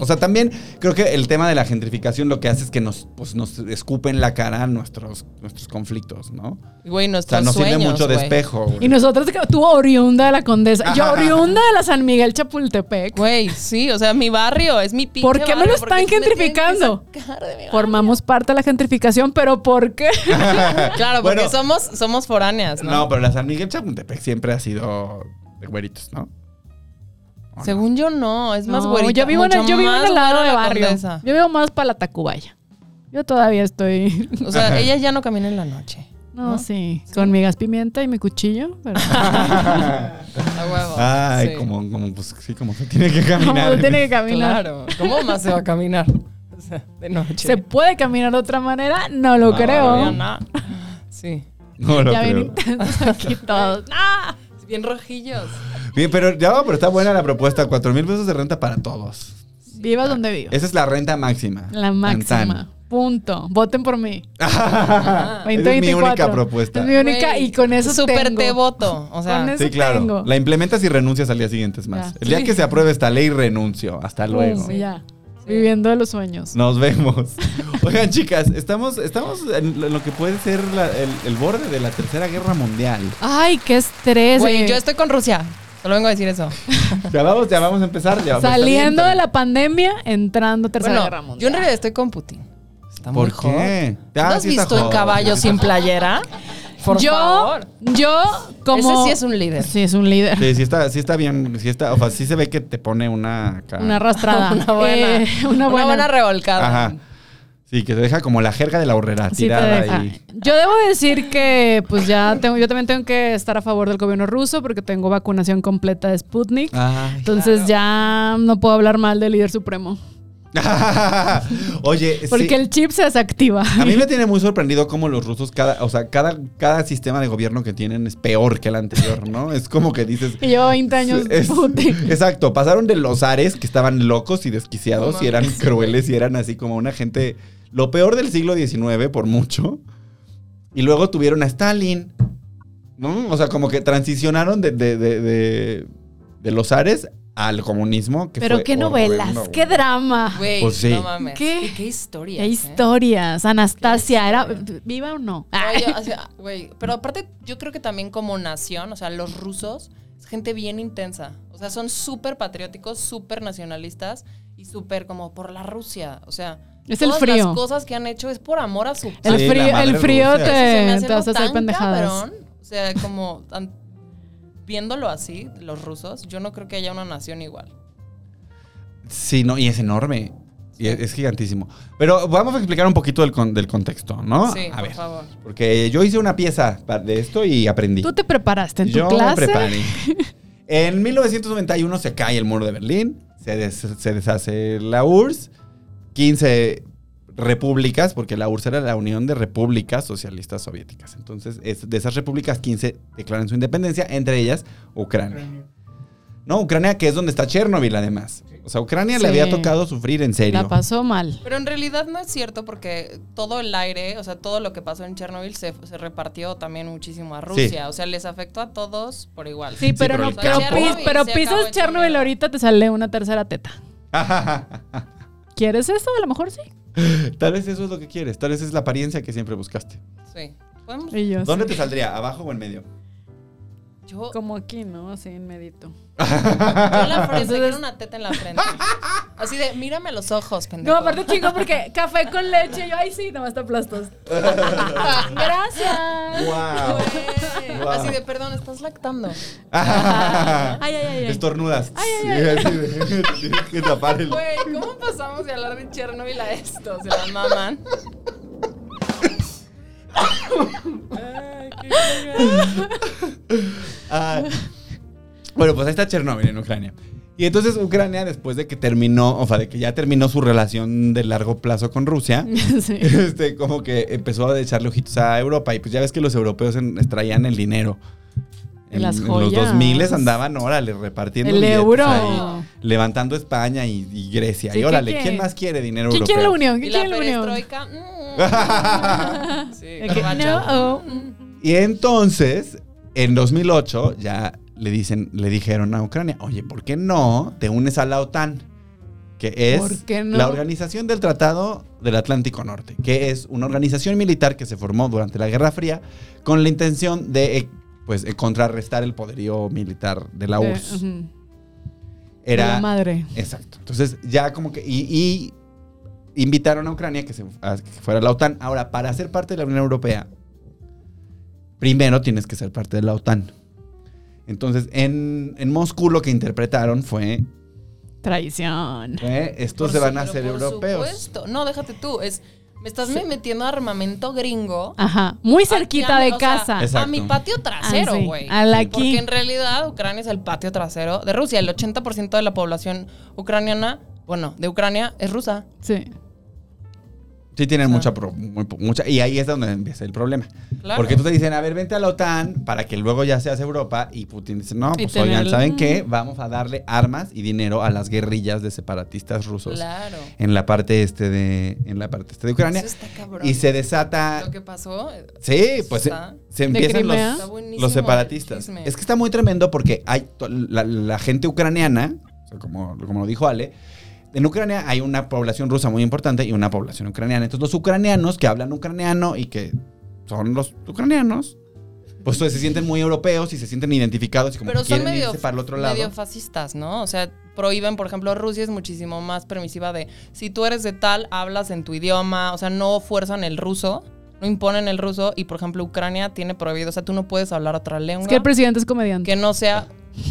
Speaker 4: O sea, también creo que el tema de la gentrificación lo que hace es que nos, pues, nos escupen la cara nuestros, nuestros conflictos, ¿no?
Speaker 6: Güey,
Speaker 4: O sea,
Speaker 6: nuestros
Speaker 4: nos sirve
Speaker 6: sueños,
Speaker 4: mucho de
Speaker 6: güey.
Speaker 4: espejo. güey.
Speaker 5: Y nosotros, que- tú oriunda de la Condesa, yo oriunda de la San Miguel Chapultepec.
Speaker 6: Güey, sí, o sea, mi barrio es mi pinche
Speaker 5: ¿Por qué me
Speaker 6: barrio,
Speaker 5: lo
Speaker 6: porque
Speaker 5: están
Speaker 6: me tienen que
Speaker 5: gentrificando?
Speaker 6: sacar de mi barrio.
Speaker 5: Formamos parte de la gentrificación, pero ¿por qué?
Speaker 6: Claro, porque
Speaker 4: Bueno.
Speaker 6: somos, somos foráneas, ¿no?
Speaker 4: No, pero la San Miguel Chapultepec siempre ha sido de güeritos, ¿no? ¿O no?
Speaker 6: Según yo, no. Es más
Speaker 5: No,
Speaker 6: güerita.
Speaker 5: Yo vivo en el,
Speaker 6: mucho
Speaker 5: yo vivo en
Speaker 6: más
Speaker 5: el lado
Speaker 6: güera
Speaker 5: de
Speaker 6: la
Speaker 5: barrio.
Speaker 6: condesa.
Speaker 5: Yo vivo más para la Tacubaya. Yo todavía estoy.
Speaker 6: O sea, ella ya no camina en la noche.
Speaker 5: No, sí, Con mi gas pimienta y mi cuchillo. Pero...
Speaker 6: A huevo.
Speaker 4: Ay,
Speaker 6: Sí.
Speaker 4: como, como, pues sí, como se tiene que
Speaker 5: No,
Speaker 4: caminar.
Speaker 5: tiene que caminar.
Speaker 6: Claro. ¿Cómo más se va a caminar? O sea, de noche.
Speaker 5: ¿Se puede caminar de otra manera? No lo creo.
Speaker 6: Todavía no. Sí.
Speaker 4: No lo
Speaker 5: ya ven
Speaker 4: creo.
Speaker 5: intensos aquí todos. ¡Ah!
Speaker 6: Bien rojillos.
Speaker 4: Bien, pero ya, pero está buena la propuesta. Cuatro mil pesos de renta para todos.
Speaker 5: Viva donde vivo.
Speaker 4: Esa es la renta máxima.
Speaker 5: La máxima. Punto. Voten por mí.
Speaker 4: Tan, tan. Esa es mi
Speaker 5: 2024.
Speaker 4: única propuesta.
Speaker 5: Es mi única y con eso
Speaker 6: Súper
Speaker 5: tengo.
Speaker 6: te voto. O sea,
Speaker 5: Con eso
Speaker 4: Sí, claro.
Speaker 5: tengo.
Speaker 4: La implementas y renuncias al día siguiente, es más.
Speaker 5: Ya.
Speaker 4: El día que se apruebe esta ley, renuncio. Hasta luego.
Speaker 5: Pum, ya. Viviendo de los sueños.
Speaker 4: Nos vemos. Oigan, chicas, estamos, estamos en lo- en lo que puede ser la- el, el borde de la Tercera Guerra Mundial.
Speaker 5: Ay, qué estrés.
Speaker 6: Güey,
Speaker 5: eh.
Speaker 6: yo estoy con Rusia. Solo vengo a decir eso.
Speaker 4: Ya vamos, ya vamos a empezar. Ya vamos a estar
Speaker 5: Saliendo
Speaker 4: bien,
Speaker 5: de la pandemia, entrando a Tercera
Speaker 6: bueno,
Speaker 5: Guerra
Speaker 6: yo
Speaker 5: Mundial.
Speaker 6: en realidad estoy con Putin. Está muy
Speaker 4: ¿Por
Speaker 6: hot.
Speaker 4: qué?
Speaker 6: ¿No
Speaker 4: Ah,
Speaker 6: has
Speaker 4: sí está
Speaker 6: visto en
Speaker 4: hot.
Speaker 6: caballo sin playera? Por
Speaker 5: yo,
Speaker 6: favor.
Speaker 5: yo como...
Speaker 6: Ese sí es un líder.
Speaker 5: Sí, es un líder.
Speaker 4: Sí, sí está, sí está bien, sí está, o sea, sí se ve que te pone una acá.
Speaker 5: Una arrastrada.
Speaker 6: Una buena,
Speaker 5: Eh, una buena.
Speaker 6: revolcada.
Speaker 4: Ajá. Sí, que te deja como la jerga de la horrera
Speaker 5: Sí te
Speaker 4: tirada
Speaker 5: deja.
Speaker 4: ahí.
Speaker 5: Yo debo decir que pues ya tengo, yo también tengo que estar a favor del gobierno ruso porque tengo vacunación completa de Sputnik.
Speaker 4: Ay.
Speaker 5: Entonces ya no puedo hablar mal del líder supremo.
Speaker 4: Oye,
Speaker 5: Porque
Speaker 4: sí.
Speaker 5: el chip se desactiva.
Speaker 4: A mí me tiene muy sorprendido cómo los rusos, cada, o sea, cada, cada sistema de gobierno que tienen es peor que el anterior, ¿no? Es como que dices.
Speaker 5: Y yo 20 años
Speaker 4: es-
Speaker 5: Putin.
Speaker 4: exacto, pasaron de los ares que estaban locos y desquiciados
Speaker 6: No
Speaker 4: y eran
Speaker 6: mames.
Speaker 4: crueles y eran así como una gente. Lo peor del siglo XIX, por mucho. Y luego tuvieron a Stalin. ¿No? O sea, como que transicionaron de, de, de, de- de los ares al comunismo. que
Speaker 5: Pero
Speaker 4: fue
Speaker 5: qué novelas,
Speaker 4: horrendo,
Speaker 5: qué drama.
Speaker 6: Güey,
Speaker 4: Pues sí.
Speaker 6: no mames.
Speaker 5: ¿Qué?
Speaker 6: Y qué historia. ¿eh?
Speaker 5: Qué historias. Anastasia, ¿era viva o no? Ah,
Speaker 6: Güey, pero aparte, yo creo que también como nación, o sea, los rusos, es gente bien intensa. O sea, son súper patrióticos, súper nacionalistas y súper como por la Rusia. O sea,
Speaker 5: Es el
Speaker 6: todas
Speaker 5: frío.
Speaker 6: las cosas que han hecho es por amor a su
Speaker 5: el
Speaker 4: Sí, la
Speaker 5: frío,
Speaker 4: madre
Speaker 5: el frío
Speaker 4: Rusia.
Speaker 6: O sea, se me
Speaker 5: te, te
Speaker 6: hace algo
Speaker 5: hace hacer
Speaker 6: tan
Speaker 5: pendejadas.
Speaker 6: cabrón. O sea, como tan- viéndolo así, los rusos, yo no creo que haya una nación igual.
Speaker 4: Sí, no, y es enorme. Y es, es gigantísimo. Pero vamos a explicar un poquito del, con- del contexto, ¿no?
Speaker 6: sí,
Speaker 4: Ah, a
Speaker 6: por
Speaker 4: ver.
Speaker 6: favor.
Speaker 4: Porque yo hice una pieza pa- de esto y aprendí.
Speaker 5: Tú te preparaste en tu
Speaker 4: yo
Speaker 5: clase.
Speaker 4: me preparé. En 1991 se cae el muro de Berlín, se, des- se deshace la URSS, 15 repúblicas, porque la URSS era la Unión de Repúblicas Socialistas Soviéticas. Entonces, es- de esas repúblicas, 15 declaran su independencia, entre ellas Ucrania. No, Ucrania, que es donde está Chernobyl, además. O sea, Ucrania le
Speaker 5: Sí.
Speaker 4: había tocado sufrir en serio.
Speaker 5: La pasó mal.
Speaker 6: Pero en realidad no es cierto porque todo el aire, o sea, todo lo que pasó en Chernobyl se, se repartió también muchísimo a Rusia. O sea, les afectó a todos por igual.
Speaker 5: Sí, pero,
Speaker 4: pero
Speaker 5: no,
Speaker 4: el
Speaker 5: pero,
Speaker 4: campo.
Speaker 5: pis- pero
Speaker 6: Se acabó
Speaker 5: pisas
Speaker 6: el
Speaker 5: Chernobyl
Speaker 6: Chernobyl.
Speaker 5: ahorita te sale una tercera teta. ¿Quieres eso? A lo mejor sí.
Speaker 4: tal vez eso es lo que quieres, tal vez es la apariencia que siempre buscaste.
Speaker 6: Sí. Podemos-
Speaker 5: Y yo
Speaker 4: ¿Dónde
Speaker 5: sí.
Speaker 4: te saldría? ¿Abajo o en medio?
Speaker 6: Yo, yo
Speaker 5: Como aquí, ¿no? Así en medito.
Speaker 6: en la frente,
Speaker 5: Entonces-
Speaker 6: quiero una teta en la frente. Así de, mírame los ojos, pendejo.
Speaker 5: No, aparte chingo porque café con leche. Yo, ay sí, nomás te aplastas. Gracias.
Speaker 4: ¡Wow!
Speaker 6: Güey.
Speaker 4: Wow.
Speaker 6: Así de, perdón, estás lactando.
Speaker 5: Ay, ay, ay, ay.
Speaker 4: Estornudas.
Speaker 5: Ay, ay,
Speaker 4: Sí, así de- tienes que tapar el-
Speaker 6: Güey, ¿cómo pasamos de hablar de Chernobyl a esto? Se la maman.
Speaker 4: Ah, bueno, pues ahí está Chernobyl en Ucrania. Y entonces Ucrania, después de que terminó, o sea, de que ya terminó su relación de largo plazo con Rusia,
Speaker 5: Sí.
Speaker 4: este, como que empezó a echarle ojitos a Europa. Y pues ya ves que los europeos en- traían el dinero. En,
Speaker 5: Las
Speaker 4: en
Speaker 5: joyas.
Speaker 4: los 2000 andaban, órale, repartiendo
Speaker 5: El
Speaker 4: billetes
Speaker 5: euro.
Speaker 4: ahí, levantando España y, y Grecia.
Speaker 5: Sí,
Speaker 4: y
Speaker 5: ¿qué
Speaker 4: órale,
Speaker 5: quiere?
Speaker 4: ¿quién más quiere dinero
Speaker 5: ¿Quién
Speaker 4: europeo?
Speaker 5: quiere la unión?
Speaker 6: Y
Speaker 5: ¿Quién quiere
Speaker 6: la
Speaker 5: la unión?
Speaker 6: perestroika. mm. sí,
Speaker 5: De que,
Speaker 6: gabacha.
Speaker 5: no, oh.
Speaker 4: Y entonces, en 2008, ya le, dicen, le dijeron a Ucrania, oye, ¿por qué no te unes a la OTAN? Que
Speaker 5: ¿Por
Speaker 4: es
Speaker 5: qué no?
Speaker 4: la Organización del Tratado del Atlántico Norte, que es una organización militar que se formó durante la Guerra Fría con la intención de eh, pues, eh, contrarrestar el poderío militar de la
Speaker 5: Eh,
Speaker 4: URSS.
Speaker 5: ujú. De
Speaker 4: Era
Speaker 5: la madre.
Speaker 4: Exacto. Entonces, ya como que. Y, y invitaron a Ucrania que, se, a que fuera la OTAN. Ahora, para ser parte de la Unión Europea, primero tienes que ser parte de la OTAN. Entonces, en, en Moscú lo que interpretaron fue:
Speaker 5: Traición.
Speaker 4: fue, estos
Speaker 6: Por
Speaker 4: se van
Speaker 6: su-
Speaker 4: a
Speaker 6: Pues pero
Speaker 4: hacer
Speaker 6: por
Speaker 4: europeos.
Speaker 6: supuesto. No, déjate tú. Es, me estás metiendo armamento gringo.
Speaker 5: Ajá. Muy Ah, cerquita
Speaker 6: Aquí a-
Speaker 5: de
Speaker 6: o sea,
Speaker 5: casa.
Speaker 4: Exacto.
Speaker 6: A mi patio trasero,
Speaker 5: Ah, sí.
Speaker 6: güey.
Speaker 5: Al aquí.
Speaker 6: Porque en realidad Ucrania es el patio trasero de Rusia. El 80% de la población ucraniana, bueno, de Ucrania es rusa.
Speaker 5: Sí.
Speaker 4: Sí, tienen
Speaker 6: Ajá.
Speaker 4: mucha, pro- muy po- mucha. Y ahí es donde empieza el problema.
Speaker 6: Claro.
Speaker 4: Porque tú te dicen, a ver, vente a la OTAN para que luego ya seas Europa. Y Putin dice, no,
Speaker 5: Y
Speaker 4: pues
Speaker 5: tener-
Speaker 4: oigan, ¿saben qué?
Speaker 6: Mm.
Speaker 4: Vamos a darle armas y dinero a las guerrillas de separatistas rusos.
Speaker 6: Claro.
Speaker 4: en la parte este de en la parte este de Ucrania
Speaker 6: Eso está cabrón.
Speaker 4: y se
Speaker 6: Lo
Speaker 4: desata
Speaker 6: que pasó eh,
Speaker 4: sí pues se,
Speaker 6: Está-
Speaker 4: se empiezan
Speaker 5: Crimea?
Speaker 6: está
Speaker 4: los,
Speaker 6: buenísimo.
Speaker 4: los separatistas
Speaker 6: el chisme.
Speaker 4: es que está muy tremendo porque hay to- la, la gente ucraniana o sea, como como lo dijo Ale en Ucrania hay una población rusa muy importante y una población ucraniana. Entonces los ucranianos que hablan ucraniano y que son los ucranianos, pues se sienten muy europeos y se sienten identificados y como
Speaker 6: Pero
Speaker 4: que
Speaker 6: son
Speaker 4: quieren
Speaker 6: medio,
Speaker 4: irse para el otro lado.
Speaker 6: medio fascistas, ¿no? O sea, prohíben, por ejemplo, Rusia es muchísimo más permisiva de si tú eres de tal, hablas en tu idioma, o sea, no fuerzan el ruso, no imponen el ruso, y por ejemplo, Ucrania tiene prohibido, o sea, tú no puedes hablar otra lengua.
Speaker 5: Es que el presidente es comediante.
Speaker 6: que no sea.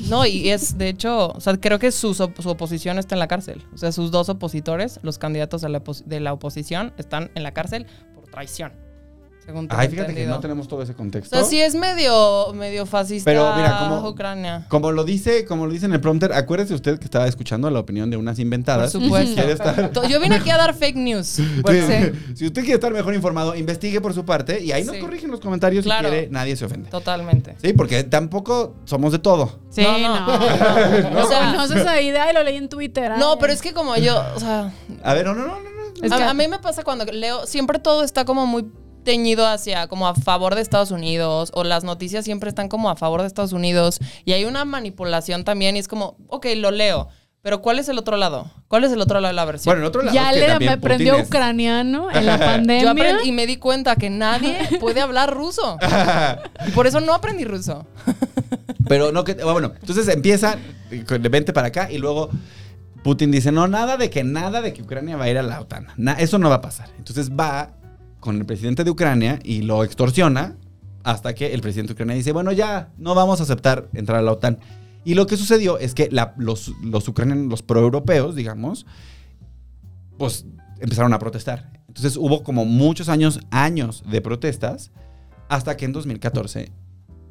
Speaker 6: No, y es, de hecho, o sea, creo que su, op- su oposición está en la cárcel. O sea, sus dos opositores, los candidatos de la, opos- de la oposición, están en la cárcel por traición. Según tengo
Speaker 4: Ay, fíjate que
Speaker 6: entendido.
Speaker 4: no tenemos todo ese contexto.
Speaker 6: O sea, sí es medio, medio fascista
Speaker 4: Pero mira, como-
Speaker 6: Ucrania.
Speaker 4: Como lo dice, como lo dice en el prompter, acuérdese usted que estaba escuchando la opinión de unas inventadas.
Speaker 6: Por supuesto.
Speaker 4: Si quiere estar-
Speaker 6: To- Yo vine aquí a dar fake news.
Speaker 4: Sí.
Speaker 6: Pues,
Speaker 4: Si usted quiere estar mejor informado, investigue por su parte y ahí nos
Speaker 6: Sí.
Speaker 4: corrigen los comentarios
Speaker 6: Claro.
Speaker 4: si quiere, nadie se ofende.
Speaker 6: Totalmente.
Speaker 4: Sí, porque tampoco somos de todo.
Speaker 5: Sí,
Speaker 6: No,
Speaker 5: no.
Speaker 6: no.
Speaker 5: no.
Speaker 6: O sea-
Speaker 5: no seas ahí de, ay, lo leí en Twitter. ay".
Speaker 6: No, pero es que como yo, o sea,
Speaker 4: A ver, no, no, no, no. no.
Speaker 5: Es
Speaker 6: a,
Speaker 5: que-
Speaker 6: a mí me pasa cuando leo, siempre todo está como muy teñido hacia, como a favor de Estados Unidos, o las noticias siempre están como a favor de Estados Unidos, y hay una manipulación también, y es como, ok, lo leo, pero ¿cuál es el otro lado? ¿Cuál es el otro lado de la versión?
Speaker 4: Bueno, en otro lado.
Speaker 5: ya
Speaker 4: que
Speaker 5: le
Speaker 4: también
Speaker 5: aprendió
Speaker 4: Putin es-
Speaker 5: ucraniano en la pandemia.
Speaker 6: yo aprendí y me di cuenta que nadie puede hablar ruso. Y por eso no aprendí ruso.
Speaker 4: Pero no que. ah, Bueno, entonces empieza con- de vente para acá y luego Putin dice: No, nada de que nada de que Ucrania va a ir a la OTAN. Na- eso no va a pasar. Entonces va con el presidente de Ucrania y lo extorsiona hasta que el presidente de Ucrania dice: Bueno, ya no vamos a aceptar entrar a la OTAN. Y lo que sucedió es que la- los, los ucranianos, los proeuropeos, digamos, pues empezaron a protestar. Entonces hubo como muchos años, años de protestas, hasta que en 2014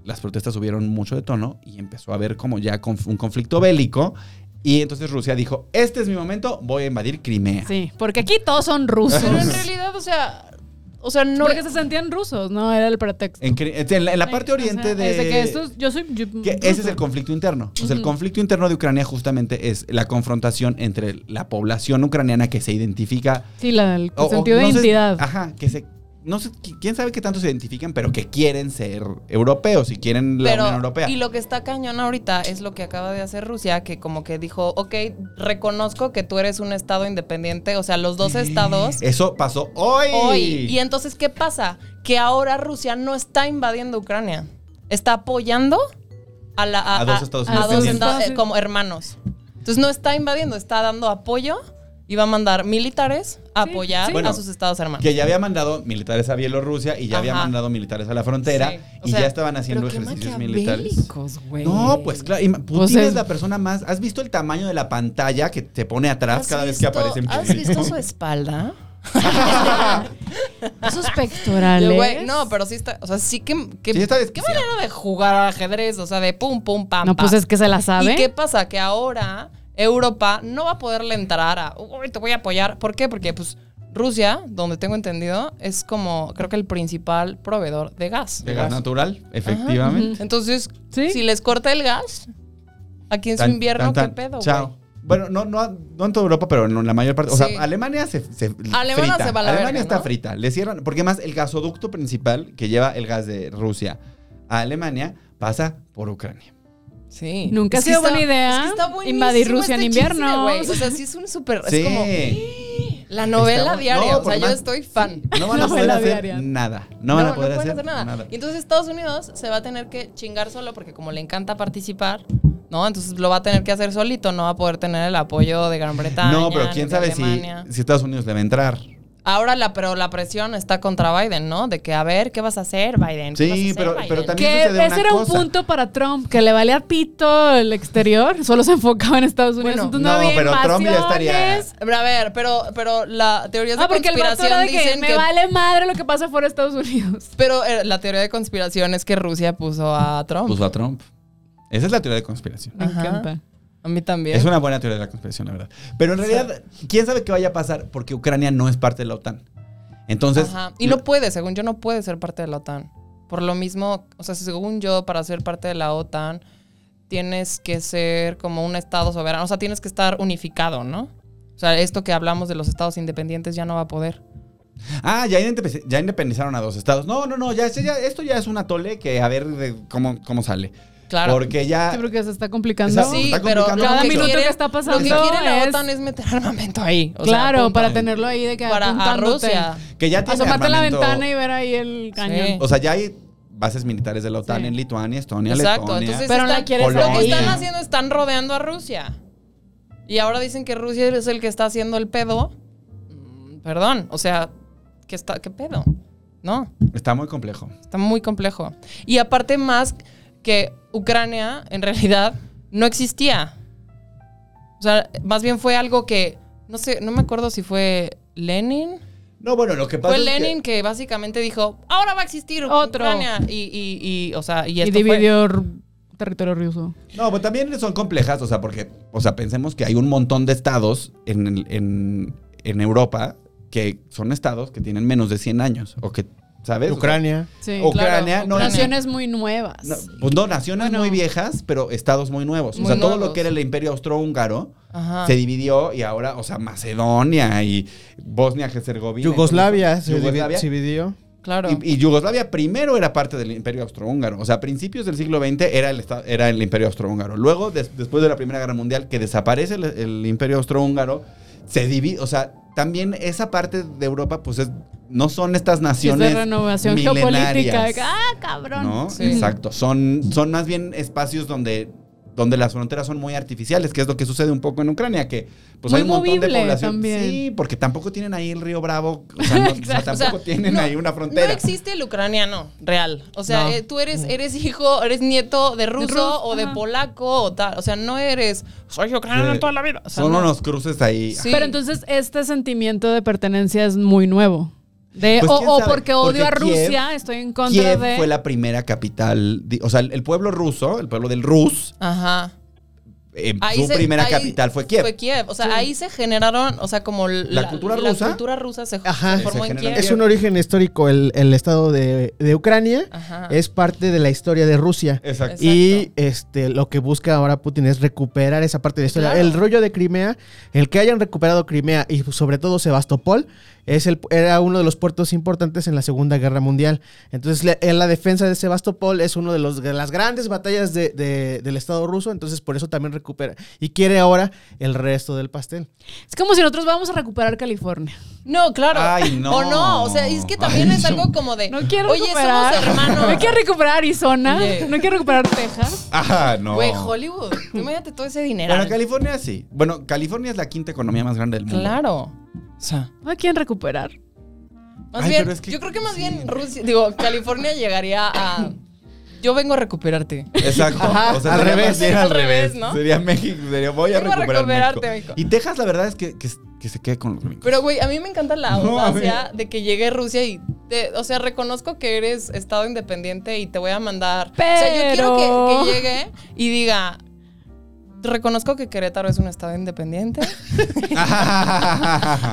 Speaker 4: las protestas subieron mucho de tono y empezó a haber como ya conf- un conflicto bélico. Y entonces Rusia dijo, este es mi momento, voy a invadir Crimea.
Speaker 5: Sí, porque aquí todos son rusos.
Speaker 4: Pues
Speaker 6: Pero en realidad, o sea, o sea, no...
Speaker 5: porque se sentían rusos, no era el pretexto.
Speaker 4: En, Cri- en la, en la parte
Speaker 5: O sea,
Speaker 4: oriente de...
Speaker 5: es que estos- yo soy. yo-
Speaker 4: que ese es el conflicto interno. O sea, el conflicto interno de Ucrania justamente es la confrontación entre la población ucraniana que se identifica
Speaker 5: Sí, la- el
Speaker 4: O- o
Speaker 5: sentido de
Speaker 4: no sé-
Speaker 5: identidad.
Speaker 4: ajá, que se. No sé, qui- quién sabe qué tanto se identifican, pero que quieren ser europeos y quieren la Unión Europea.
Speaker 6: Y lo que está cañón ahorita es lo que acaba de hacer Rusia, que como que dijo, ok, reconozco que tú eres un estado independiente, o sea, los dos estados
Speaker 4: Eso pasó hoy.
Speaker 6: hoy. Y entonces, ¿qué pasa? Que ahora Rusia no está invadiendo Ucrania, está apoyando a, la,
Speaker 4: A dos estados
Speaker 6: a dos
Speaker 4: independientes.
Speaker 6: estados, eh,
Speaker 5: Sí.
Speaker 6: como hermanos. Entonces no está invadiendo, está dando apoyo y va a mandar militares a
Speaker 5: Sí,
Speaker 6: apoyar
Speaker 5: sí.
Speaker 6: a
Speaker 4: Bueno,
Speaker 6: sus estados hermanos.
Speaker 4: que ya había mandado militares a Bielorrusia y ya había
Speaker 6: Ajá.
Speaker 4: mandado militares a la frontera
Speaker 6: Sí, o
Speaker 4: y
Speaker 6: sea,
Speaker 4: ya estaban haciendo
Speaker 6: pero qué
Speaker 4: ejercicios militares.
Speaker 6: maquiavélicos, güey.
Speaker 4: No, pues claro, ima- Putin
Speaker 5: Pues es-
Speaker 4: es la persona más. ¿Has visto el tamaño de la pantalla que te pone atrás
Speaker 6: ¿Has
Speaker 4: cada vez que
Speaker 6: visto-
Speaker 4: aparece en
Speaker 6: ¿Has visto su espalda?
Speaker 5: Esos pectorales.
Speaker 6: Yo, güey, no, pero sí está. O sea, sí que. que
Speaker 4: Sí, está
Speaker 6: qué
Speaker 4: desquiciado.
Speaker 6: manera de jugar al ajedrez. O sea, de pum, pum, pam.
Speaker 5: No, pues
Speaker 6: pam.
Speaker 5: es que se la sabe.
Speaker 6: ¿Y qué pasa? Que ahora Europa no va a poderle entrar a. "Uy, te voy a apoyar. ¿Por qué? Porque, pues. Rusia, donde tengo entendido, es como, creo que el principal proveedor de gas.
Speaker 4: De gas natural, efectivamente.
Speaker 6: Entonces,
Speaker 5: Sí.
Speaker 6: si les corta el gas, aquí en su
Speaker 4: Tan,
Speaker 6: invierno,
Speaker 4: tan, tan.
Speaker 6: ¿qué pedo,
Speaker 4: Chao.
Speaker 6: güey?
Speaker 4: Bueno, no, no, no en toda Europa, pero en la mayor parte. O
Speaker 6: Sí.
Speaker 4: sea, Alemania se, se
Speaker 6: Alemania
Speaker 4: frita.
Speaker 6: se va a la
Speaker 4: Alemania
Speaker 6: verga,
Speaker 4: está
Speaker 6: ¿no?
Speaker 4: frita. Le cierran. Porque más el gasoducto principal que lleva el gas de Rusia a Alemania pasa por Ucrania.
Speaker 6: Sí.
Speaker 5: Nunca ha
Speaker 6: Es que
Speaker 5: sido buena idea
Speaker 6: buenísimo
Speaker 5: invadir Rusia en
Speaker 6: este
Speaker 5: invierno.
Speaker 6: chisme, güey. O sea, sí es un súper.
Speaker 4: Sí.
Speaker 6: Es como la novela
Speaker 4: Está bu-
Speaker 6: diaria.
Speaker 4: No,
Speaker 6: o sea,
Speaker 4: porque
Speaker 6: yo
Speaker 4: más-
Speaker 6: estoy fan.
Speaker 4: No van a
Speaker 5: No,
Speaker 4: poder
Speaker 5: la
Speaker 4: hacer
Speaker 5: diaria.
Speaker 4: nada. No van a poder
Speaker 6: pueden
Speaker 4: hacer, nada.
Speaker 6: Y entonces Estados Unidos se va a tener que chingar solo porque como le encanta participar, ¿no? Entonces lo va a tener que hacer solito, no va a poder tener el apoyo de Gran Bretaña.
Speaker 4: no, pero
Speaker 6: ni
Speaker 4: quién
Speaker 6: de
Speaker 4: sabe si,
Speaker 6: Alemania.
Speaker 4: si Estados Unidos le va a entrar.
Speaker 6: Ahora la, pero la presión está contra Biden, ¿no? De que a ver, ¿qué vas a hacer, Biden? ¿Qué
Speaker 4: Sí,
Speaker 6: vas a hacer,
Speaker 4: pero-
Speaker 6: Biden?
Speaker 4: pero también-
Speaker 5: Que
Speaker 4: sucede
Speaker 5: ese
Speaker 4: una
Speaker 5: era un
Speaker 4: cosa.
Speaker 5: punto para Trump, que le valía pito el exterior, solo se enfocaba en Estados Unidos.
Speaker 6: Bueno,
Speaker 5: entonces no,
Speaker 4: no,
Speaker 5: había
Speaker 4: pero Trump ya estaría-
Speaker 5: invasiones.
Speaker 6: Pero A ver, pero, pero la teoría de
Speaker 5: Ah, porque el vato
Speaker 6: conspiración
Speaker 5: era de que
Speaker 6: dicen
Speaker 5: me
Speaker 6: que
Speaker 5: vale madre lo que pasa fuera de Estados Unidos.
Speaker 6: Pero eh, la teoría de conspiración es que Rusia puso a Trump.
Speaker 4: Puso pues, a Trump. Esa es la teoría de conspiración.
Speaker 5: Me
Speaker 6: Ajá.
Speaker 5: encanta.
Speaker 6: a mí también.
Speaker 4: Es una buena teoría de la conspiración, la verdad. Pero en realidad, ¿quién sabe qué vaya a pasar? Porque Ucrania no es parte de la OTAN. Entonces,
Speaker 6: Ajá. Y no puede, según yo, no puede ser parte de la OTAN. Por lo mismo, o sea, según yo, para ser parte de la OTAN, tienes que ser como un Estado soberano. O sea, tienes que estar unificado, ¿no? O sea, esto que hablamos de los Estados independientes ya no va a poder.
Speaker 4: Ah, ya, indepe- ya independizaron a dos estados. No, no, no, ya, ya- esto ya es un atole que a ver de cómo, cómo sale.
Speaker 6: Claro.
Speaker 4: Porque
Speaker 5: Sí,
Speaker 4: ya.
Speaker 5: porque se está complicando.
Speaker 4: Exacto.
Speaker 6: Sí,
Speaker 2: Está
Speaker 6: pero
Speaker 2: complicando
Speaker 5: cada
Speaker 6: lo
Speaker 5: minuto que
Speaker 6: quiere-
Speaker 5: está
Speaker 6: Lo que
Speaker 5: pasando
Speaker 6: quiere la
Speaker 5: es-
Speaker 6: OTAN es meter armamento ahí. o sea,
Speaker 5: claro,
Speaker 6: punto.
Speaker 5: para tenerlo ahí de que
Speaker 6: Para a
Speaker 5: apuntándote.
Speaker 6: Rusia.
Speaker 4: Que ya tiene
Speaker 5: Asomarte a la
Speaker 4: armamento.
Speaker 5: ventana y ver ahí el cañón.
Speaker 6: Sí.
Speaker 4: O sea, ya hay bases militares de la OTAN
Speaker 5: Sí.
Speaker 4: en Lituania, Estonia,
Speaker 6: Exacto.
Speaker 4: Letonia.
Speaker 6: Entonces
Speaker 5: Pero no
Speaker 6: están-
Speaker 5: la quieres
Speaker 6: lo que
Speaker 4: ahí.
Speaker 6: están haciendo están rodeando a Rusia. Y ahora dicen que Rusia es el que está haciendo el pedo. Mm, Perdón, o sea, ¿qué, está, qué pedo? No,
Speaker 4: Está muy complejo.
Speaker 6: está muy complejo. Y aparte más que Ucrania en realidad no existía. O sea, más bien fue algo que, no sé, no me acuerdo si fue Lenin.
Speaker 4: No, bueno, lo que pasa
Speaker 6: Fue
Speaker 4: es que-
Speaker 6: Lenin que... básicamente dijo, ahora va a existir
Speaker 5: Otro.
Speaker 6: Ucrania. Y, y, y, o sea, y
Speaker 5: y
Speaker 6: esto fue-
Speaker 5: dividió r- territorio ruso.
Speaker 4: No, pues también son complejas, o sea, porque, o sea, pensemos que hay un montón de estados en, el- en, en Europa que son estados que tienen menos de 100 años, o que, ¿sabes? O sea,
Speaker 1: Ucrania.
Speaker 4: Ucrania,
Speaker 5: Sí,
Speaker 4: no,
Speaker 5: claro.
Speaker 4: Ucrania.
Speaker 5: Naciones muy nuevas.
Speaker 4: no, pues no, naciones
Speaker 5: Bueno.
Speaker 4: muy viejas, pero estados muy nuevos. o
Speaker 6: Muy
Speaker 4: sea, todo
Speaker 6: nuevos. Ah.
Speaker 4: lo que era el imperio austrohúngaro
Speaker 6: Ajá.
Speaker 4: se dividió y ahora, o sea, Macedonia y Bosnia, Herzegovina. y
Speaker 1: Yugoslavia
Speaker 4: todo eso.
Speaker 1: se divi-
Speaker 4: Yugoslavia.
Speaker 1: se dividió.
Speaker 6: Claro.
Speaker 4: Y, y Yugoslavia primero era parte del Imperio Austrohúngaro. O sea, a principios del siglo XX era el, esta- era el Imperio Austrohúngaro. Luego, des- después de la Primera Guerra Mundial, que desaparece el, el Imperio Austrohúngaro, se divide. O sea, también esa parte de Europa, pues es- no son estas
Speaker 5: Sí, es
Speaker 4: naciones.
Speaker 5: de renovación
Speaker 4: milenarias,
Speaker 5: geopolítica. de que, Ah, cabrón.
Speaker 4: ¿no?
Speaker 6: Sí.
Speaker 4: Exacto. Son, son más bien espacios donde donde las fronteras son muy artificiales, que es lo que sucede un poco en Ucrania, que pues
Speaker 5: Muy
Speaker 4: hay un montón de
Speaker 5: movible
Speaker 4: población.
Speaker 5: también.
Speaker 4: Sí, porque tampoco tienen ahí el río Bravo, o sea, no- o sea,
Speaker 5: Exacto.
Speaker 6: O sea,
Speaker 4: tampoco tienen
Speaker 6: no-
Speaker 4: ahí una frontera.
Speaker 6: No existe el ucraniano real. O sea,
Speaker 4: No.
Speaker 6: eh, tú eres, eres hijo, eres nieto de ruso
Speaker 5: ruso,
Speaker 6: o de
Speaker 5: ajá.
Speaker 6: polaco o tal. O sea, no eres. Soy ucraniano
Speaker 4: Sí.
Speaker 6: toda la vida. O sea,
Speaker 4: Son
Speaker 6: no.
Speaker 4: unos cruces ahí.
Speaker 6: Sí.
Speaker 5: Pero entonces este sentimiento de pertenencia es muy nuevo. De,
Speaker 4: Pues,
Speaker 5: o,
Speaker 4: ¿quién
Speaker 5: o
Speaker 4: sabe?
Speaker 5: porque
Speaker 4: Porque
Speaker 5: odio a Rusia,
Speaker 4: Kiev-
Speaker 5: estoy en contra
Speaker 4: Kiev
Speaker 5: de...
Speaker 4: fue la primera capital, di- o sea, el, el pueblo ruso, el pueblo del Rus,
Speaker 6: Ajá.
Speaker 4: eh,
Speaker 6: Ahí
Speaker 4: su
Speaker 6: se-
Speaker 4: primera
Speaker 6: ahí
Speaker 4: capital fue Kiev.
Speaker 6: Fue Kiev. O sea,
Speaker 5: Sí.
Speaker 6: ahí se generaron, o sea, como
Speaker 4: La cultura rusa.
Speaker 6: La cultura rusa se,
Speaker 1: Ajá.
Speaker 6: se formó
Speaker 4: Se
Speaker 6: en
Speaker 4: generó
Speaker 6: Kiev.
Speaker 1: Es un origen histórico el, el estado de, de Ucrania.
Speaker 6: Ajá.
Speaker 1: Es parte de la historia de Rusia.
Speaker 4: Exacto.
Speaker 1: Y este lo que busca ahora Putin es recuperar esa parte de la historia.
Speaker 6: Claro.
Speaker 1: El rollo de Crimea, el que hayan recuperado Crimea y sobre todo Sebastopol, es el, era uno de los puertos importantes en la Segunda Guerra Mundial. Entonces, la, en la defensa de Sebastopol es una de, los- de las grandes batallas de- de- del Estado ruso. Entonces, por eso también recupera. Y quiere ahora el resto del pastel.
Speaker 5: Es como si nosotros vamos a recuperar California.
Speaker 6: No, claro.
Speaker 4: Ay, no.
Speaker 6: O no. O sea, es que también
Speaker 4: Ay,
Speaker 6: es algo
Speaker 4: no.
Speaker 6: como de.
Speaker 5: No quiero
Speaker 6: Oye,
Speaker 5: recuperar...
Speaker 6: somos hermanos.
Speaker 5: No quiero recuperar Arizona.
Speaker 6: Oye.
Speaker 5: No quiero recuperar Texas.
Speaker 4: Ajá, no.
Speaker 6: Güey, Hollywood. Tú imagínate todo ese dinero.
Speaker 4: Bueno, California sí. Bueno, California es la quinta economía más grande del mundo.
Speaker 6: Claro. O sea.
Speaker 5: No quieren recuperar.
Speaker 6: Más
Speaker 4: Ay,
Speaker 6: bien,
Speaker 4: pero es que-
Speaker 6: yo creo que más
Speaker 4: sí.
Speaker 6: bien Rusia, digo, California llegaría a. Yo vengo a recuperarte.
Speaker 4: Exacto.
Speaker 1: Ajá,
Speaker 4: O sea,
Speaker 1: al
Speaker 4: sería
Speaker 1: revés.
Speaker 4: más bien
Speaker 6: Al revés, ¿no?
Speaker 4: Sería México, sería voy a
Speaker 6: Vengo a
Speaker 4: recuperar
Speaker 6: recuperarte,
Speaker 4: México.
Speaker 6: México.
Speaker 4: Y Texas la verdad es que, que, que se quede con los gringos.
Speaker 6: Pero, güey, a mí me encanta la
Speaker 4: No, a
Speaker 6: audacia de que llegue Rusia y. te- o sea, reconozco que eres Estado independiente y te voy a mandar. O sea, yo quiero
Speaker 5: Pero-
Speaker 6: que, que llegue y diga. Reconozco que Querétaro es un Estado independiente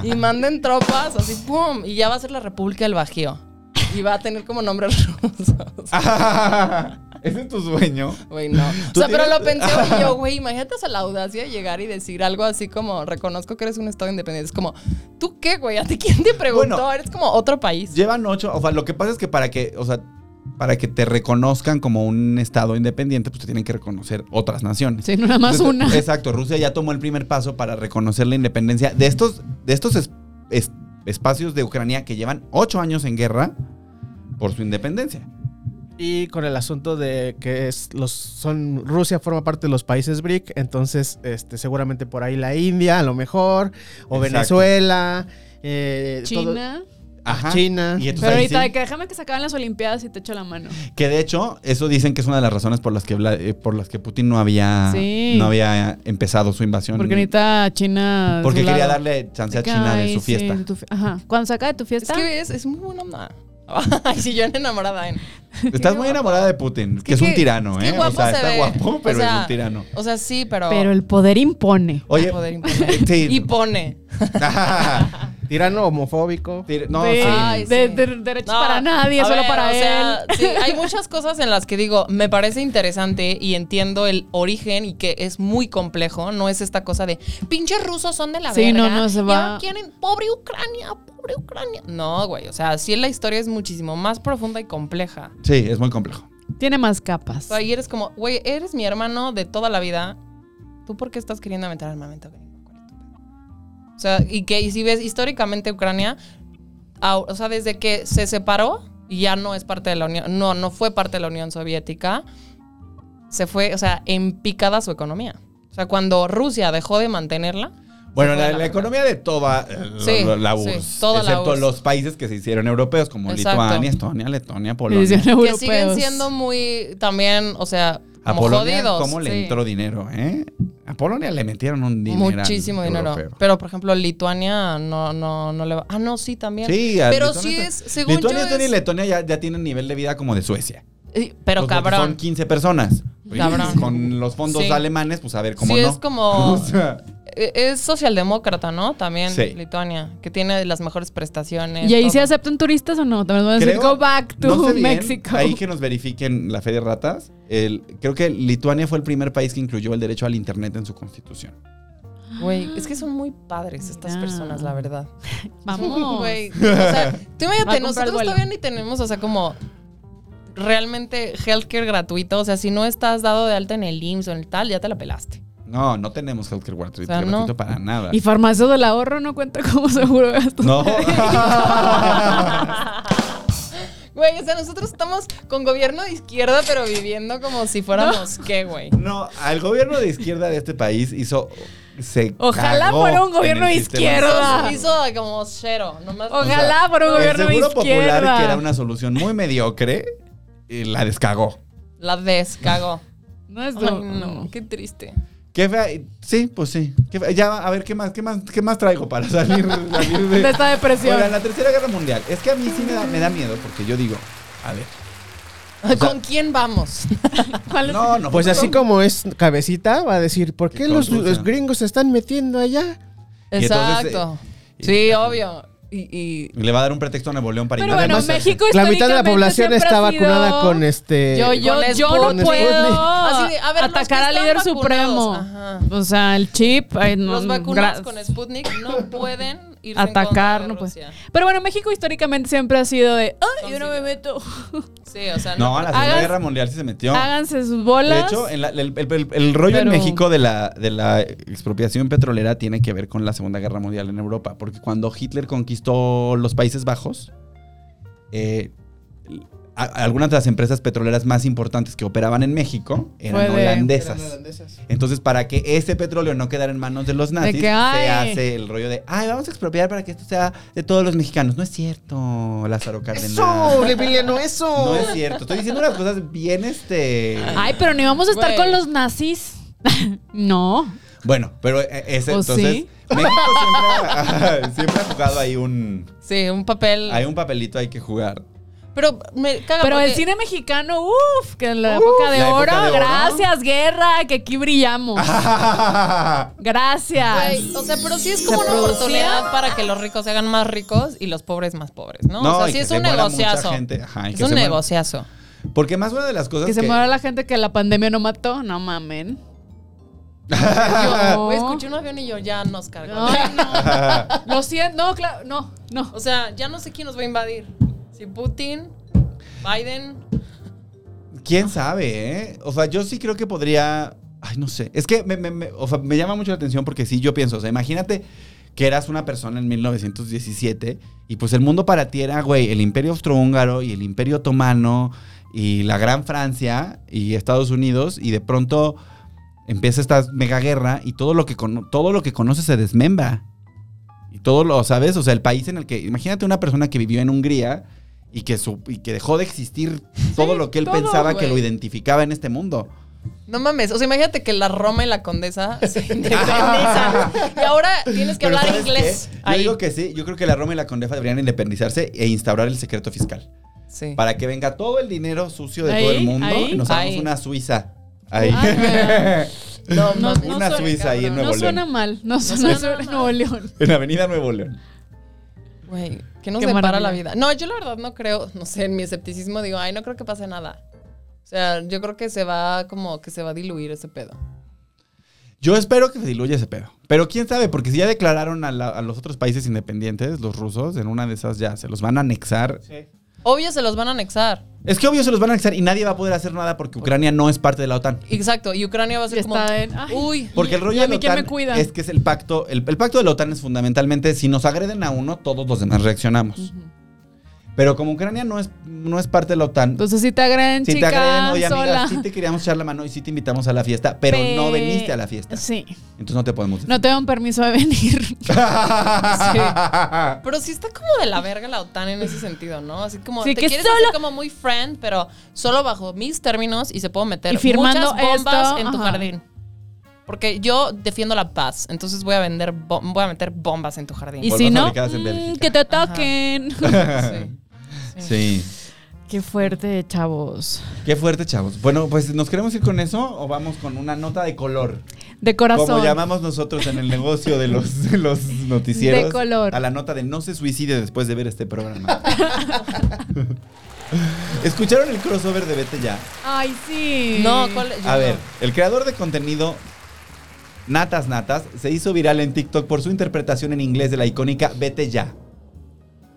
Speaker 6: y manden tropas así, ¡pum! Y ya va a ser la República del Bajío. Y va a tener como nombres rusos.
Speaker 4: Ese es tu sueño.
Speaker 6: Güey, no. O
Speaker 4: Tú
Speaker 6: sea, pero
Speaker 4: tienes-
Speaker 6: lo pensé y yo, güey, imagínate esa la audacia de llegar y decir algo así como, reconozco que eres un estado independiente. Es como, ¿tú qué, güey? ¿A ti quién te preguntó?
Speaker 4: Bueno.
Speaker 6: eres como otro país.
Speaker 4: Llevan ocho, o sea, lo que pasa es que para que, o sea, para que te reconozcan como un estado independiente, pues te tienen que reconocer otras naciones.
Speaker 5: Sí, no nada más
Speaker 4: Entonces,
Speaker 5: una.
Speaker 4: Exacto, Rusia ya tomó el primer paso para reconocer la independencia de estos, de estos es- es- espacios de Ucrania que llevan ocho años en guerra por su independencia.
Speaker 1: Y con el asunto de que es los son Rusia forma parte de los países BRIC, entonces este seguramente por ahí la India a lo mejor o
Speaker 4: Exacto.
Speaker 1: Venezuela, eh, todo-
Speaker 5: China.
Speaker 4: Ajá.
Speaker 1: China.
Speaker 4: Y entonces
Speaker 5: Pero
Speaker 4: ahí
Speaker 5: ahorita,
Speaker 4: sí,
Speaker 5: que déjame que se acaben las Olimpiadas y te echo la mano.
Speaker 4: que de hecho eso dicen que es una de las razones por las que Vla- eh, por las que Putin no había
Speaker 5: Sí.
Speaker 4: no había empezado su invasión.
Speaker 5: Porque ahorita China... de
Speaker 4: Porque
Speaker 5: su
Speaker 4: quería
Speaker 5: lado.
Speaker 4: darle chance a
Speaker 5: Que,
Speaker 4: China de
Speaker 5: ay,
Speaker 4: su
Speaker 5: sí,
Speaker 4: fiesta.
Speaker 5: tu fi- Ajá. Cuando se acabe tu
Speaker 6: Es
Speaker 5: fiesta...
Speaker 6: que ves, es muy buena onda. Ay, sí, yo enamorada. ¿eh?
Speaker 4: Estás
Speaker 6: Qué
Speaker 4: muy
Speaker 6: guapo.
Speaker 4: enamorada de Putin, que,
Speaker 6: que-
Speaker 4: es un tirano,
Speaker 6: es que
Speaker 4: ¿eh?
Speaker 6: guapo
Speaker 4: o sea,
Speaker 6: se
Speaker 4: está
Speaker 6: ve.
Speaker 4: guapo, pero
Speaker 6: O sea,
Speaker 4: es un tirano.
Speaker 6: O sea, sí, pero...
Speaker 5: Pero el poder impone.
Speaker 4: Oye,
Speaker 6: Poder imponer.
Speaker 4: sí.
Speaker 6: Y pone.
Speaker 1: tirano homofóbico.
Speaker 4: Tir- no,
Speaker 5: de,
Speaker 4: sí.
Speaker 6: Ay,
Speaker 5: de-
Speaker 6: sí.
Speaker 5: de- derechos
Speaker 6: No,
Speaker 5: para nadie,
Speaker 6: a
Speaker 5: solo
Speaker 6: ver,
Speaker 5: para
Speaker 6: o
Speaker 5: él.
Speaker 6: sea, sí, hay muchas cosas en las que digo, me parece interesante y entiendo el origen y que es muy complejo. No es esta cosa de pinches rusos son de la
Speaker 5: Sí,
Speaker 6: verga.
Speaker 5: no, no se
Speaker 6: y
Speaker 5: va.
Speaker 6: ahora quieren pobre Ucrania, pobre Ucrania. No, güey, o sea, sí la historia es muchísimo más profunda y compleja.
Speaker 4: Sí, es muy complejo.
Speaker 5: Tiene más capas.
Speaker 6: O sea, ahí eres como, güey, eres mi hermano de toda la vida. ¿Tú por qué estás queriendo meter armamento gringo? ¿Cuál es tu pedo? O sea, y que y si ves históricamente Ucrania, au- o sea, desde que se separó, y ya no es parte de la Unión, no, no fue parte de la Unión Soviética, se fue, o sea, en picada su economía. O sea, cuando Rusia dejó de mantenerla,
Speaker 4: Bueno,
Speaker 6: Se
Speaker 4: la, la
Speaker 6: fue la verdad.
Speaker 4: economía de toda eh, lo-
Speaker 6: Sí,
Speaker 4: lo- la
Speaker 6: sí,
Speaker 4: URSS,
Speaker 6: toda la
Speaker 4: excepto
Speaker 6: URSS.
Speaker 4: los países que se hicieron europeos, como
Speaker 6: Exacto.
Speaker 4: Lituania, Estonia, Letonia,
Speaker 5: Y dicen
Speaker 4: Polonia.
Speaker 6: que
Speaker 5: europeos.
Speaker 6: siguen siendo muy también, o sea,
Speaker 4: A
Speaker 6: como
Speaker 4: Polonia,
Speaker 6: jodidos.
Speaker 4: ¿cómo le
Speaker 6: Sí.
Speaker 4: entró dinero? Eh? A Polonia le metieron un dinero.
Speaker 6: Muchísimo dinero. Pero, por ejemplo, Lituania no, no, no le va. Ah, no, sí, también.
Speaker 4: Sí, a
Speaker 6: Pero
Speaker 4: Lituania
Speaker 6: sí
Speaker 4: está-
Speaker 6: es, según
Speaker 4: Lituania,
Speaker 6: yo.
Speaker 4: Estonia y
Speaker 6: es-
Speaker 4: Letonia ya, ya tienen nivel de vida como de Suecia.
Speaker 6: Eh, Pero
Speaker 4: Pues, porque Son
Speaker 6: cabrón.
Speaker 4: 15 personas. Oye,
Speaker 6: Cabrón.
Speaker 4: Con los fondos
Speaker 6: Sí.
Speaker 4: alemanes, pues a ver
Speaker 6: Sí,
Speaker 4: cómo no.
Speaker 6: es como.
Speaker 4: O sea,
Speaker 6: eh, Es socialdemócrata, ¿no? También
Speaker 4: Sí.
Speaker 6: Lituania, que tiene las mejores prestaciones.
Speaker 5: ¿Y ahí
Speaker 6: todo.
Speaker 5: sí aceptan turistas o no? También van a decir,
Speaker 4: creo-
Speaker 5: go back to
Speaker 4: no sé bien,
Speaker 5: Mexico.
Speaker 4: Ahí que nos verifiquen la fe de ratas. El, creo que Lituania fue el primer país que incluyó el derecho al internet en su constitución.
Speaker 6: Güey, es que son muy padres estas
Speaker 5: Mira.
Speaker 6: personas, la verdad.
Speaker 5: Ah. Vamos.
Speaker 6: Güey, o sea, tú
Speaker 5: Va a
Speaker 6: imagínate,
Speaker 5: comprar
Speaker 6: nosotros
Speaker 5: vuelo.
Speaker 6: todavía ni tenemos, o sea, como realmente healthcare gratuito. O sea, si no estás dado de alta en el IMSS o en el tal, ya te la pelaste.
Speaker 4: No, no tenemos healthcare gratuito,
Speaker 6: O sea,
Speaker 4: gratuito
Speaker 6: no.
Speaker 4: para nada.
Speaker 5: Y farmacia del ahorro no cuenta como seguro de gasto.
Speaker 4: no.
Speaker 6: Güey, o sea, nosotros estamos con gobierno de izquierda, pero viviendo como si fuéramos qué, güey.
Speaker 4: no, al gobierno de izquierda de este país hizo. Se
Speaker 5: Ojalá
Speaker 4: cagó
Speaker 5: fuera un
Speaker 4: en
Speaker 5: gobierno
Speaker 4: el
Speaker 5: de
Speaker 4: sistema
Speaker 5: izquierda.
Speaker 4: salud.
Speaker 6: Hizo como cero, nomás.
Speaker 5: Ojalá por un
Speaker 4: El
Speaker 5: gobierno de
Speaker 4: Seguro
Speaker 5: izquierda.
Speaker 4: Popular, que era una solución muy mediocre, eh, la descagó.
Speaker 6: La descagó.
Speaker 5: No es
Speaker 6: Ay,
Speaker 5: no.
Speaker 6: no, qué triste.
Speaker 4: Qué fea. Sí, pues sí. Qué fea. Ya, a ver, ¿qué más, qué más, qué más traigo para salir, salir de,
Speaker 5: De esta depresión.
Speaker 4: Oigan, la Tercera Guerra Mundial. Es que a mí sí me da, me da miedo porque yo digo, a ver.
Speaker 6: ¿Con quién vamos?
Speaker 5: ¿Cuál es?
Speaker 4: No, no.
Speaker 1: Pues
Speaker 4: no,
Speaker 1: así
Speaker 4: no.
Speaker 1: como es cabecita, va a decir, ¿por qué
Speaker 4: Qué
Speaker 1: los,
Speaker 4: confusa.
Speaker 1: los gringos se están metiendo allá?
Speaker 4: Y entonces,
Speaker 6: Exacto.
Speaker 4: eh,
Speaker 6: Sí, obvio. Y, y-
Speaker 4: Le va a dar un pretexto a Nuevo León para
Speaker 5: Pero
Speaker 4: invadir.
Speaker 5: bueno,
Speaker 1: Además,
Speaker 5: México
Speaker 1: La mitad de la
Speaker 5: históricamente
Speaker 1: población
Speaker 5: siempre
Speaker 1: está
Speaker 5: ha sido-
Speaker 1: vacunada con este...
Speaker 5: Yo, yo,
Speaker 6: Con
Speaker 5: yo no
Speaker 1: Sputnik.
Speaker 5: puedo
Speaker 6: Así de, a ver, los que
Speaker 5: atacar al
Speaker 6: están
Speaker 5: líder
Speaker 6: vacunados,
Speaker 5: supremo.
Speaker 6: ajá.
Speaker 5: O sea, el chip. ay, no,
Speaker 6: los
Speaker 5: no,
Speaker 6: vacunados
Speaker 5: gra-
Speaker 6: con Sputnik no pueden irse
Speaker 5: atacar,
Speaker 6: en contra de
Speaker 5: no pues.
Speaker 6: Rusia.
Speaker 5: Pero bueno, México históricamente siempre ha sido de, ay, yo no
Speaker 6: Considerado.
Speaker 5: me meto.
Speaker 6: Sí, o sea,
Speaker 4: No, a la Segunda
Speaker 5: Hagas-
Speaker 4: Guerra Mundial sí se metió.
Speaker 5: Háganse sus bolas.
Speaker 4: De hecho, en la- el, el- el- el rollo en
Speaker 5: Pero-
Speaker 4: México de la, de la expropiación petrolera tiene que ver con la Segunda Guerra Mundial en Europa, porque cuando Hitler conquistó los Países Bajos, eh, a- algunas de las empresas petroleras más importantes que operaban en México eran
Speaker 5: Fue de-
Speaker 4: holandesas. Entonces, para que ese petróleo no quedara en manos de los nazis,
Speaker 5: que,
Speaker 4: se
Speaker 5: ay.
Speaker 4: hace el rollo de, ay, vamos a expropiar para que esto sea de todos los mexicanos. No es cierto, Lázaro Cárdenas.
Speaker 1: ¡Eso, Emiliano, eso!
Speaker 4: No es cierto. Estoy diciendo unas cosas bien, este...
Speaker 5: Ay, pero ni vamos a estar
Speaker 6: Güey.
Speaker 5: con los nazis. no.
Speaker 4: Bueno, pero eh, ese
Speaker 5: ¿O
Speaker 4: entonces
Speaker 5: sí?
Speaker 4: México siempre ha, siempre ha jugado ahí un
Speaker 6: Sí, un papel.
Speaker 4: hay un papelito hay que jugar.
Speaker 6: Pero me caga
Speaker 5: Pero el
Speaker 6: porque-
Speaker 5: cine mexicano, uff, que en la época de
Speaker 4: la época
Speaker 5: oro,
Speaker 4: de oro.
Speaker 5: gracias, guerra, que aquí brillamos. Gracias.
Speaker 6: Güey, o sea, pero sí es como
Speaker 5: Se
Speaker 6: una
Speaker 5: producía.
Speaker 6: oportunidad para que los ricos se hagan más ricos y los pobres más pobres, ¿no? o sea,
Speaker 4: y
Speaker 6: sí
Speaker 4: que
Speaker 6: es
Speaker 4: se
Speaker 6: un
Speaker 4: muera mucha
Speaker 6: negociazo.
Speaker 4: gente. Ajá, y
Speaker 6: Es
Speaker 4: que se
Speaker 6: un
Speaker 4: muera-
Speaker 6: negociazo.
Speaker 4: Porque más una de las cosas
Speaker 5: que se muera la gente que la pandemia no mató. No mamen.
Speaker 6: Yo
Speaker 5: No.
Speaker 6: güey, escuché un avión y yo ya nos cargó.
Speaker 5: Ay, no. Lo siento. No, claro. No, no.
Speaker 6: O sea, ya no sé quién nos va a invadir. Si Putin, Biden.
Speaker 4: quién sabe, ¿eh? O sea, yo sí creo que podría ay no sé, es que me, me- me- o sea, me llama mucho la atención porque sí yo pienso, o sea, imagínate que eras una persona en 1917 y pues el mundo para ti era, güey, el Imperio Austrohúngaro y el Imperio Otomano y la Gran Francia y Estados Unidos y de pronto empieza esta mega guerra y todo lo que cono- todo lo que conoces se desmembra. Y todo lo, ¿sabes? O sea, el país en el que imagínate una persona que vivió en Hungría y que su- y que dejó de existir todo lo que él
Speaker 6: todo,
Speaker 4: pensaba que lo
Speaker 6: güey.
Speaker 4: identificaba en este mundo.
Speaker 6: No mames, o sea, imagínate que la Roma y la Condesa se independizan. y ahora tienes que
Speaker 4: Pero
Speaker 6: hablar
Speaker 4: ¿sabes
Speaker 6: inglés.
Speaker 4: qué? Yo
Speaker 6: Ahí.
Speaker 4: digo que sí, yo creo que la Roma y la Condesa deberían independizarse e instaurar el secreto fiscal.
Speaker 6: Sí.
Speaker 4: Para que venga todo el dinero sucio de todo
Speaker 5: Ahí,
Speaker 4: el mundo
Speaker 5: ahí,
Speaker 4: y nos hagamos
Speaker 6: ahí.
Speaker 4: una Suiza. Ahí.
Speaker 5: Ah,
Speaker 6: No,
Speaker 5: No,
Speaker 6: mames.
Speaker 5: no
Speaker 4: una
Speaker 5: suena,
Speaker 4: Suiza ahí en
Speaker 6: cabrón.
Speaker 4: Nuevo
Speaker 5: No suena
Speaker 4: León.
Speaker 5: mal. No suena,
Speaker 6: suena
Speaker 5: mal.
Speaker 6: mal.
Speaker 5: Nuevo León.
Speaker 4: En Avenida Nuevo León.
Speaker 6: Güey, ¿qué nos
Speaker 5: Qué
Speaker 6: depara
Speaker 5: maravilla.
Speaker 6: la vida? No, yo la verdad no creo, no sé, en mi escepticismo digo, ay, no creo que pase nada. O sea, yo creo que se va como que se va a diluir ese pedo.
Speaker 4: Yo espero que se diluya ese pedo. Pero quién sabe, porque si ya declararon a, la- a los otros países independientes, los rusos, en una de esas ya se los van a anexar.
Speaker 6: Obvio se los van a anexar.
Speaker 4: Es que obvio se los van a anexar y nadie va a poder hacer nada porque Ucrania no es parte de la OTAN.
Speaker 6: Exacto, y Ucrania va a ser
Speaker 5: Y
Speaker 6: como.
Speaker 5: está en- ay.
Speaker 6: Uy,
Speaker 4: Porque el
Speaker 5: ¿Y-
Speaker 4: rollo
Speaker 5: y a
Speaker 4: de la
Speaker 5: mí quién
Speaker 4: OTAN
Speaker 5: me cuida?
Speaker 4: es que es el pacto. El, el pacto de la OTAN es fundamentalmente si nos agreden a uno, todos los demás reaccionamos. Pero como Ucrania no es, no es parte de la OTAN,
Speaker 5: Entonces, si te agreden,
Speaker 4: si
Speaker 5: chica,
Speaker 4: te agreden, oye amiga,
Speaker 5: sola.
Speaker 4: sí te queríamos echar la mano y sí te invitamos a la fiesta, pero
Speaker 5: Pe-
Speaker 4: no veniste a la fiesta.
Speaker 5: Sí.
Speaker 4: Entonces no te podemos decir.
Speaker 5: No te dan permiso de venir.
Speaker 6: Pero sí está como de la verga la OTAN en ese sentido, ¿no? Así como
Speaker 5: Sí,
Speaker 6: te
Speaker 5: que
Speaker 6: quieres
Speaker 5: solo-
Speaker 6: hacer como muy friend, pero solo bajo mis términos y se puedo meter
Speaker 5: Y firmando
Speaker 6: muchas bombas
Speaker 5: esto,
Speaker 6: en tu
Speaker 5: ajá.
Speaker 6: jardín. Porque yo defiendo la paz, entonces voy a vender bo- voy a meter bombas en tu jardín.
Speaker 5: Y
Speaker 4: Bombas
Speaker 5: si no,
Speaker 4: fabricadas en
Speaker 5: mm,
Speaker 4: Bélgica.
Speaker 5: que te ataquen.
Speaker 6: Sí.
Speaker 4: Sí.
Speaker 5: Qué fuerte, chavos.
Speaker 4: Qué fuerte, chavos. Bueno, pues nos queremos ir con eso o vamos con una nota de color.
Speaker 5: De corazón.
Speaker 4: Como llamamos nosotros en el negocio de los, de los noticieros.
Speaker 5: De color.
Speaker 4: A la nota de no se suicide después de ver este programa. ¿Escucharon el crossover de Vete Ya?
Speaker 5: Ay, sí.
Speaker 6: No, ¿cuál? yo
Speaker 4: A
Speaker 6: no.
Speaker 4: ver, el creador de contenido Natas Natas se hizo viral en TikTok por su interpretación en inglés de la icónica Vete Ya.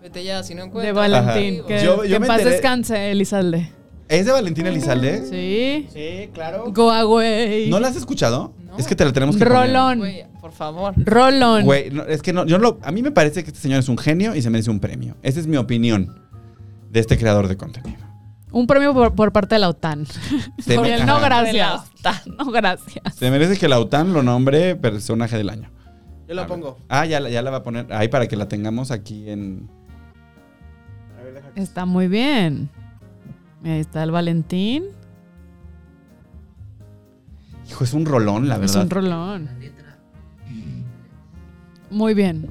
Speaker 6: Vete ya, si no
Speaker 5: De
Speaker 6: encuentro.
Speaker 5: Valentín.
Speaker 4: Ajá.
Speaker 5: Que,
Speaker 4: Yo- yo
Speaker 5: que en
Speaker 4: me
Speaker 5: paz
Speaker 4: enteré-
Speaker 5: descanse, Elizalde.
Speaker 4: ¿Es de Valentina Elizalde?
Speaker 5: Sí.
Speaker 1: Sí, claro.
Speaker 5: Go away.
Speaker 4: ¿No la has escuchado?
Speaker 6: No.
Speaker 4: Es que te la tenemos que poner.
Speaker 5: Rolón.
Speaker 6: Güey, por favor.
Speaker 5: Rolón.
Speaker 4: Güey, no, es que no, yo no lo- a mí me parece que este señor es un genio y se merece un premio. Esa es mi opinión de este creador de contenido.
Speaker 5: Un premio por, por parte de la OTAN.
Speaker 4: Se
Speaker 5: por
Speaker 4: me-
Speaker 5: el no
Speaker 4: ajá.
Speaker 6: De la
Speaker 5: gracias. No gracias.
Speaker 4: Se merece que la OTAN lo nombre personaje del año.
Speaker 1: Yo la
Speaker 4: A ver.
Speaker 1: pongo.
Speaker 4: Ah, ya, la- ya la va a poner ahí para que la tengamos aquí en...
Speaker 5: Está muy bien. Ahí está el Valentín.
Speaker 4: Hijo, es un rolón, la
Speaker 5: Es
Speaker 4: verdad.
Speaker 5: un rolón. Muy bien.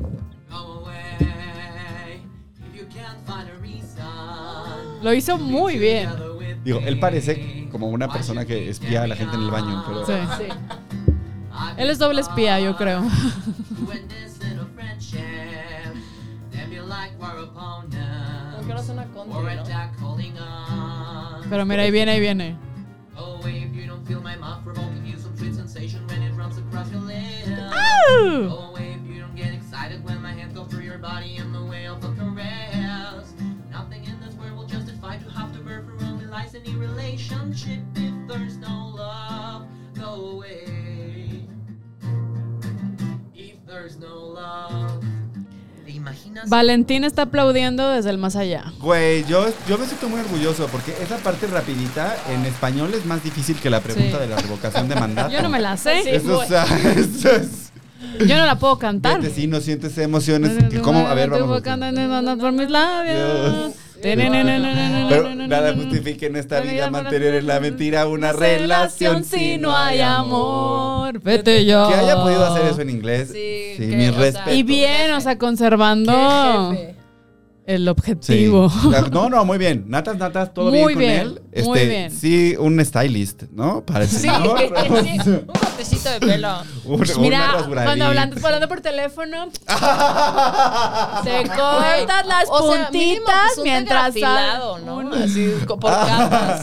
Speaker 5: Lo hizo muy bien.
Speaker 4: Digo, él parece como una persona que espía a la gente en el baño, pero...
Speaker 5: Sí. Él es doble espía, yo creo.
Speaker 6: Como que ahora suena country, Ah, ¿no?
Speaker 5: Pero mira, ahí viene, ahí viene.
Speaker 4: Oh.
Speaker 5: ¡Au! Valentín está aplaudiendo desde el más allá.
Speaker 4: Güey, yo, yo me siento muy orgulloso porque esa parte rapidita en español es más difícil que la pregunta
Speaker 5: Sí.
Speaker 4: de la revocación de mandato.
Speaker 5: Yo no me la sé.
Speaker 4: Eso, o sea, eso es...
Speaker 5: Yo no la puedo cantar.
Speaker 4: Vete, sí, no sientes emociones. que ¿Cómo? A ver,
Speaker 5: Te
Speaker 4: vamos.
Speaker 5: voy cantando por mis labios.
Speaker 4: Pero nada justifica en esta vida mantener en la mentira una relación si no hay amor.
Speaker 5: Vete yo.
Speaker 4: Que haya podido hacer eso en inglés. Sí,
Speaker 6: Sí,
Speaker 4: mi
Speaker 6: que,
Speaker 4: mis
Speaker 6: o sea,
Speaker 4: respetos.
Speaker 5: Y bien, o sea, conservando
Speaker 6: Qué jefe.
Speaker 5: el
Speaker 4: Sí.
Speaker 5: objetivo.
Speaker 4: La- No, no, muy bien. Natas, natas, todo
Speaker 5: Muy
Speaker 4: bien,
Speaker 5: bien,
Speaker 4: con él. Este,
Speaker 5: muy bien.
Speaker 4: Sí, un stylist, ¿no? Para el
Speaker 6: Sí,
Speaker 4: señor.
Speaker 6: sí, un cortecito de pelo.
Speaker 4: Un- una
Speaker 5: Mira,
Speaker 4: rasuradita.
Speaker 5: cuando hablando, hablando por teléfono, se cortan las
Speaker 6: O sea, mínimo,
Speaker 5: puntitas
Speaker 6: pues, un
Speaker 5: mientras
Speaker 6: degafilado,
Speaker 5: sal-
Speaker 6: ¿no?
Speaker 5: un-
Speaker 6: Así co- por
Speaker 4: Ah,
Speaker 6: capas.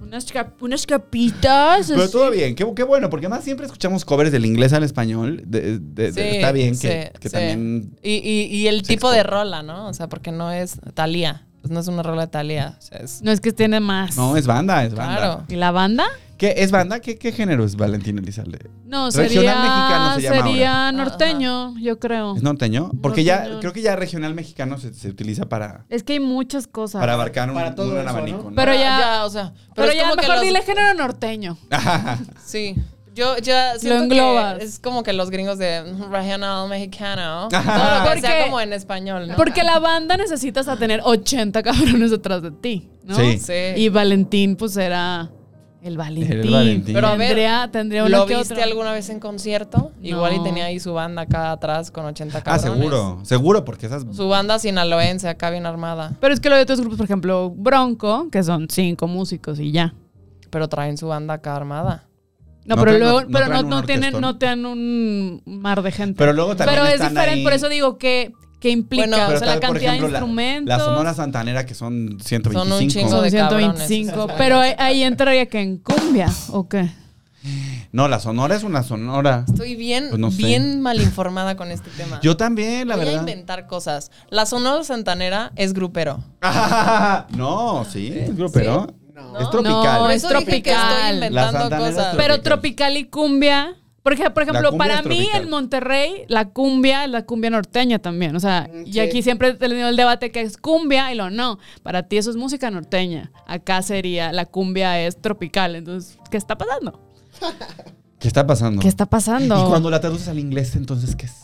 Speaker 5: unas, cap- unas capitas.
Speaker 4: Pero
Speaker 5: así.
Speaker 4: todo bien, qué, qué bueno, porque más siempre escuchamos covers del inglés al español. de- de- de-
Speaker 6: Sí,
Speaker 4: está bien que,
Speaker 6: sí,
Speaker 4: que
Speaker 6: sí.
Speaker 4: también
Speaker 6: Y, y, y el
Speaker 4: Se
Speaker 6: tipo de rola, ¿no? O sea, porque no es Talía. Pues no es una rola de Talía. O sea, es.
Speaker 5: No es que tiene más.
Speaker 4: No, es banda, es banda.
Speaker 6: Claro.
Speaker 5: ¿Y la banda?
Speaker 4: ¿Qué, ¿Es banda? ¿Qué, qué género es Valentín Elizalde?
Speaker 5: No,
Speaker 4: Regional
Speaker 5: sería,
Speaker 4: mexicano se llama
Speaker 5: sería norteño, yo creo.
Speaker 4: ¿Es norteño? Porque ya,
Speaker 5: Norteño.
Speaker 4: creo que ya regional mexicano se, se utiliza para,
Speaker 5: Es que hay muchas cosas.
Speaker 4: para abarcar un,
Speaker 1: Para todo
Speaker 4: un gran
Speaker 1: eso,
Speaker 4: abanico.
Speaker 1: ¿no?
Speaker 4: ¿no?
Speaker 5: Pero
Speaker 6: Ah,
Speaker 5: ya-
Speaker 6: o sea. Pero,
Speaker 5: Pero
Speaker 6: es
Speaker 5: ya
Speaker 6: como
Speaker 5: mejor
Speaker 6: que
Speaker 5: dile
Speaker 6: los,
Speaker 5: género norteño.
Speaker 4: Ah.
Speaker 6: Sí. Yo ya siento
Speaker 5: englobas.
Speaker 6: que es como que los gringos de "Mm, regional mexicano. Todo
Speaker 4: Ajá.
Speaker 6: lo que sea
Speaker 5: Porque-
Speaker 6: como en español, ¿no?
Speaker 5: Porque la banda necesitas a tener 80 cabrones detrás de ti, ¿no?
Speaker 4: Sí.
Speaker 6: Sí.
Speaker 5: Y Valentín, pues era el Valentín.
Speaker 4: Era el Valentín.
Speaker 6: Pero a ver,
Speaker 5: tendría, tendría uno
Speaker 6: ¿Lo
Speaker 5: que
Speaker 6: viste
Speaker 5: otro.
Speaker 6: alguna vez en concierto?
Speaker 5: No.
Speaker 6: Igual y tenía ahí su banda acá atrás con 80
Speaker 4: ah,
Speaker 6: cabrones.
Speaker 4: seguro, seguro, porque esas...
Speaker 6: Su banda sinaloense acá bien armada.
Speaker 5: Pero es que lo de otros grupos, por ejemplo, Bronco, que son cinco músicos y ya.
Speaker 6: Pero traen su banda acá armada.
Speaker 5: No,
Speaker 4: No
Speaker 5: pero
Speaker 4: traen-
Speaker 5: luego,
Speaker 4: no- no
Speaker 5: pero no,
Speaker 4: traen un
Speaker 5: no tienen,
Speaker 4: orquestón.
Speaker 5: no tienen un mar de gente.
Speaker 4: Pero luego también
Speaker 5: Pero es
Speaker 4: están
Speaker 5: diferente,
Speaker 4: ahí-
Speaker 5: por eso digo que, que implica,
Speaker 6: Bueno,
Speaker 5: o
Speaker 4: pero
Speaker 5: sea,
Speaker 4: tal-
Speaker 5: la
Speaker 4: por
Speaker 5: cantidad
Speaker 4: ejemplo,
Speaker 5: de
Speaker 4: la-
Speaker 5: instrumentos.
Speaker 4: La, Sonora Santanera, que son 125.
Speaker 6: Son un chingo
Speaker 5: son
Speaker 6: de cabrones.
Speaker 5: 125, pero ahí- ahí entraría que en cumbia, ¿o qué?
Speaker 4: No, la Sonora es una Sonora.
Speaker 6: Estoy bien,
Speaker 4: Pues no sé.
Speaker 6: bien mal informada con este tema.
Speaker 4: Yo también, la
Speaker 6: Voy a
Speaker 4: verdad.
Speaker 6: inventar cosas. La Sonora Santanera es grupero.
Speaker 4: no, sí, es grupero.
Speaker 6: ¿no?
Speaker 4: Es tropical.
Speaker 5: No,
Speaker 6: Por
Speaker 5: es
Speaker 6: eso dije que
Speaker 5: tropical.
Speaker 6: estoy
Speaker 4: La
Speaker 6: inventando
Speaker 4: Santanera es
Speaker 6: cosas.
Speaker 5: Pero tropical y cumbia. Porque, por ejemplo,
Speaker 4: cumbia
Speaker 5: para
Speaker 4: es
Speaker 5: mí
Speaker 4: tropical.
Speaker 5: en Monterrey, la cumbia es la cumbia norteña también. O sea,
Speaker 6: Mm,
Speaker 5: y aquí siempre he tenido el debate que es cumbia y lo no. Para ti eso es música norteña. Acá sería la cumbia es tropical. Entonces, ¿qué está pasando?
Speaker 4: ¿Qué está pasando?
Speaker 5: ¿Qué está pasando?
Speaker 4: Y cuando la traduces al inglés, entonces, ¿qué es?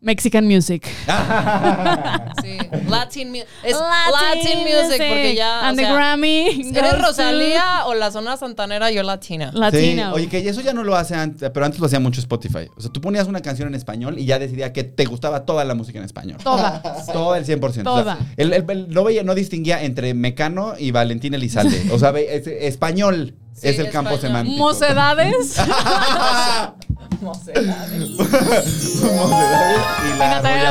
Speaker 5: Mexican music.
Speaker 6: Sí. Latin, mu- es
Speaker 5: Latin
Speaker 6: Latin, music, porque ya. o
Speaker 5: And the
Speaker 6: sea,
Speaker 5: Grammy. goes
Speaker 6: ¿Eres
Speaker 5: to
Speaker 6: Rosalía o la Sonora Santanera? Yo latina.
Speaker 5: Latina.
Speaker 4: Sí, oye, que eso ya no lo hace antes, pero antes lo hacía mucho Spotify. O sea, tú ponías una canción en español y ya decidía que te gustaba toda la música en español.
Speaker 5: Toda.
Speaker 4: Todo el 100%. O sea,
Speaker 5: Toda.
Speaker 4: él- él- él no, veía, no distinguía entre Mecano y Valentín Elizalde. O sea, ve- es- español
Speaker 6: Sí,
Speaker 4: es el campo
Speaker 6: español.
Speaker 4: semántico.
Speaker 5: Mocedades.
Speaker 6: No sé.
Speaker 4: Mocedades y la
Speaker 5: Y Natalia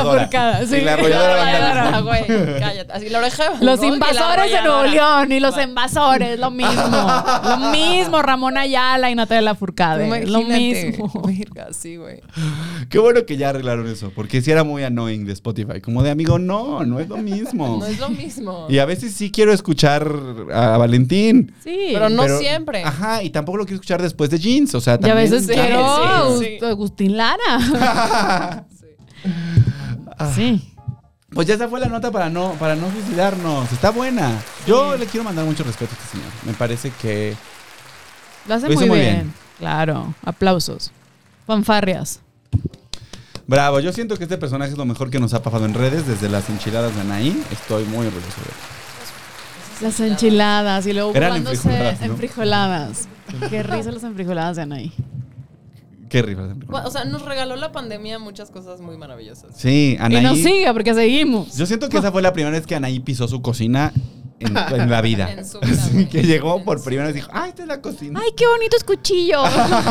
Speaker 4: arrolladora.
Speaker 5: Lafourcade, sí.
Speaker 4: Y la arrolladora Vandalismo.
Speaker 6: Ah, güey, cállate. Así la oreja. de
Speaker 5: Los
Speaker 6: Van Gogh y la
Speaker 5: invasores de Nuevo
Speaker 6: arrolladora.
Speaker 5: León y los invasores, lo mismo. Lo mismo, Ramón Ayala y Natalia Furcade. Lo
Speaker 6: Imagínate.
Speaker 5: mismo.
Speaker 6: Verga, sí, güey.
Speaker 4: Qué bueno que ya arreglaron eso, porque sí era muy annoying de Spotify. Como de amigo, no, no es lo mismo.
Speaker 6: No es lo mismo.
Speaker 4: Y a veces sí quiero escuchar a Valentín.
Speaker 5: Sí.
Speaker 6: Pero no siempre.
Speaker 4: Ajá, y tampoco lo quiero escuchar después de jeans. O sea,
Speaker 5: y a
Speaker 4: también.
Speaker 5: veces
Speaker 6: Sí,
Speaker 5: quiero
Speaker 6: sí, sí.
Speaker 5: August- Agustín Lara. Sí.
Speaker 4: Pues ya esa fue la nota para no, para no suicidarnos. Está buena. Yo le quiero mandar mucho respeto a este señor. Me parece que.
Speaker 5: Lo hace
Speaker 4: Lo hizo
Speaker 5: muy,
Speaker 4: muy
Speaker 5: bien.
Speaker 4: bien.
Speaker 5: Claro. Aplausos. Fanfarrias.
Speaker 4: Bravo, yo siento que este personaje es lo mejor que nos ha pasado en redes desde las enchiladas de Anaí. Estoy muy orgulloso de él.
Speaker 5: Las enchiladas y luego
Speaker 4: Eran
Speaker 5: burlándose
Speaker 4: enfrijoladas, ¿no?
Speaker 5: enfrijoladas. Qué risa las enfrijoladas de Anaí.
Speaker 4: Qué rifa.
Speaker 6: O sea, nos regaló la pandemia muchas cosas muy maravillosas.
Speaker 4: Sí, Anaí.
Speaker 5: Y nos sigue porque seguimos.
Speaker 4: Yo siento que esa fue la primera vez que Anaí pisó su cocina en, en la vida.
Speaker 6: En su vida, güey.
Speaker 4: que llegó por
Speaker 6: En su
Speaker 4: primera vez y dijo, ¡ay, esta es la cocina!
Speaker 5: ¡Ay, qué bonitos cuchillos!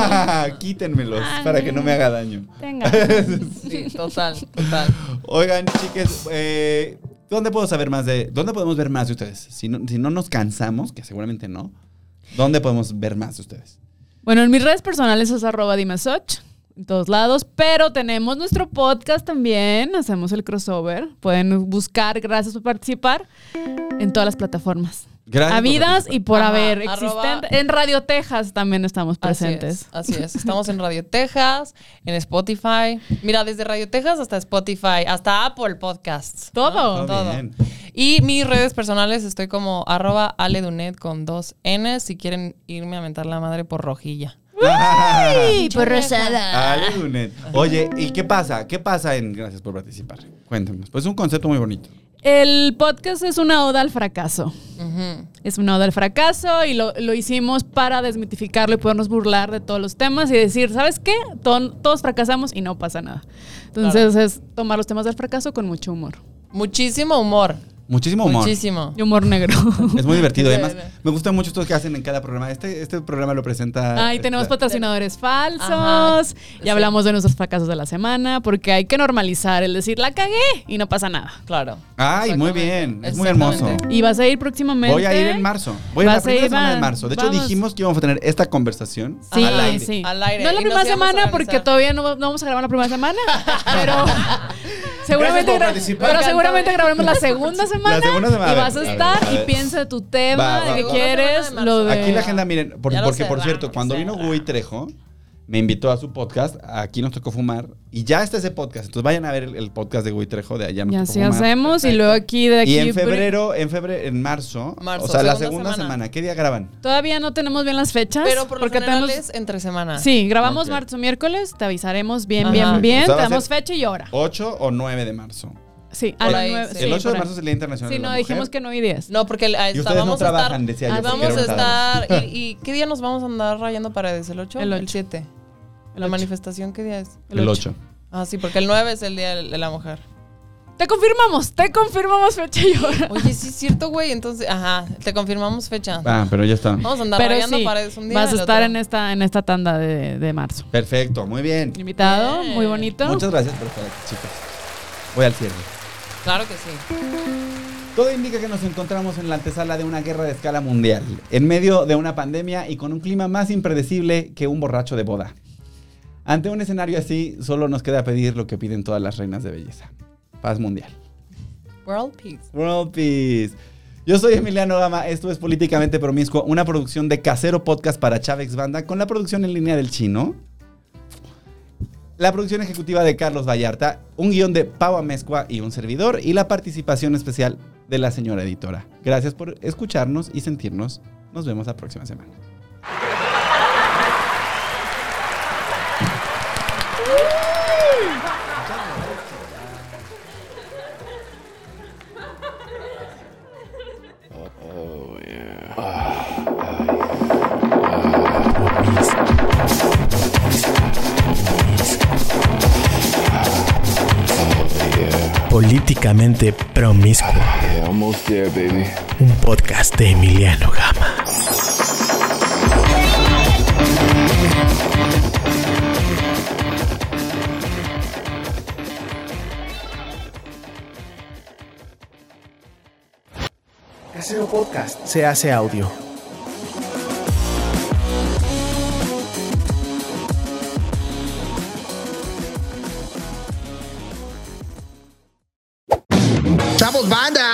Speaker 4: Quítenmelos para que no me haga daño.
Speaker 5: Tenga.
Speaker 6: Sí, total, total.
Speaker 4: Oigan, chiques, eh, ¿dónde puedo saber más de. ¿Dónde podemos ver más de ustedes? Si no, si no nos cansamos, que seguramente no, ¿dónde podemos ver más de ustedes?
Speaker 5: Bueno, en mis redes personales es arroba dimesoch, en todos lados, pero tenemos nuestro podcast también, hacemos el crossover, pueden buscar, gracias por participar, en todas las plataformas.
Speaker 4: Gracias por
Speaker 5: Habidas
Speaker 4: participar.
Speaker 5: y por
Speaker 6: Ajá,
Speaker 5: haber,
Speaker 6: arroba-
Speaker 5: existen, en Radio Texas también estamos
Speaker 6: Así
Speaker 5: presentes.
Speaker 6: es, Así es, Estamos en Radio Texas, en Spotify. Mira, desde Radio Texas hasta Spotify, hasta Apple Podcasts.
Speaker 5: Todo.
Speaker 6: Todo.
Speaker 4: Bien.
Speaker 6: Y mis redes personales estoy como arroba aledunet con dos N si quieren irme a mentar la madre por rojilla.
Speaker 5: Y por Rosada.
Speaker 4: Ale Dunet. Oye, ¿y qué pasa? ¿Qué pasa en Gracias por participar? Cuéntanos. Pues es un concepto muy bonito.
Speaker 5: El podcast es una oda al fracaso. Es una oda al fracaso y lo, lo hicimos para desmitificarlo y podernos burlar de todos los temas y decir, ¿sabes qué? Ton- todos fracasamos y no pasa nada. Entonces es tomar los temas del fracaso con mucho humor.
Speaker 6: Muchísimo humor.
Speaker 4: Muchísimo humor.
Speaker 6: Muchísimo.
Speaker 5: Y humor negro.
Speaker 4: Es muy divertido.
Speaker 6: Sí,
Speaker 4: Además,
Speaker 6: sí.
Speaker 4: me gusta mucho esto que hacen en cada programa. Este, este programa lo presenta. este,
Speaker 5: Ahí tenemos
Speaker 4: esta-
Speaker 5: patrocinadores falsos
Speaker 6: Ajá.
Speaker 5: y hablamos de nuestros fracasos de la semana porque hay que normalizar el decir, la cagué y no pasa nada.
Speaker 6: Claro.
Speaker 4: Ay, muy bien. Es muy hermoso.
Speaker 6: Exactamente.
Speaker 5: Y vas a ir próximamente.
Speaker 4: Voy a ir en marzo. Voy a
Speaker 5: Vas
Speaker 4: la primera
Speaker 5: ir,
Speaker 4: semana de
Speaker 5: va-
Speaker 4: marzo. De hecho,
Speaker 5: vamos.
Speaker 4: dijimos que íbamos a tener esta conversación
Speaker 5: Sí,
Speaker 4: al aire.
Speaker 5: sí.
Speaker 6: Al aire.
Speaker 5: No es
Speaker 6: Y
Speaker 5: la
Speaker 6: nos
Speaker 5: primera
Speaker 6: íbamos a
Speaker 5: semana
Speaker 6: organizar.
Speaker 5: porque todavía no, no vamos a grabar la primera semana, pero seguramente,
Speaker 4: por
Speaker 5: gra-
Speaker 4: participar.
Speaker 5: pero
Speaker 6: Me
Speaker 5: seguramente
Speaker 6: encanta.
Speaker 5: grabaremos la segunda semana,
Speaker 4: segunda semana.
Speaker 5: y vas a
Speaker 4: A ver,
Speaker 5: estar
Speaker 4: a ver.
Speaker 5: y piensa de tu tema,
Speaker 4: Va, va,
Speaker 5: de qué
Speaker 4: va.
Speaker 5: quieres,
Speaker 6: Segunda semana de
Speaker 5: lo de...
Speaker 6: marzo.
Speaker 4: Aquí la agenda, miren, por-
Speaker 6: Ya lo
Speaker 4: porque por
Speaker 6: cerramos,
Speaker 4: cierto, cuando
Speaker 6: cerramos.
Speaker 4: vino Gui Trejo, me invitó a su podcast, aquí nos tocó fumar, y ya está ese podcast. Entonces vayan a ver el, el podcast de Gui Trejo de allá nos
Speaker 5: Y
Speaker 4: tocó
Speaker 5: así
Speaker 4: fumar.
Speaker 5: hacemos y
Speaker 6: Perfecto.
Speaker 5: luego aquí de aquí...
Speaker 4: Y en
Speaker 5: brin-
Speaker 4: febrero, en febrero, en marzo,
Speaker 6: Marzo,
Speaker 4: o sea, la
Speaker 6: segunda
Speaker 4: segunda semana.
Speaker 6: semana.
Speaker 4: ¿qué día graban?
Speaker 5: Todavía no tenemos bien las fechas.
Speaker 6: Pero por lo
Speaker 5: porque
Speaker 6: general
Speaker 5: tenemos... Ah.
Speaker 6: es entre semana.
Speaker 5: Sí, grabamos
Speaker 4: Ok.
Speaker 5: marzo, miércoles, te avisaremos bien,
Speaker 6: Ajá.
Speaker 5: bien, bien,
Speaker 4: O sea, va a
Speaker 5: tenemos
Speaker 4: ser-
Speaker 5: fecha y hora.
Speaker 4: 8 o 9 de marzo.
Speaker 5: Sí,
Speaker 6: Por
Speaker 5: a
Speaker 6: ahí,
Speaker 5: las nueve-
Speaker 6: sí.
Speaker 5: sí,
Speaker 4: el 8
Speaker 5: por
Speaker 4: de
Speaker 5: ahí.
Speaker 4: marzo es el Día Internacional
Speaker 5: Sí,
Speaker 4: de
Speaker 5: no,
Speaker 4: la
Speaker 5: dijimos
Speaker 4: Mujer.
Speaker 5: que no y 10.
Speaker 6: No, porque ah,
Speaker 4: Y
Speaker 6: está-
Speaker 4: ustedes no
Speaker 6: vamos a
Speaker 4: trabajan,
Speaker 6: estar.
Speaker 4: decía yo,
Speaker 6: ah,
Speaker 4: porque
Speaker 6: vamos a
Speaker 4: quiero trabajar.
Speaker 6: estar. ¿y, y qué día nos vamos a andar rayando paredes? ¿El 8?
Speaker 5: El ocho.
Speaker 6: 7.
Speaker 5: El
Speaker 6: ¿La
Speaker 5: ocho.
Speaker 6: manifestación qué día es?
Speaker 5: El ocho.
Speaker 6: Ah, sí, porque el 9 es el día de la mujer.
Speaker 5: Te confirmamos, te confirmamos fecha y hora.
Speaker 6: Oye, sí es cierto, güey. Entonces, ajá, te confirmamos fecha.
Speaker 4: Ah, pero ya está.
Speaker 5: Oh.
Speaker 6: Vamos a andar
Speaker 5: Pero
Speaker 6: rayando
Speaker 5: sí,
Speaker 6: paredes un día.
Speaker 5: vas a
Speaker 6: el
Speaker 5: estar
Speaker 6: otro.
Speaker 5: en esta, en esta tanda de, de marzo.
Speaker 4: Perfecto, muy bien.
Speaker 5: Invitado,
Speaker 6: Bien.
Speaker 5: muy bonito.
Speaker 4: Muchas gracias por estar aquí, chicos. Voy al cierre.
Speaker 6: Claro que sí.
Speaker 4: Todo indica que nos encontramos en la antesala de una guerra de escala mundial, en medio de una pandemia y con un clima más impredecible que un borracho de boda. Ante un escenario así, solo nos queda pedir lo que piden todas las reinas de belleza. Paz mundial.
Speaker 6: World Peace.
Speaker 4: World Peace. Yo soy Emiliano Gama, esto es Políticamente Promiscuo, una producción de Casero Podcast para Chávez Banda, con la producción en línea del chino, la producción ejecutiva de Carlos Vallarta, un guión de Pau Amezcua y un servidor, y la participación especial de la señora editora. Gracias por escucharnos y sentirnos. Nos vemos la próxima semana.
Speaker 7: Políticamente Promiscuo,
Speaker 3: Yeah, almost there, baby.
Speaker 7: un podcast de Emiliano Gama. Casero Podcast se hace audio.
Speaker 2: Chavos, banda.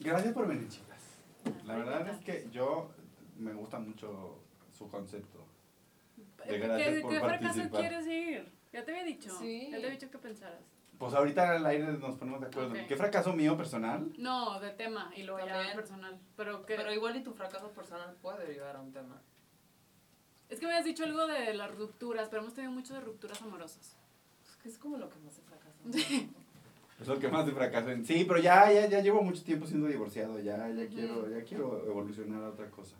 Speaker 4: Gracias por venir, chicas. La verdad es que yo me gusta mucho su concepto. De gracias por participar.
Speaker 5: ir? Ya te había dicho.
Speaker 6: Sí. Ya te había
Speaker 5: dicho que pensaras.
Speaker 4: Pues ahorita al aire nos ponemos de acuerdo.
Speaker 5: Ok.
Speaker 4: ¿Qué fracaso mío personal?
Speaker 5: No, de tema y luego
Speaker 6: ya También.
Speaker 5: personal. Pero que
Speaker 6: Pero igual y tu fracaso personal puede derivar a un tema.
Speaker 5: es que me habías dicho algo de las rupturas, pero hemos tenido mucho de rupturas amorosas.
Speaker 6: Es que es como lo que más se fracasa.
Speaker 4: Es lo que más de fracaso en. Sí, pero ya, ya, ya llevo mucho tiempo siendo divorciado. Ya, ya quiero, ya quiero evolucionar a otra cosa.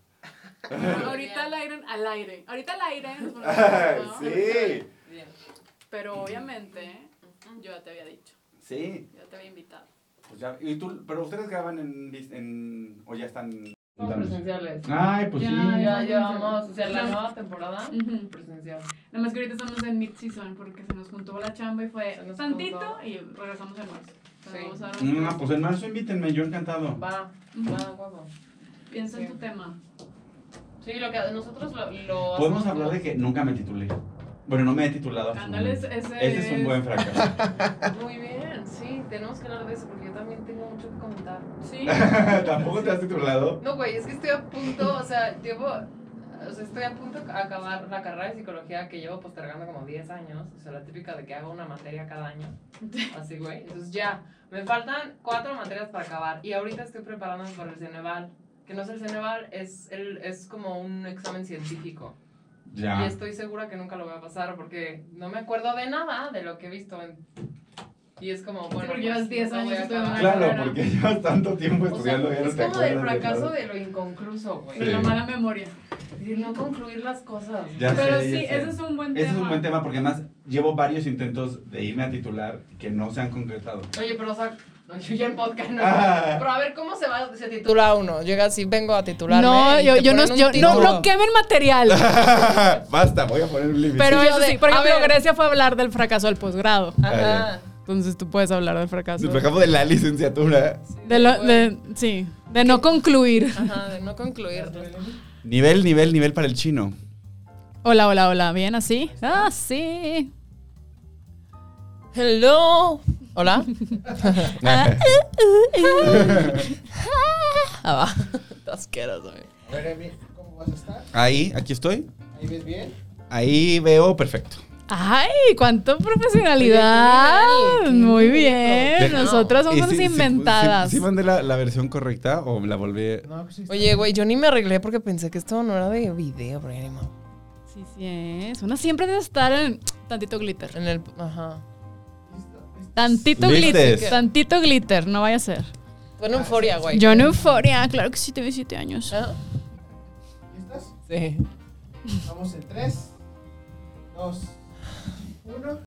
Speaker 5: Ahorita al aire, al aire. Ahorita al aire. nos ponemos de acuerdo,
Speaker 4: sí,
Speaker 6: Bien.
Speaker 5: Pero obviamente yo ya te había dicho,
Speaker 4: sí.
Speaker 5: ya te había invitado.
Speaker 4: Pues ya. ¿Y tú? Pero ustedes graban en, dis- en o ya están.
Speaker 6: Somos presenciales.
Speaker 4: Ay, pues sí.
Speaker 6: Ya llevamos, o sea, la nueva temporada
Speaker 5: Ujú.
Speaker 6: presencial.
Speaker 5: Nada más que ahorita estamos en mid-season porque se nos juntó la chamba y fue
Speaker 6: Se nos
Speaker 5: tantito
Speaker 6: juntó.
Speaker 5: y regresamos en marzo. Pero
Speaker 6: Sí.
Speaker 5: vamos a dar un-
Speaker 4: No, pues en marzo invítenme, yo encantado.
Speaker 6: Va, va, Ah, guapo.
Speaker 5: Piensa en tu
Speaker 6: Sí.
Speaker 5: tema.
Speaker 6: Sí, lo que nosotros lo, lo
Speaker 4: Podemos
Speaker 6: hacemos
Speaker 4: hablar de
Speaker 6: como-
Speaker 4: que nunca me titulé. Bueno, no me he titulado.
Speaker 5: Ándale, ese-
Speaker 4: Ese es un buen fracaso.
Speaker 6: Muy bien, sí, tenemos que hablar de eso porque yo también tengo mucho que comentar.
Speaker 5: Sí.
Speaker 4: ¿Tampoco te has titulado?
Speaker 6: No, güey, es que estoy a punto, o sea, llevo, o sea, estoy a punto de acabar la carrera de psicología que llevo postergando como 10 años, o sea, la típica de que hago una materia cada año, así, güey. Entonces ya, me faltan cuatro materias para acabar y ahorita estoy preparándome para el Ceneval, que no es el Ceneval, es, el, es como un examen científico. Y
Speaker 4: Ya.
Speaker 6: estoy segura que nunca lo voy a pasar porque no me acuerdo de nada de lo que he visto. en- Y es como, bueno.
Speaker 5: porque llevas 10
Speaker 6: nunca
Speaker 5: años
Speaker 6: voy a
Speaker 5: estudiando
Speaker 6: acabar.
Speaker 4: Claro, porque llevas tanto tiempo
Speaker 6: O sea,
Speaker 4: estudiando ya no
Speaker 6: es
Speaker 4: te
Speaker 6: como del
Speaker 4: acuerdas de
Speaker 6: fracaso
Speaker 4: nada.
Speaker 6: de lo inconcluso, güey.
Speaker 5: De la
Speaker 4: Sí.
Speaker 5: mala memoria.
Speaker 6: De no concluir las cosas.
Speaker 4: Ya
Speaker 5: Pero
Speaker 4: sé, ya
Speaker 5: sí,
Speaker 4: sé.
Speaker 5: ese es un buen
Speaker 4: Ese
Speaker 5: tema.
Speaker 4: es un buen tema porque además llevo varios intentos de irme a titular que no se han concretado.
Speaker 6: Oye, pero o sea, no, yo ya en podcast no.
Speaker 4: Ah.
Speaker 6: Pero a ver cómo se va, se titula uno. Llega así, vengo a titularme.
Speaker 5: No,
Speaker 6: y
Speaker 5: yo,
Speaker 6: te
Speaker 5: yo no,
Speaker 6: ponen un
Speaker 5: yo, no
Speaker 6: título.
Speaker 5: bloqueen el material.
Speaker 4: Basta, voy a poner un límite.
Speaker 5: Pero
Speaker 6: Sí,
Speaker 5: eso
Speaker 6: yo de,
Speaker 5: sí, por
Speaker 6: a
Speaker 5: ejemplo,
Speaker 6: ver.
Speaker 5: Grecia fue a hablar del fracaso del posgrado.
Speaker 4: Ah,
Speaker 6: Ajá.
Speaker 5: Entonces tú puedes hablar del fracaso.
Speaker 4: de la licenciatura.
Speaker 5: De lo- de- sí, de no concluir.
Speaker 6: Ajá, de no concluir.
Speaker 4: Nivel, nivel, nivel para el chino.
Speaker 5: Hola, hola, hola. ¿Bien así? Ah, sí.
Speaker 6: Hello. Hola. Ah, va. Te asqueras, güey.
Speaker 8: A ver, Emi, ¿cómo vas a estar?
Speaker 4: Ahí, aquí estoy.
Speaker 8: ¿Ahí ves bien?
Speaker 4: Ahí veo perfecto.
Speaker 5: Ay, cuánto profesionalidad.
Speaker 6: Oye, qué nivel, qué
Speaker 5: Muy
Speaker 6: nivel.
Speaker 5: bien.
Speaker 6: Pero-
Speaker 5: Nosotras somos
Speaker 4: Y sí- sí-
Speaker 5: inventadas.
Speaker 4: ¿Sí, sí mandé la, la versión correcta o me la volví?
Speaker 8: No, pues sí.
Speaker 6: Oye, güey, yo ni me arreglé porque pensé que esto no era de video, pero ya ni modo.
Speaker 5: Sí, sí es. Una siempre debe estar en tantito glitter.
Speaker 6: En el. Ajá.
Speaker 5: Tantito
Speaker 4: Listes.
Speaker 5: glitter. Tantito glitter, no vaya a ser.
Speaker 6: Ah, Fue en euforia, güey.
Speaker 5: Yo en euforia, claro que sí, tuve siete años.
Speaker 6: Ah,
Speaker 8: ¿Listas?
Speaker 6: Sí. Sí.
Speaker 1: Vamos en 3, 2, 1.